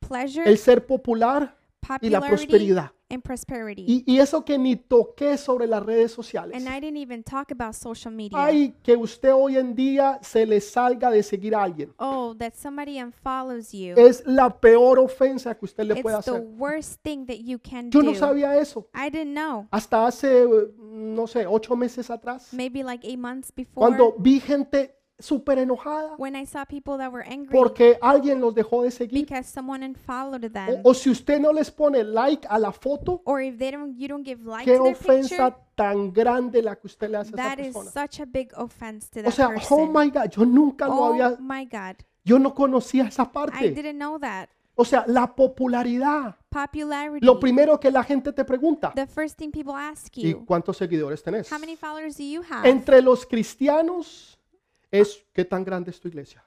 [SPEAKER 2] pleasure,
[SPEAKER 1] el ser popular y la
[SPEAKER 2] popularity,
[SPEAKER 1] prosperidad.
[SPEAKER 2] and prosperity.
[SPEAKER 1] Y, y eso que ni toqué sobre las redes sociales.
[SPEAKER 2] And I didn't even talk about social media.
[SPEAKER 1] Ay, que usted hoy en día se le salga de seguir a alguien.
[SPEAKER 2] Oh, that somebody unfollows you.
[SPEAKER 1] Es la peor ofensa que usted le puede
[SPEAKER 2] It's the
[SPEAKER 1] hacer.
[SPEAKER 2] worst thing that you can
[SPEAKER 1] Yo no
[SPEAKER 2] do.
[SPEAKER 1] sabía eso.
[SPEAKER 2] I didn't know.
[SPEAKER 1] Hasta hace, eh, no sé, ocho meses atrás.
[SPEAKER 2] Maybe like eight months
[SPEAKER 1] Cuando
[SPEAKER 2] before,
[SPEAKER 1] vi gente súper enojada
[SPEAKER 2] when I saw people that were angry
[SPEAKER 1] porque alguien los dejó de seguir.
[SPEAKER 2] because someone unfollowed them,
[SPEAKER 1] O, o si usted no les pone like a la foto,
[SPEAKER 2] or if they don't, you don't give like
[SPEAKER 1] qué
[SPEAKER 2] to their picture.
[SPEAKER 1] ofensa tan grande la que usted le hace a esa
[SPEAKER 2] That is
[SPEAKER 1] persona.
[SPEAKER 2] such a big offense to that
[SPEAKER 1] O sea, oh
[SPEAKER 2] person.
[SPEAKER 1] my God, yo nunca lo
[SPEAKER 2] oh
[SPEAKER 1] había,
[SPEAKER 2] my God.
[SPEAKER 1] yo no conocía esa
[SPEAKER 2] I
[SPEAKER 1] parte.
[SPEAKER 2] didn't know that.
[SPEAKER 1] O sea, la popularidad.
[SPEAKER 2] Popularity.
[SPEAKER 1] Lo primero que la gente te pregunta,
[SPEAKER 2] the first thing people ask
[SPEAKER 1] ¿y
[SPEAKER 2] you,
[SPEAKER 1] cuántos seguidores tenés?
[SPEAKER 2] how many followers do you have?
[SPEAKER 1] Entre los cristianos es, ¿qué tan grande es tu iglesia?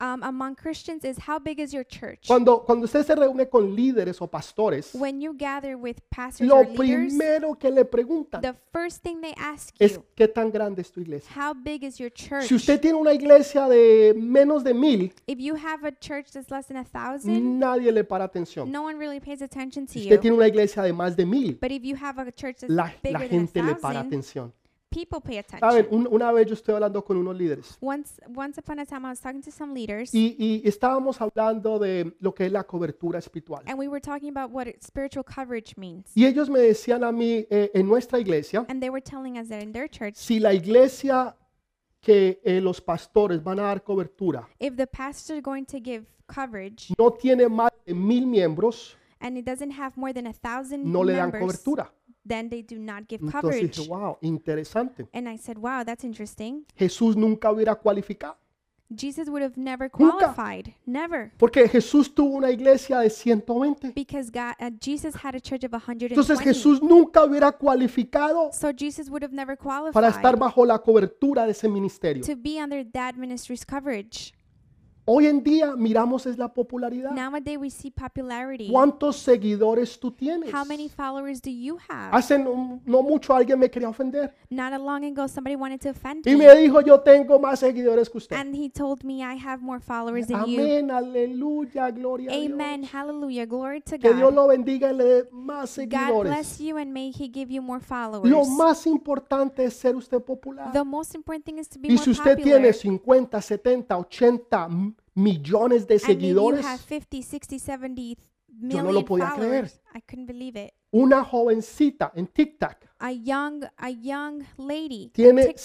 [SPEAKER 2] um, among Christians is how big is your church?
[SPEAKER 1] Cuando, cuando usted se reúne con líderes o pastores,
[SPEAKER 2] When you gather with pastors
[SPEAKER 1] lo
[SPEAKER 2] or leaders,
[SPEAKER 1] primero que le preguntan
[SPEAKER 2] the first thing they ask
[SPEAKER 1] es
[SPEAKER 2] you,
[SPEAKER 1] qué tan grande es tu iglesia.
[SPEAKER 2] how big is your church?
[SPEAKER 1] Si usted tiene una iglesia de menos de mil,
[SPEAKER 2] If you have a church that's less than a thousand,
[SPEAKER 1] nadie le para atención.
[SPEAKER 2] no one really pays attention to
[SPEAKER 1] Si usted
[SPEAKER 2] you.
[SPEAKER 1] tiene una iglesia de más de mil,
[SPEAKER 2] But if you have a church that's
[SPEAKER 1] la, la
[SPEAKER 2] bigger than
[SPEAKER 1] gente le
[SPEAKER 2] a
[SPEAKER 1] para
[SPEAKER 2] thousand,
[SPEAKER 1] atención.
[SPEAKER 2] people pay
[SPEAKER 1] Saben,
[SPEAKER 2] attention.
[SPEAKER 1] un- una vez yo estoy hablando con unos líderes
[SPEAKER 2] Once, once upon a time, I was talking to some leaders,
[SPEAKER 1] y, y estábamos hablando de lo que es la cobertura espiritual.
[SPEAKER 2] and we were talking about what it- spiritual coverage means.
[SPEAKER 1] Y ellos me decían a mí, eh, en nuestra iglesia,
[SPEAKER 2] And they were telling us that in their church,
[SPEAKER 1] si la iglesia que eh, los pastores van a dar cobertura
[SPEAKER 2] if the pastor is going to give coverage
[SPEAKER 1] no tiene más de mil miembros,
[SPEAKER 2] and it doesn't have more than a thousand
[SPEAKER 1] no le dan
[SPEAKER 2] members,
[SPEAKER 1] cobertura.
[SPEAKER 2] then they do not give
[SPEAKER 1] Entonces
[SPEAKER 2] coverage.
[SPEAKER 1] dije, wow, interesante.
[SPEAKER 2] And I said, wow, that's interesting.
[SPEAKER 1] Jesús nunca hubiera cualificado.
[SPEAKER 2] Jesus would have never
[SPEAKER 1] Nunca.
[SPEAKER 2] qualified. Never.
[SPEAKER 1] Porque Jesús tuvo una iglesia de 120.
[SPEAKER 2] Because God, uh, Jesus had a church of 120.
[SPEAKER 1] Entonces Jesús nunca hubiera cualificado
[SPEAKER 2] so Jesus would have never qualified
[SPEAKER 1] para estar bajo la cobertura de ese ministerio.
[SPEAKER 2] to be under that ministry's coverage.
[SPEAKER 1] Hoy en día miramos es la popularidad.
[SPEAKER 2] Nowadays, we see popularity.
[SPEAKER 1] ¿Cuántos seguidores tú tienes?
[SPEAKER 2] How many followers do you have?
[SPEAKER 1] Hace no, no mucho alguien me quería ofender
[SPEAKER 2] Not a long ago, somebody wanted to offend
[SPEAKER 1] y
[SPEAKER 2] me.
[SPEAKER 1] me dijo yo tengo más seguidores que usted.
[SPEAKER 2] And he told me, I have more followers than you.
[SPEAKER 1] Amén, aleluya, gloria a Dios.
[SPEAKER 2] Amen. Hallelujah. Glory to
[SPEAKER 1] Que Dios
[SPEAKER 2] God.
[SPEAKER 1] lo bendiga y le dé más
[SPEAKER 2] God
[SPEAKER 1] seguidores.
[SPEAKER 2] bless you and may he give you more
[SPEAKER 1] Lo
[SPEAKER 2] followers.
[SPEAKER 1] más importante es ser usted popular.
[SPEAKER 2] The most important thing is to be
[SPEAKER 1] Y
[SPEAKER 2] more
[SPEAKER 1] si usted
[SPEAKER 2] popular.
[SPEAKER 1] tiene 50, 70, 80 m- millones de
[SPEAKER 2] And if you
[SPEAKER 1] seguidores,
[SPEAKER 2] have 50, 60, 70
[SPEAKER 1] no
[SPEAKER 2] million
[SPEAKER 1] lo podía creer.
[SPEAKER 2] followers. I couldn't believe it.
[SPEAKER 1] una jovencita en TikTok
[SPEAKER 2] A young, a young lady on
[SPEAKER 1] tiene
[SPEAKER 2] TikTok.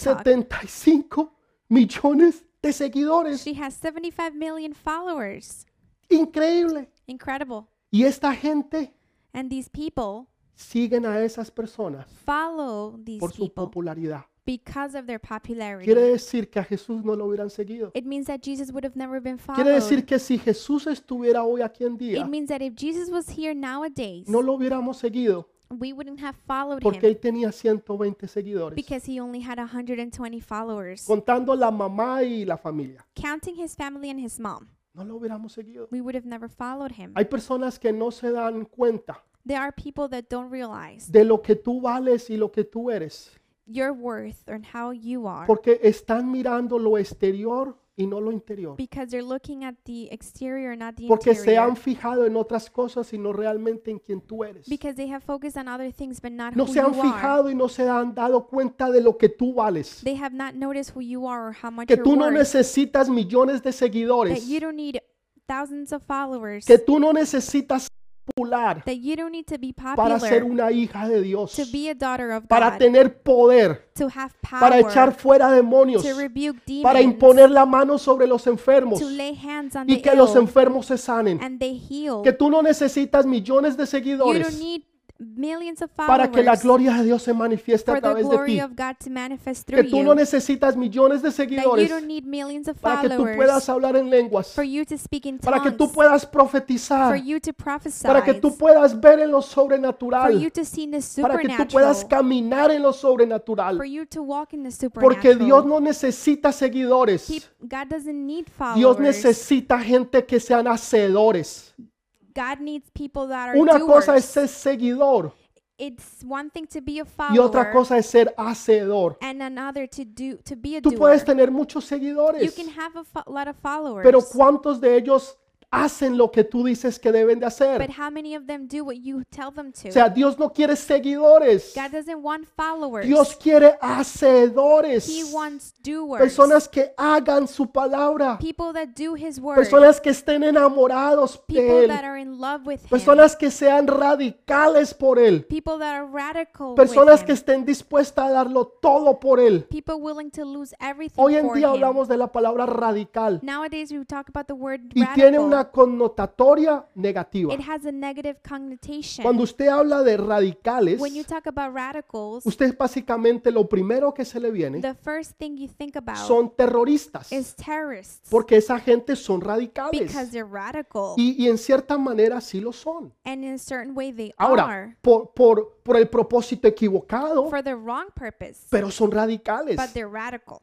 [SPEAKER 1] 75 millones de seguidores.
[SPEAKER 2] She has 75 million followers.
[SPEAKER 1] Increíble.
[SPEAKER 2] Incredible.
[SPEAKER 1] Y esta gente
[SPEAKER 2] And these people
[SPEAKER 1] siguen a esas personas
[SPEAKER 2] follow these
[SPEAKER 1] por su
[SPEAKER 2] people
[SPEAKER 1] popularidad.
[SPEAKER 2] because of their popularity.
[SPEAKER 1] Quiere decir que a Jesús no lo hubieran seguido.
[SPEAKER 2] It means that Jesus would have never been followed.
[SPEAKER 1] Quiere decir que si Jesús estuviera hoy aquí en
[SPEAKER 2] it
[SPEAKER 1] día,
[SPEAKER 2] means that if Jesus was here nowadays,
[SPEAKER 1] no lo hubiéramos seguido
[SPEAKER 2] we wouldn't have followed
[SPEAKER 1] porque
[SPEAKER 2] him
[SPEAKER 1] él tenía 120 seguidores,
[SPEAKER 2] because he only had 120 followers.
[SPEAKER 1] contando la mamá y la familia.
[SPEAKER 2] Counting his family and his mom,
[SPEAKER 1] No lo hubiéramos seguido.
[SPEAKER 2] we would have never followed him.
[SPEAKER 1] Hay personas que no se dan cuenta
[SPEAKER 2] There are people that don't realize
[SPEAKER 1] de lo que tú vales y lo que tú eres
[SPEAKER 2] your worth and how you are
[SPEAKER 1] porque están mirando lo exterior y no lo interior.
[SPEAKER 2] because they're looking at the exterior, not the
[SPEAKER 1] Porque se
[SPEAKER 2] interior.
[SPEAKER 1] han fijado en otras cosas y no realmente en quien tú eres.
[SPEAKER 2] Because they have focused on other things, but not
[SPEAKER 1] No
[SPEAKER 2] who
[SPEAKER 1] se han
[SPEAKER 2] you are.
[SPEAKER 1] fijado y no se han dado cuenta de lo que tú vales.
[SPEAKER 2] They have not noticed who you are or how much
[SPEAKER 1] Que
[SPEAKER 2] you're
[SPEAKER 1] tú no
[SPEAKER 2] worth.
[SPEAKER 1] necesitas millones de
[SPEAKER 2] That
[SPEAKER 1] seguidores.
[SPEAKER 2] you don't need thousands of followers.
[SPEAKER 1] Que tú no necesitas ser popular
[SPEAKER 2] That you don't need to be
[SPEAKER 1] para ser
[SPEAKER 2] popular.
[SPEAKER 1] una hija de Dios.
[SPEAKER 2] To be a daughter of
[SPEAKER 1] Para
[SPEAKER 2] God.
[SPEAKER 1] tener poder.
[SPEAKER 2] To have
[SPEAKER 1] Para
[SPEAKER 2] power.
[SPEAKER 1] echar fuera demonios.
[SPEAKER 2] To rebuke
[SPEAKER 1] Para
[SPEAKER 2] demons.
[SPEAKER 1] imponer la mano sobre los enfermos.
[SPEAKER 2] To lay hands on
[SPEAKER 1] Y
[SPEAKER 2] the
[SPEAKER 1] que los
[SPEAKER 2] ill.
[SPEAKER 1] enfermos se sanen.
[SPEAKER 2] And they heal.
[SPEAKER 1] Que tú no necesitas millones de
[SPEAKER 2] You don't
[SPEAKER 1] seguidores
[SPEAKER 2] need millions of
[SPEAKER 1] para que la
[SPEAKER 2] followers.
[SPEAKER 1] gloria de Dios se manifieste a
[SPEAKER 2] for the
[SPEAKER 1] través de
[SPEAKER 2] glory
[SPEAKER 1] ti.
[SPEAKER 2] of God to manifest
[SPEAKER 1] Que
[SPEAKER 2] through
[SPEAKER 1] tú no
[SPEAKER 2] you.
[SPEAKER 1] necesitas millones de
[SPEAKER 2] That you
[SPEAKER 1] seguidores
[SPEAKER 2] don't need millions of
[SPEAKER 1] para que tú
[SPEAKER 2] followers
[SPEAKER 1] puedas hablar en lenguas.
[SPEAKER 2] for you to speak in
[SPEAKER 1] para que tú
[SPEAKER 2] tongues,
[SPEAKER 1] puedas
[SPEAKER 2] for
[SPEAKER 1] profetizar,
[SPEAKER 2] you to prophesy,
[SPEAKER 1] para que tú
[SPEAKER 2] for
[SPEAKER 1] puedas ver en lo
[SPEAKER 2] you
[SPEAKER 1] sobrenatural,
[SPEAKER 2] to see in the
[SPEAKER 1] para que tú puedas
[SPEAKER 2] supernatural,
[SPEAKER 1] caminar en lo
[SPEAKER 2] for
[SPEAKER 1] sobrenatural,
[SPEAKER 2] you to walk in the
[SPEAKER 1] porque Dios
[SPEAKER 2] supernatural.
[SPEAKER 1] no necesita
[SPEAKER 2] He-
[SPEAKER 1] seguidores,
[SPEAKER 2] God doesn't need
[SPEAKER 1] Dios
[SPEAKER 2] followers.
[SPEAKER 1] necesita gente que sean hacedores.
[SPEAKER 2] God needs people that are
[SPEAKER 1] Una cosa es ser
[SPEAKER 2] doers.
[SPEAKER 1] seguidor
[SPEAKER 2] It's one thing to be a
[SPEAKER 1] y otra
[SPEAKER 2] follower
[SPEAKER 1] cosa es ser hacedor.
[SPEAKER 2] and another to do to be a
[SPEAKER 1] Tú puedes
[SPEAKER 2] doer.
[SPEAKER 1] tener muchos
[SPEAKER 2] You
[SPEAKER 1] seguidores,
[SPEAKER 2] can have a fo- lot of followers,
[SPEAKER 1] pero ¿cuántos de ellos hacen lo que tú dices que deben de
[SPEAKER 2] but
[SPEAKER 1] hacer?
[SPEAKER 2] how many of them do what you tell them
[SPEAKER 1] O
[SPEAKER 2] to?
[SPEAKER 1] sea, Dios no quiere seguidores,
[SPEAKER 2] God doesn't want followers.
[SPEAKER 1] Dios quiere
[SPEAKER 2] He
[SPEAKER 1] hacedores.
[SPEAKER 2] wants doers.
[SPEAKER 1] personas que hagan su palabra,
[SPEAKER 2] people that do his word.
[SPEAKER 1] personas que estén enamorados de
[SPEAKER 2] people
[SPEAKER 1] él,
[SPEAKER 2] that are in love with him.
[SPEAKER 1] personas que sean radicales por él,
[SPEAKER 2] people that are radical
[SPEAKER 1] personas
[SPEAKER 2] with
[SPEAKER 1] que
[SPEAKER 2] him.
[SPEAKER 1] estén dispuestas a darlo todo por él.
[SPEAKER 2] people willing to lose everything
[SPEAKER 1] Hoy en
[SPEAKER 2] for
[SPEAKER 1] día
[SPEAKER 2] him.
[SPEAKER 1] hablamos de la palabra radical
[SPEAKER 2] Nowadays we talk about the word
[SPEAKER 1] y
[SPEAKER 2] radical.
[SPEAKER 1] tiene una connotatoria negativa.
[SPEAKER 2] it has a negative connotation.
[SPEAKER 1] Cuando usted habla de radicales,
[SPEAKER 2] when you talk about radicals,
[SPEAKER 1] usted básicamente lo primero que se le viene
[SPEAKER 2] the first thing you think about
[SPEAKER 1] son terroristas,
[SPEAKER 2] is terrorists
[SPEAKER 1] porque esa gente son radicales
[SPEAKER 2] because they're radical.
[SPEAKER 1] y, y en cierta manera sí lo son.
[SPEAKER 2] and in a certain way they
[SPEAKER 1] Ahora, oh,
[SPEAKER 2] are
[SPEAKER 1] por, por, por el propósito equivocado,
[SPEAKER 2] for the wrong purpose,
[SPEAKER 1] pero son radicales.
[SPEAKER 2] but they're radical.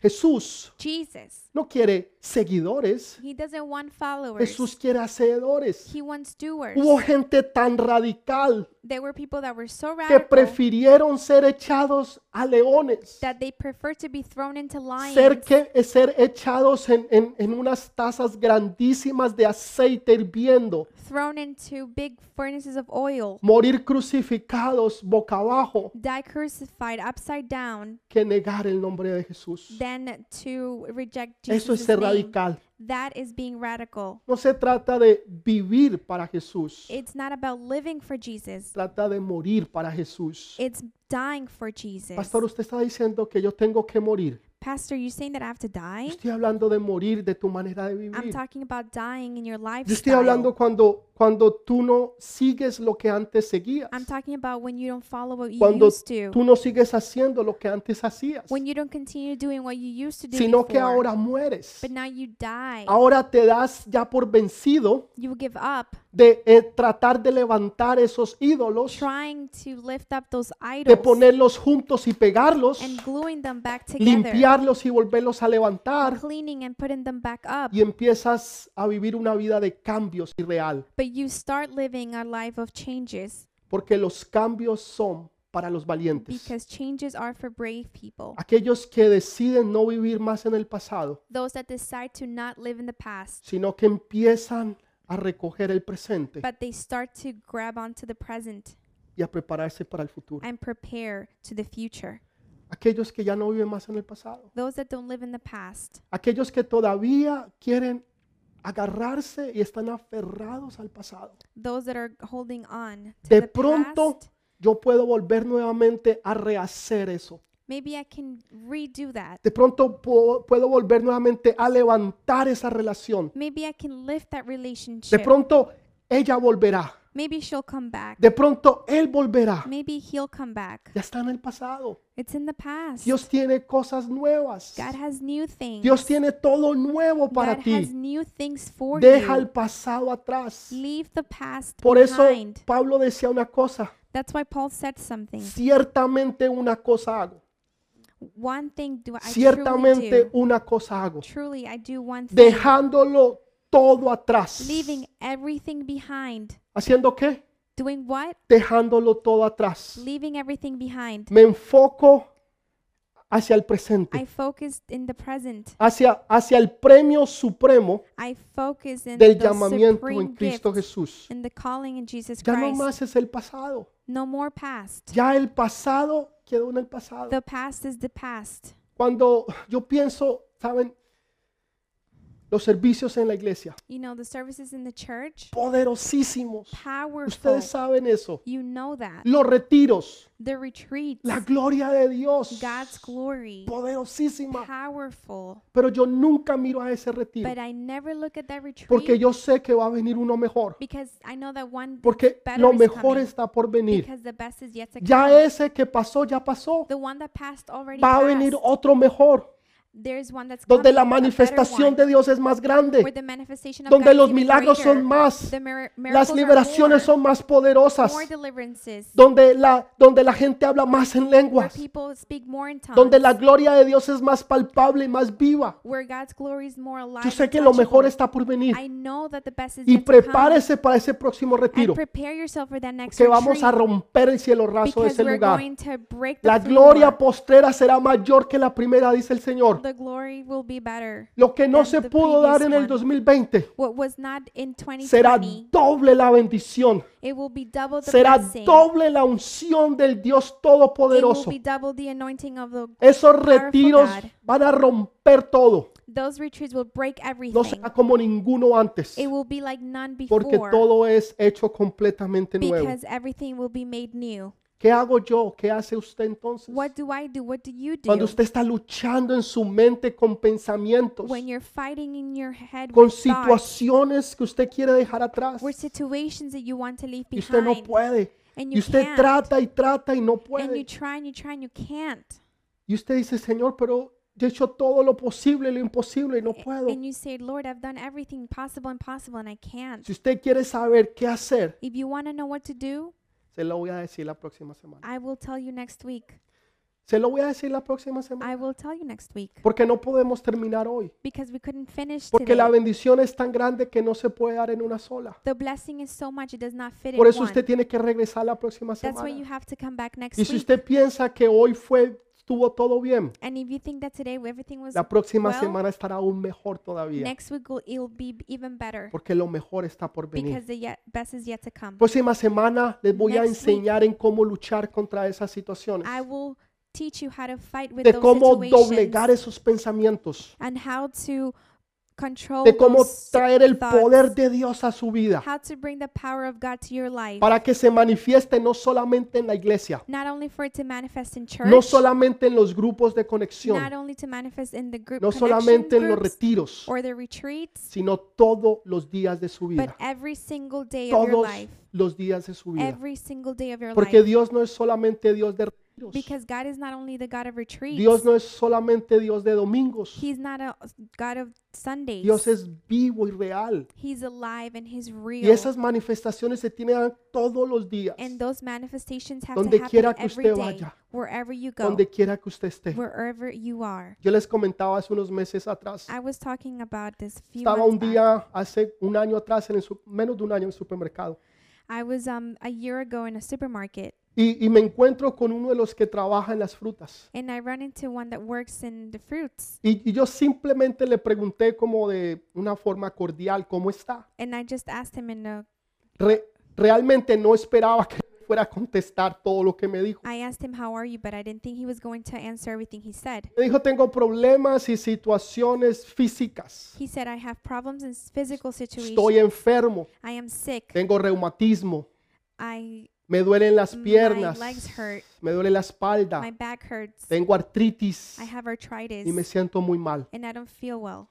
[SPEAKER 1] Jesús
[SPEAKER 2] Jesus
[SPEAKER 1] no quiere seguidores,
[SPEAKER 2] He doesn't want followers.
[SPEAKER 1] Jesús quiere hacedores.
[SPEAKER 2] He wants doers.
[SPEAKER 1] Hubo gente tan radical
[SPEAKER 2] There were people that were so
[SPEAKER 1] que
[SPEAKER 2] radical
[SPEAKER 1] prefirieron ser echados a leones,
[SPEAKER 2] that they prefer to be thrown into lions
[SPEAKER 1] ser, que, ser echados en, en- en unas tazas grandísimas de aceite hirviendo,
[SPEAKER 2] thrown into big furnaces of oil,
[SPEAKER 1] morir crucificados boca abajo,
[SPEAKER 2] die crucified upside down,
[SPEAKER 1] que negar el nombre de Jesús.
[SPEAKER 2] than to reject
[SPEAKER 1] Eso es
[SPEAKER 2] Jesus'
[SPEAKER 1] ser
[SPEAKER 2] name.
[SPEAKER 1] radical.
[SPEAKER 2] That is being radical.
[SPEAKER 1] No se trata de vivir para Jesús,
[SPEAKER 2] It's not about living for Jesus.
[SPEAKER 1] trata de morir para Jesús.
[SPEAKER 2] It's dying for Jesus.
[SPEAKER 1] Pastor, usted está diciendo que yo tengo que morir.
[SPEAKER 2] Pastor, you saying that I have to die?
[SPEAKER 1] Yo estoy hablando de morir de tu manera de
[SPEAKER 2] ¿Eh? I'm
[SPEAKER 1] vivir.
[SPEAKER 2] talking about dying in your
[SPEAKER 1] Yo
[SPEAKER 2] lifestyle.
[SPEAKER 1] estoy hablando cuando, cuando tú no sigues lo que antes seguías.
[SPEAKER 2] I'm talking about when you don't follow what you
[SPEAKER 1] Cuando
[SPEAKER 2] used to.
[SPEAKER 1] tú no sigues haciendo lo que antes hacías.
[SPEAKER 2] When you don't continue doing what you used to do
[SPEAKER 1] Sino que
[SPEAKER 2] before.
[SPEAKER 1] ahora mueres.
[SPEAKER 2] But now you die.
[SPEAKER 1] Ahora te das ya por vencido
[SPEAKER 2] You give up
[SPEAKER 1] de eh, tratar de levantar esos ídolos,
[SPEAKER 2] trying to lift up those
[SPEAKER 1] de
[SPEAKER 2] idols
[SPEAKER 1] ponerlos juntos y pegarlos,
[SPEAKER 2] and gluing them back together,
[SPEAKER 1] limpiarlos y volverlos a levantar.
[SPEAKER 2] cleaning and putting them back up.
[SPEAKER 1] Y empiezas a vivir una vida de cambios y real.
[SPEAKER 2] But you start living a life of changes
[SPEAKER 1] Porque los cambios son para los valientes.
[SPEAKER 2] because changes are for brave people.
[SPEAKER 1] Aquellos que deciden no vivir más en el pasado,
[SPEAKER 2] Those that decide to not live in the past,
[SPEAKER 1] sino que empiezan a recoger el presente
[SPEAKER 2] but they start to grab onto the present
[SPEAKER 1] y a prepararse para el futuro.
[SPEAKER 2] and prepare to the future.
[SPEAKER 1] Aquellos que ya no viven más en el pasado.
[SPEAKER 2] Those that don't live in the past,
[SPEAKER 1] Aquellos que todavía quieren agarrarse y están aferrados al pasado.
[SPEAKER 2] those that are holding on to
[SPEAKER 1] De
[SPEAKER 2] the
[SPEAKER 1] pronto
[SPEAKER 2] past,
[SPEAKER 1] yo puedo volver nuevamente a rehacer eso.
[SPEAKER 2] maybe I can redo that.
[SPEAKER 1] De pronto po- puedo volver nuevamente a levantar esa relación.
[SPEAKER 2] Maybe I can lift that
[SPEAKER 1] De
[SPEAKER 2] relationship.
[SPEAKER 1] pronto ella volverá.
[SPEAKER 2] Maybe she'll come back.
[SPEAKER 1] De pronto él volverá.
[SPEAKER 2] Maybe he'll come back.
[SPEAKER 1] Ya está en el pasado.
[SPEAKER 2] It's in the past.
[SPEAKER 1] Dios tiene cosas nuevas.
[SPEAKER 2] God has new things.
[SPEAKER 1] Dios tiene todo nuevo para
[SPEAKER 2] God has
[SPEAKER 1] ti.
[SPEAKER 2] new things for
[SPEAKER 1] Deja
[SPEAKER 2] you.
[SPEAKER 1] el pasado atrás.
[SPEAKER 2] Leave the past
[SPEAKER 1] Por eso
[SPEAKER 2] behind.
[SPEAKER 1] Pablo decía una cosa,
[SPEAKER 2] That's why Paul said something.
[SPEAKER 1] ciertamente una cosa hago,
[SPEAKER 2] One thing do I truly
[SPEAKER 1] ciertamente
[SPEAKER 2] do.
[SPEAKER 1] una cosa hago,
[SPEAKER 2] Truly, I do one thing.
[SPEAKER 1] dejándolo todo atrás.
[SPEAKER 2] Leaving everything behind.
[SPEAKER 1] ¿Haciendo qué?
[SPEAKER 2] Doing what?
[SPEAKER 1] Dejándolo todo atrás.
[SPEAKER 2] Leaving everything behind.
[SPEAKER 1] Me enfoco hacia el
[SPEAKER 2] I
[SPEAKER 1] presente,
[SPEAKER 2] focused in the present.
[SPEAKER 1] hacia, hacia el premio supremo
[SPEAKER 2] I focus in
[SPEAKER 1] del
[SPEAKER 2] the
[SPEAKER 1] llamamiento en
[SPEAKER 2] supreme
[SPEAKER 1] Cristo
[SPEAKER 2] gift,
[SPEAKER 1] Jesús.
[SPEAKER 2] in the calling in Jesus
[SPEAKER 1] Ya no
[SPEAKER 2] Christ.
[SPEAKER 1] más es el pasado.
[SPEAKER 2] No more past.
[SPEAKER 1] Ya el pasado quedó en el pasado.
[SPEAKER 2] The past is the past.
[SPEAKER 1] Cuando yo pienso, ¿saben? Los servicios en la iglesia,
[SPEAKER 2] You know, the services in the church,
[SPEAKER 1] poderosísimos.
[SPEAKER 2] powerful.
[SPEAKER 1] Ustedes saben eso.
[SPEAKER 2] You know that.
[SPEAKER 1] Los retiros,
[SPEAKER 2] The retreats,
[SPEAKER 1] la gloria de Dios,
[SPEAKER 2] God's glory,
[SPEAKER 1] poderosísima.
[SPEAKER 2] powerful.
[SPEAKER 1] Pero yo nunca miro a ese retiro
[SPEAKER 2] But I never look at that retreat
[SPEAKER 1] porque yo sé que va a venir uno mejor.
[SPEAKER 2] because I know that one
[SPEAKER 1] Porque
[SPEAKER 2] better
[SPEAKER 1] lo
[SPEAKER 2] is
[SPEAKER 1] mejor
[SPEAKER 2] coming,
[SPEAKER 1] está por venir.
[SPEAKER 2] because the best is yet to come.
[SPEAKER 1] Ya ese que pasó, ya pasó.
[SPEAKER 2] the one that passed already
[SPEAKER 1] Va a
[SPEAKER 2] passed.
[SPEAKER 1] venir otro mejor,
[SPEAKER 2] There's one that's
[SPEAKER 1] donde
[SPEAKER 2] coming,
[SPEAKER 1] la
[SPEAKER 2] a better
[SPEAKER 1] manifestación
[SPEAKER 2] one,
[SPEAKER 1] de Dios es más
[SPEAKER 2] where
[SPEAKER 1] grande,
[SPEAKER 2] the manifestation of
[SPEAKER 1] donde
[SPEAKER 2] God
[SPEAKER 1] los
[SPEAKER 2] is even
[SPEAKER 1] milagros son
[SPEAKER 2] greater.
[SPEAKER 1] más,
[SPEAKER 2] The mir- miracles
[SPEAKER 1] las
[SPEAKER 2] are
[SPEAKER 1] liberaciones
[SPEAKER 2] more,
[SPEAKER 1] son más poderosas,
[SPEAKER 2] more deliverances,
[SPEAKER 1] donde la, donde la gente habla más en
[SPEAKER 2] where
[SPEAKER 1] lenguas,
[SPEAKER 2] people speak more in tongues,
[SPEAKER 1] donde la gloria de Dios es más palpable y más viva.
[SPEAKER 2] where God's glory is more alive.
[SPEAKER 1] Yo sé
[SPEAKER 2] and
[SPEAKER 1] que lo mejor
[SPEAKER 2] touchable.
[SPEAKER 1] está por venir
[SPEAKER 2] I know that the best is
[SPEAKER 1] y
[SPEAKER 2] yet to come.
[SPEAKER 1] prepárese para ese próximo retiro,
[SPEAKER 2] And prepare yourself for that next
[SPEAKER 1] que vamos a
[SPEAKER 2] retreat,
[SPEAKER 1] romper el cielo raso de
[SPEAKER 2] because
[SPEAKER 1] ese
[SPEAKER 2] we're
[SPEAKER 1] lugar.
[SPEAKER 2] going to break the
[SPEAKER 1] La
[SPEAKER 2] floor.
[SPEAKER 1] gloria postrera será mayor que la primera, dice el Señor.
[SPEAKER 2] The glory will be better.
[SPEAKER 1] Lo que no
[SPEAKER 2] than
[SPEAKER 1] se
[SPEAKER 2] the
[SPEAKER 1] pudo dar
[SPEAKER 2] previous
[SPEAKER 1] en el
[SPEAKER 2] one.
[SPEAKER 1] 2020
[SPEAKER 2] What was not in
[SPEAKER 1] será
[SPEAKER 2] 2020,
[SPEAKER 1] doble la bendición,
[SPEAKER 2] it will be double the
[SPEAKER 1] será
[SPEAKER 2] blessing.
[SPEAKER 1] doble la unción del Dios
[SPEAKER 2] It will
[SPEAKER 1] Todopoderoso.
[SPEAKER 2] be double the anointing of the.
[SPEAKER 1] Esos retiros
[SPEAKER 2] God.
[SPEAKER 1] van a romper todo.
[SPEAKER 2] Those retreats will break
[SPEAKER 1] No
[SPEAKER 2] everything.
[SPEAKER 1] será como ninguno antes,
[SPEAKER 2] It will be like none
[SPEAKER 1] porque
[SPEAKER 2] before,
[SPEAKER 1] todo es hecho completamente nuevo.
[SPEAKER 2] because everything will be made new.
[SPEAKER 1] ¿Qué hago yo? ¿Qué hace usted entonces?
[SPEAKER 2] What do I do? What do you
[SPEAKER 1] Cuando
[SPEAKER 2] do?
[SPEAKER 1] usted está luchando en su mente con pensamientos,
[SPEAKER 2] When you're fighting in your head
[SPEAKER 1] con
[SPEAKER 2] with thoughts,
[SPEAKER 1] situaciones que usted quiere dejar atrás,
[SPEAKER 2] with situations that you want to leave
[SPEAKER 1] y usted no
[SPEAKER 2] behind,
[SPEAKER 1] puede,
[SPEAKER 2] and
[SPEAKER 1] y
[SPEAKER 2] you
[SPEAKER 1] usted
[SPEAKER 2] can't.
[SPEAKER 1] trata y trata y no
[SPEAKER 2] and you
[SPEAKER 1] puede,
[SPEAKER 2] try and you try and you can't.
[SPEAKER 1] y usted dice, Señor, pero yo he hecho todo lo posible y lo imposible y no puedo.
[SPEAKER 2] And you say, Lord, I've done everything possible and possible, and I can't.
[SPEAKER 1] Si usted quiere saber qué hacer,
[SPEAKER 2] If you want to know what to do,
[SPEAKER 1] se lo voy a decir la próxima semana.
[SPEAKER 2] I will tell you next week.
[SPEAKER 1] Se lo voy a decir la próxima semana.
[SPEAKER 2] I will tell you next week
[SPEAKER 1] Porque no podemos terminar hoy.
[SPEAKER 2] because we couldn't finish
[SPEAKER 1] Porque la
[SPEAKER 2] today.
[SPEAKER 1] bendición es tan grande que no se puede dar en una sola.
[SPEAKER 2] The blessing is so much it does not fit
[SPEAKER 1] Por
[SPEAKER 2] in
[SPEAKER 1] eso
[SPEAKER 2] one.
[SPEAKER 1] usted tiene que regresar la próxima
[SPEAKER 2] That's why
[SPEAKER 1] semana.
[SPEAKER 2] you have to come back next
[SPEAKER 1] Y si
[SPEAKER 2] week.
[SPEAKER 1] usted piensa que hoy fue estuvo todo bien,
[SPEAKER 2] And if you think that today everything was
[SPEAKER 1] la próxima
[SPEAKER 2] well,
[SPEAKER 1] semana estará aún mejor todavía,
[SPEAKER 2] next week will- it'll be b- even better
[SPEAKER 1] porque lo mejor está por venir.
[SPEAKER 2] because the yet, best is yet to come.
[SPEAKER 1] Próxima semana les voy a
[SPEAKER 2] Next week.
[SPEAKER 1] enseñar en cómo luchar contra esas situaciones,
[SPEAKER 2] I will teach you how to fight with
[SPEAKER 1] de
[SPEAKER 2] those
[SPEAKER 1] cómo
[SPEAKER 2] situations
[SPEAKER 1] doblegar esos pensamientos,
[SPEAKER 2] and how to control
[SPEAKER 1] de cómo
[SPEAKER 2] those
[SPEAKER 1] traer el
[SPEAKER 2] thoughts,
[SPEAKER 1] poder de Dios a su vida,
[SPEAKER 2] how to bring the power of God to your life,
[SPEAKER 1] para que se manifieste no solamente en la iglesia,
[SPEAKER 2] not only for it to manifest in church,
[SPEAKER 1] no solamente en los grupos de
[SPEAKER 2] not
[SPEAKER 1] conexión,
[SPEAKER 2] only to manifest in the group
[SPEAKER 1] no
[SPEAKER 2] connection
[SPEAKER 1] solamente en los
[SPEAKER 2] groups
[SPEAKER 1] retiros,
[SPEAKER 2] or the retreats,
[SPEAKER 1] sino todos los días de su
[SPEAKER 2] but
[SPEAKER 1] vida,
[SPEAKER 2] every single day of your
[SPEAKER 1] todos
[SPEAKER 2] life.
[SPEAKER 1] los días de su vida.
[SPEAKER 2] Every single day of your
[SPEAKER 1] Porque
[SPEAKER 2] life.
[SPEAKER 1] Dios no es solamente Dios de retiros.
[SPEAKER 2] Because God is not only the God of retreats.
[SPEAKER 1] Dios no es solamente Dios de domingos.
[SPEAKER 2] He's not a God of Sundays.
[SPEAKER 1] Dios es vivo y real.
[SPEAKER 2] He's alive and He's real.
[SPEAKER 1] Y esas manifestaciones se tienen que dar todos los días,
[SPEAKER 2] and those manifestations have
[SPEAKER 1] Donde
[SPEAKER 2] to
[SPEAKER 1] quiera
[SPEAKER 2] happen
[SPEAKER 1] que
[SPEAKER 2] every
[SPEAKER 1] usted
[SPEAKER 2] day,
[SPEAKER 1] vaya.
[SPEAKER 2] wherever you go,
[SPEAKER 1] donde quiera que usted esté.
[SPEAKER 2] wherever you are.
[SPEAKER 1] Yo les comentaba hace unos meses atrás.
[SPEAKER 2] I was talking about this few
[SPEAKER 1] Estaba un
[SPEAKER 2] months back.
[SPEAKER 1] día, hace un año atrás, en el su- menos de un año en el supermercado.
[SPEAKER 2] I was um a year ago in a supermarket
[SPEAKER 1] Y, y me encuentro con uno de los que trabaja en las frutas.
[SPEAKER 2] and I run into one that works in the fruits
[SPEAKER 1] Y, y yo simplemente le pregunté como de una forma cordial, ¿cómo está?
[SPEAKER 2] and uh, I just asked him in a
[SPEAKER 1] Re- realmente no esperaba que fuera a contestar todo lo que me dijo.
[SPEAKER 2] I asked him how are you but I didn't think he was going to answer everything he said.
[SPEAKER 1] Me dijo, tengo problemas y situaciones físicas.
[SPEAKER 2] He said I have problems in s- physical situations.
[SPEAKER 1] Estoy enfermo,
[SPEAKER 2] I am sick.
[SPEAKER 1] tengo reumatismo,
[SPEAKER 2] I
[SPEAKER 1] me duelen las
[SPEAKER 2] My
[SPEAKER 1] piernas,
[SPEAKER 2] legs hurt.
[SPEAKER 1] me duele la
[SPEAKER 2] my
[SPEAKER 1] espalda,
[SPEAKER 2] back hurts.
[SPEAKER 1] tengo artritis
[SPEAKER 2] I have arthritis
[SPEAKER 1] y me siento muy mal.
[SPEAKER 2] and I don't feel well.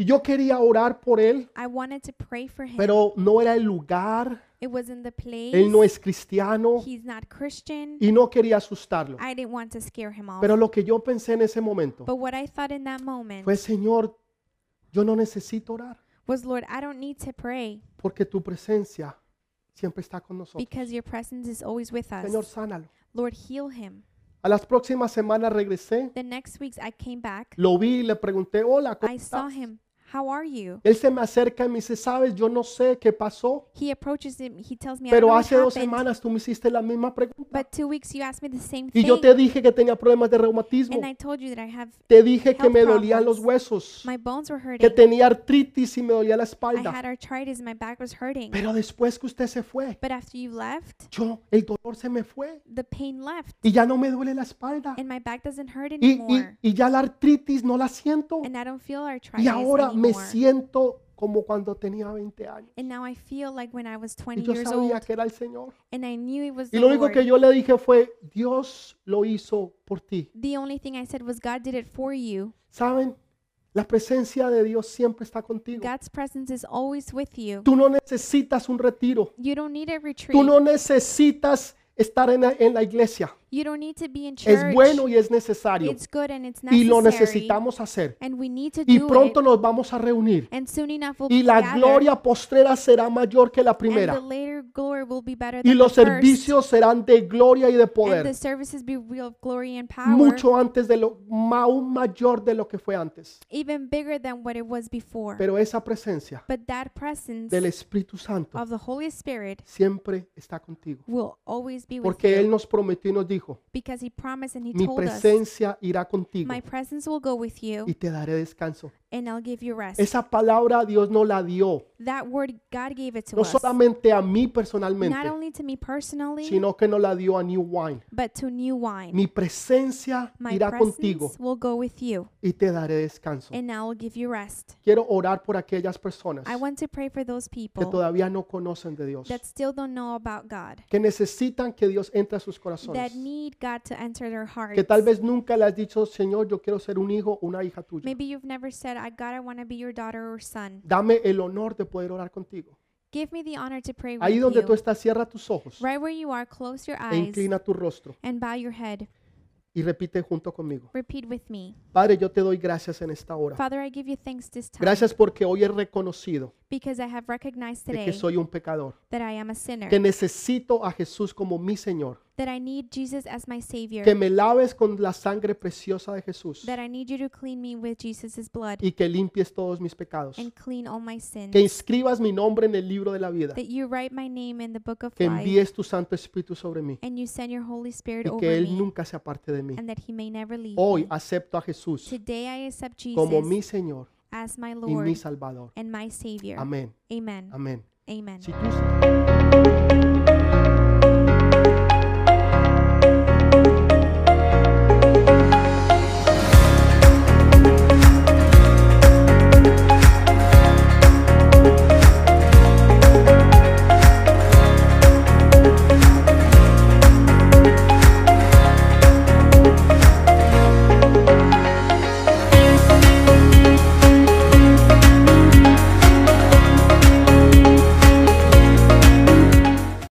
[SPEAKER 1] Y yo quería orar por él,
[SPEAKER 2] I wanted to pray for him.
[SPEAKER 1] pero no era el lugar,
[SPEAKER 2] it was in the place.
[SPEAKER 1] él no es cristiano
[SPEAKER 2] He's not Christian.
[SPEAKER 1] y no quería asustarlo.
[SPEAKER 2] I didn't want to scare him off.
[SPEAKER 1] Pero lo que yo pensé en ese momento
[SPEAKER 2] but what I thought in that moment
[SPEAKER 1] fue, Señor, yo no necesito orar
[SPEAKER 2] was, Lord, I don't need to pray
[SPEAKER 1] porque tu presencia siempre está con nosotros.
[SPEAKER 2] because your presence is always with us.
[SPEAKER 1] Señor, sánalo.
[SPEAKER 2] Lord, heal him.
[SPEAKER 1] A las próximas semanas regresé,
[SPEAKER 2] The next weeks I came back.
[SPEAKER 1] lo vi y le pregunté, hola, ¿cómo
[SPEAKER 2] I saw
[SPEAKER 1] estás?
[SPEAKER 2] him. How are you?
[SPEAKER 1] Él se me acerca y me dice, sabes, yo no sé qué pasó,
[SPEAKER 2] He approaches him. He tells me, I don't
[SPEAKER 1] pero
[SPEAKER 2] know
[SPEAKER 1] hace dos
[SPEAKER 2] what happened.
[SPEAKER 1] semanas tú me hiciste la misma pregunta.
[SPEAKER 2] But two weeks you asked me the same
[SPEAKER 1] Y
[SPEAKER 2] thing.
[SPEAKER 1] yo te dije que tenía problemas de reumatismo,
[SPEAKER 2] and I told you that I have,
[SPEAKER 1] te dije que
[SPEAKER 2] health
[SPEAKER 1] me dolían los
[SPEAKER 2] problems.
[SPEAKER 1] huesos,
[SPEAKER 2] my bones were
[SPEAKER 1] que
[SPEAKER 2] hurting.
[SPEAKER 1] tenía artritis y me dolía la
[SPEAKER 2] I
[SPEAKER 1] espalda.
[SPEAKER 2] had arthritis, my back was hurting.
[SPEAKER 1] Pero después que usted se fue,
[SPEAKER 2] But after you left,
[SPEAKER 1] yo, el dolor se me fue
[SPEAKER 2] the pain left,
[SPEAKER 1] y ya no me duele la espalda.
[SPEAKER 2] and my back doesn't hurt
[SPEAKER 1] Ah. Y, y-
[SPEAKER 2] anymore,
[SPEAKER 1] y ya la artritis no la siento.
[SPEAKER 2] and I don't feel arthritis
[SPEAKER 1] Y ahora me
[SPEAKER 2] anymore.
[SPEAKER 1] siento como cuando tenía 20 años.
[SPEAKER 2] And now I feel like when I was
[SPEAKER 1] Y
[SPEAKER 2] 20
[SPEAKER 1] yo
[SPEAKER 2] years old,
[SPEAKER 1] sabía que era el Señor.
[SPEAKER 2] and I knew it was
[SPEAKER 1] Y
[SPEAKER 2] the
[SPEAKER 1] lo único que
[SPEAKER 2] Lord.
[SPEAKER 1] yo le dije fue, Dios lo hizo por ti.
[SPEAKER 2] The only thing I said was, God did it for you.
[SPEAKER 1] ¿Saben? La presencia de Dios siempre está contigo.
[SPEAKER 2] God's presence is always with you.
[SPEAKER 1] Tú no necesitas un retiro.
[SPEAKER 2] You don't need a
[SPEAKER 1] Tú
[SPEAKER 2] retreat.
[SPEAKER 1] no necesitas estar en la, en la iglesia.
[SPEAKER 2] You don't need to be in
[SPEAKER 1] Es
[SPEAKER 2] church.
[SPEAKER 1] bueno y es necesario.
[SPEAKER 2] It's good and it's
[SPEAKER 1] Y lo
[SPEAKER 2] necessary,
[SPEAKER 1] necesitamos hacer.
[SPEAKER 2] and we need to
[SPEAKER 1] Y
[SPEAKER 2] do
[SPEAKER 1] pronto
[SPEAKER 2] it.
[SPEAKER 1] nos vamos a reunir.
[SPEAKER 2] And soon enough we'll
[SPEAKER 1] Y la
[SPEAKER 2] gather,
[SPEAKER 1] gloria postrera será mayor que la
[SPEAKER 2] and the
[SPEAKER 1] primera.
[SPEAKER 2] later glory will be better
[SPEAKER 1] Y
[SPEAKER 2] than the
[SPEAKER 1] los
[SPEAKER 2] first.
[SPEAKER 1] servicios serán de gloria y de
[SPEAKER 2] and the
[SPEAKER 1] poder.
[SPEAKER 2] services be real of glory and power
[SPEAKER 1] Mucho antes de lo, ma- aún mayor de lo que fue antes.
[SPEAKER 2] even bigger than what it was before
[SPEAKER 1] Pero esa presencia
[SPEAKER 2] but that presence
[SPEAKER 1] del Espíritu Santo
[SPEAKER 2] of the holy spirit
[SPEAKER 1] siempre está contigo.
[SPEAKER 2] will always be with
[SPEAKER 1] Porque
[SPEAKER 2] you
[SPEAKER 1] Él nos prometió y nos dijo,
[SPEAKER 2] because he promised and he
[SPEAKER 1] mi
[SPEAKER 2] told us
[SPEAKER 1] presencia irá contigo
[SPEAKER 2] my presence will go with you
[SPEAKER 1] y te daré descanso.
[SPEAKER 2] and i'll give you rest
[SPEAKER 1] Esa palabra Dios no la dio,
[SPEAKER 2] that word god gave it to
[SPEAKER 1] no
[SPEAKER 2] us
[SPEAKER 1] solamente a mí
[SPEAKER 2] not
[SPEAKER 1] personalmente,
[SPEAKER 2] only to me personally
[SPEAKER 1] sino que no la dio a New Wine.
[SPEAKER 2] but to new wine
[SPEAKER 1] Mi presencia
[SPEAKER 2] my
[SPEAKER 1] irá
[SPEAKER 2] presence
[SPEAKER 1] contigo
[SPEAKER 2] will go with you
[SPEAKER 1] y te daré descanso.
[SPEAKER 2] and i'll give you rest
[SPEAKER 1] Quiero orar por aquellas personas
[SPEAKER 2] i want to pray for those
[SPEAKER 1] que
[SPEAKER 2] people
[SPEAKER 1] todavía no conocen de Dios,
[SPEAKER 2] that still don't know about god
[SPEAKER 1] que necesitan que Dios entre a sus corazones,
[SPEAKER 2] that need god to enter their hearts
[SPEAKER 1] que tal vez nunca le has dicho, Señor, yo quiero ser un hijo, una hija tuya.
[SPEAKER 2] Maybe you've never said, I God, I want to be your daughter or son.
[SPEAKER 1] Dame el honor de poder orar contigo.
[SPEAKER 2] Give me the honor to pray with
[SPEAKER 1] Ahí donde tú
[SPEAKER 2] you.
[SPEAKER 1] estás, cierra tus ojos
[SPEAKER 2] Right where you are, close your
[SPEAKER 1] e
[SPEAKER 2] eyes
[SPEAKER 1] inclina tu rostro
[SPEAKER 2] and bow your head.
[SPEAKER 1] y repite junto conmigo.
[SPEAKER 2] Repeat with me.
[SPEAKER 1] Padre, yo te doy gracias en esta hora.
[SPEAKER 2] Father, I give you thanks this time
[SPEAKER 1] Gracias porque hoy he reconocido
[SPEAKER 2] because I have recognized
[SPEAKER 1] de que
[SPEAKER 2] today
[SPEAKER 1] soy un pecador,
[SPEAKER 2] that I am a sinner,
[SPEAKER 1] que necesito a Jesús como mi Señor
[SPEAKER 2] that I need Jesus as my Savior,
[SPEAKER 1] que me laves con la sangre preciosa de Jesús
[SPEAKER 2] that I need you to clean me with Jesus' blood
[SPEAKER 1] y que limpies todos mis pecados,
[SPEAKER 2] and clean all my sins,
[SPEAKER 1] que inscribas mi nombre en el libro de la vida,
[SPEAKER 2] that you write my name in the book of
[SPEAKER 1] que
[SPEAKER 2] life,
[SPEAKER 1] envíes tu Santo Espíritu sobre mí
[SPEAKER 2] and you send your Holy Spirit
[SPEAKER 1] y
[SPEAKER 2] over
[SPEAKER 1] que Él
[SPEAKER 2] me,
[SPEAKER 1] nunca se aparte de mí.
[SPEAKER 2] and that He may never leave
[SPEAKER 1] Hoy
[SPEAKER 2] me.
[SPEAKER 1] acepto a Jesús
[SPEAKER 2] Today I accept Jesus
[SPEAKER 1] como mi Señor
[SPEAKER 2] as my
[SPEAKER 1] y
[SPEAKER 2] Lord
[SPEAKER 1] mi Salvador.
[SPEAKER 2] and my Savior.
[SPEAKER 1] Amén,
[SPEAKER 2] Amen.
[SPEAKER 1] amén.
[SPEAKER 2] Amen.
[SPEAKER 1] Si tú-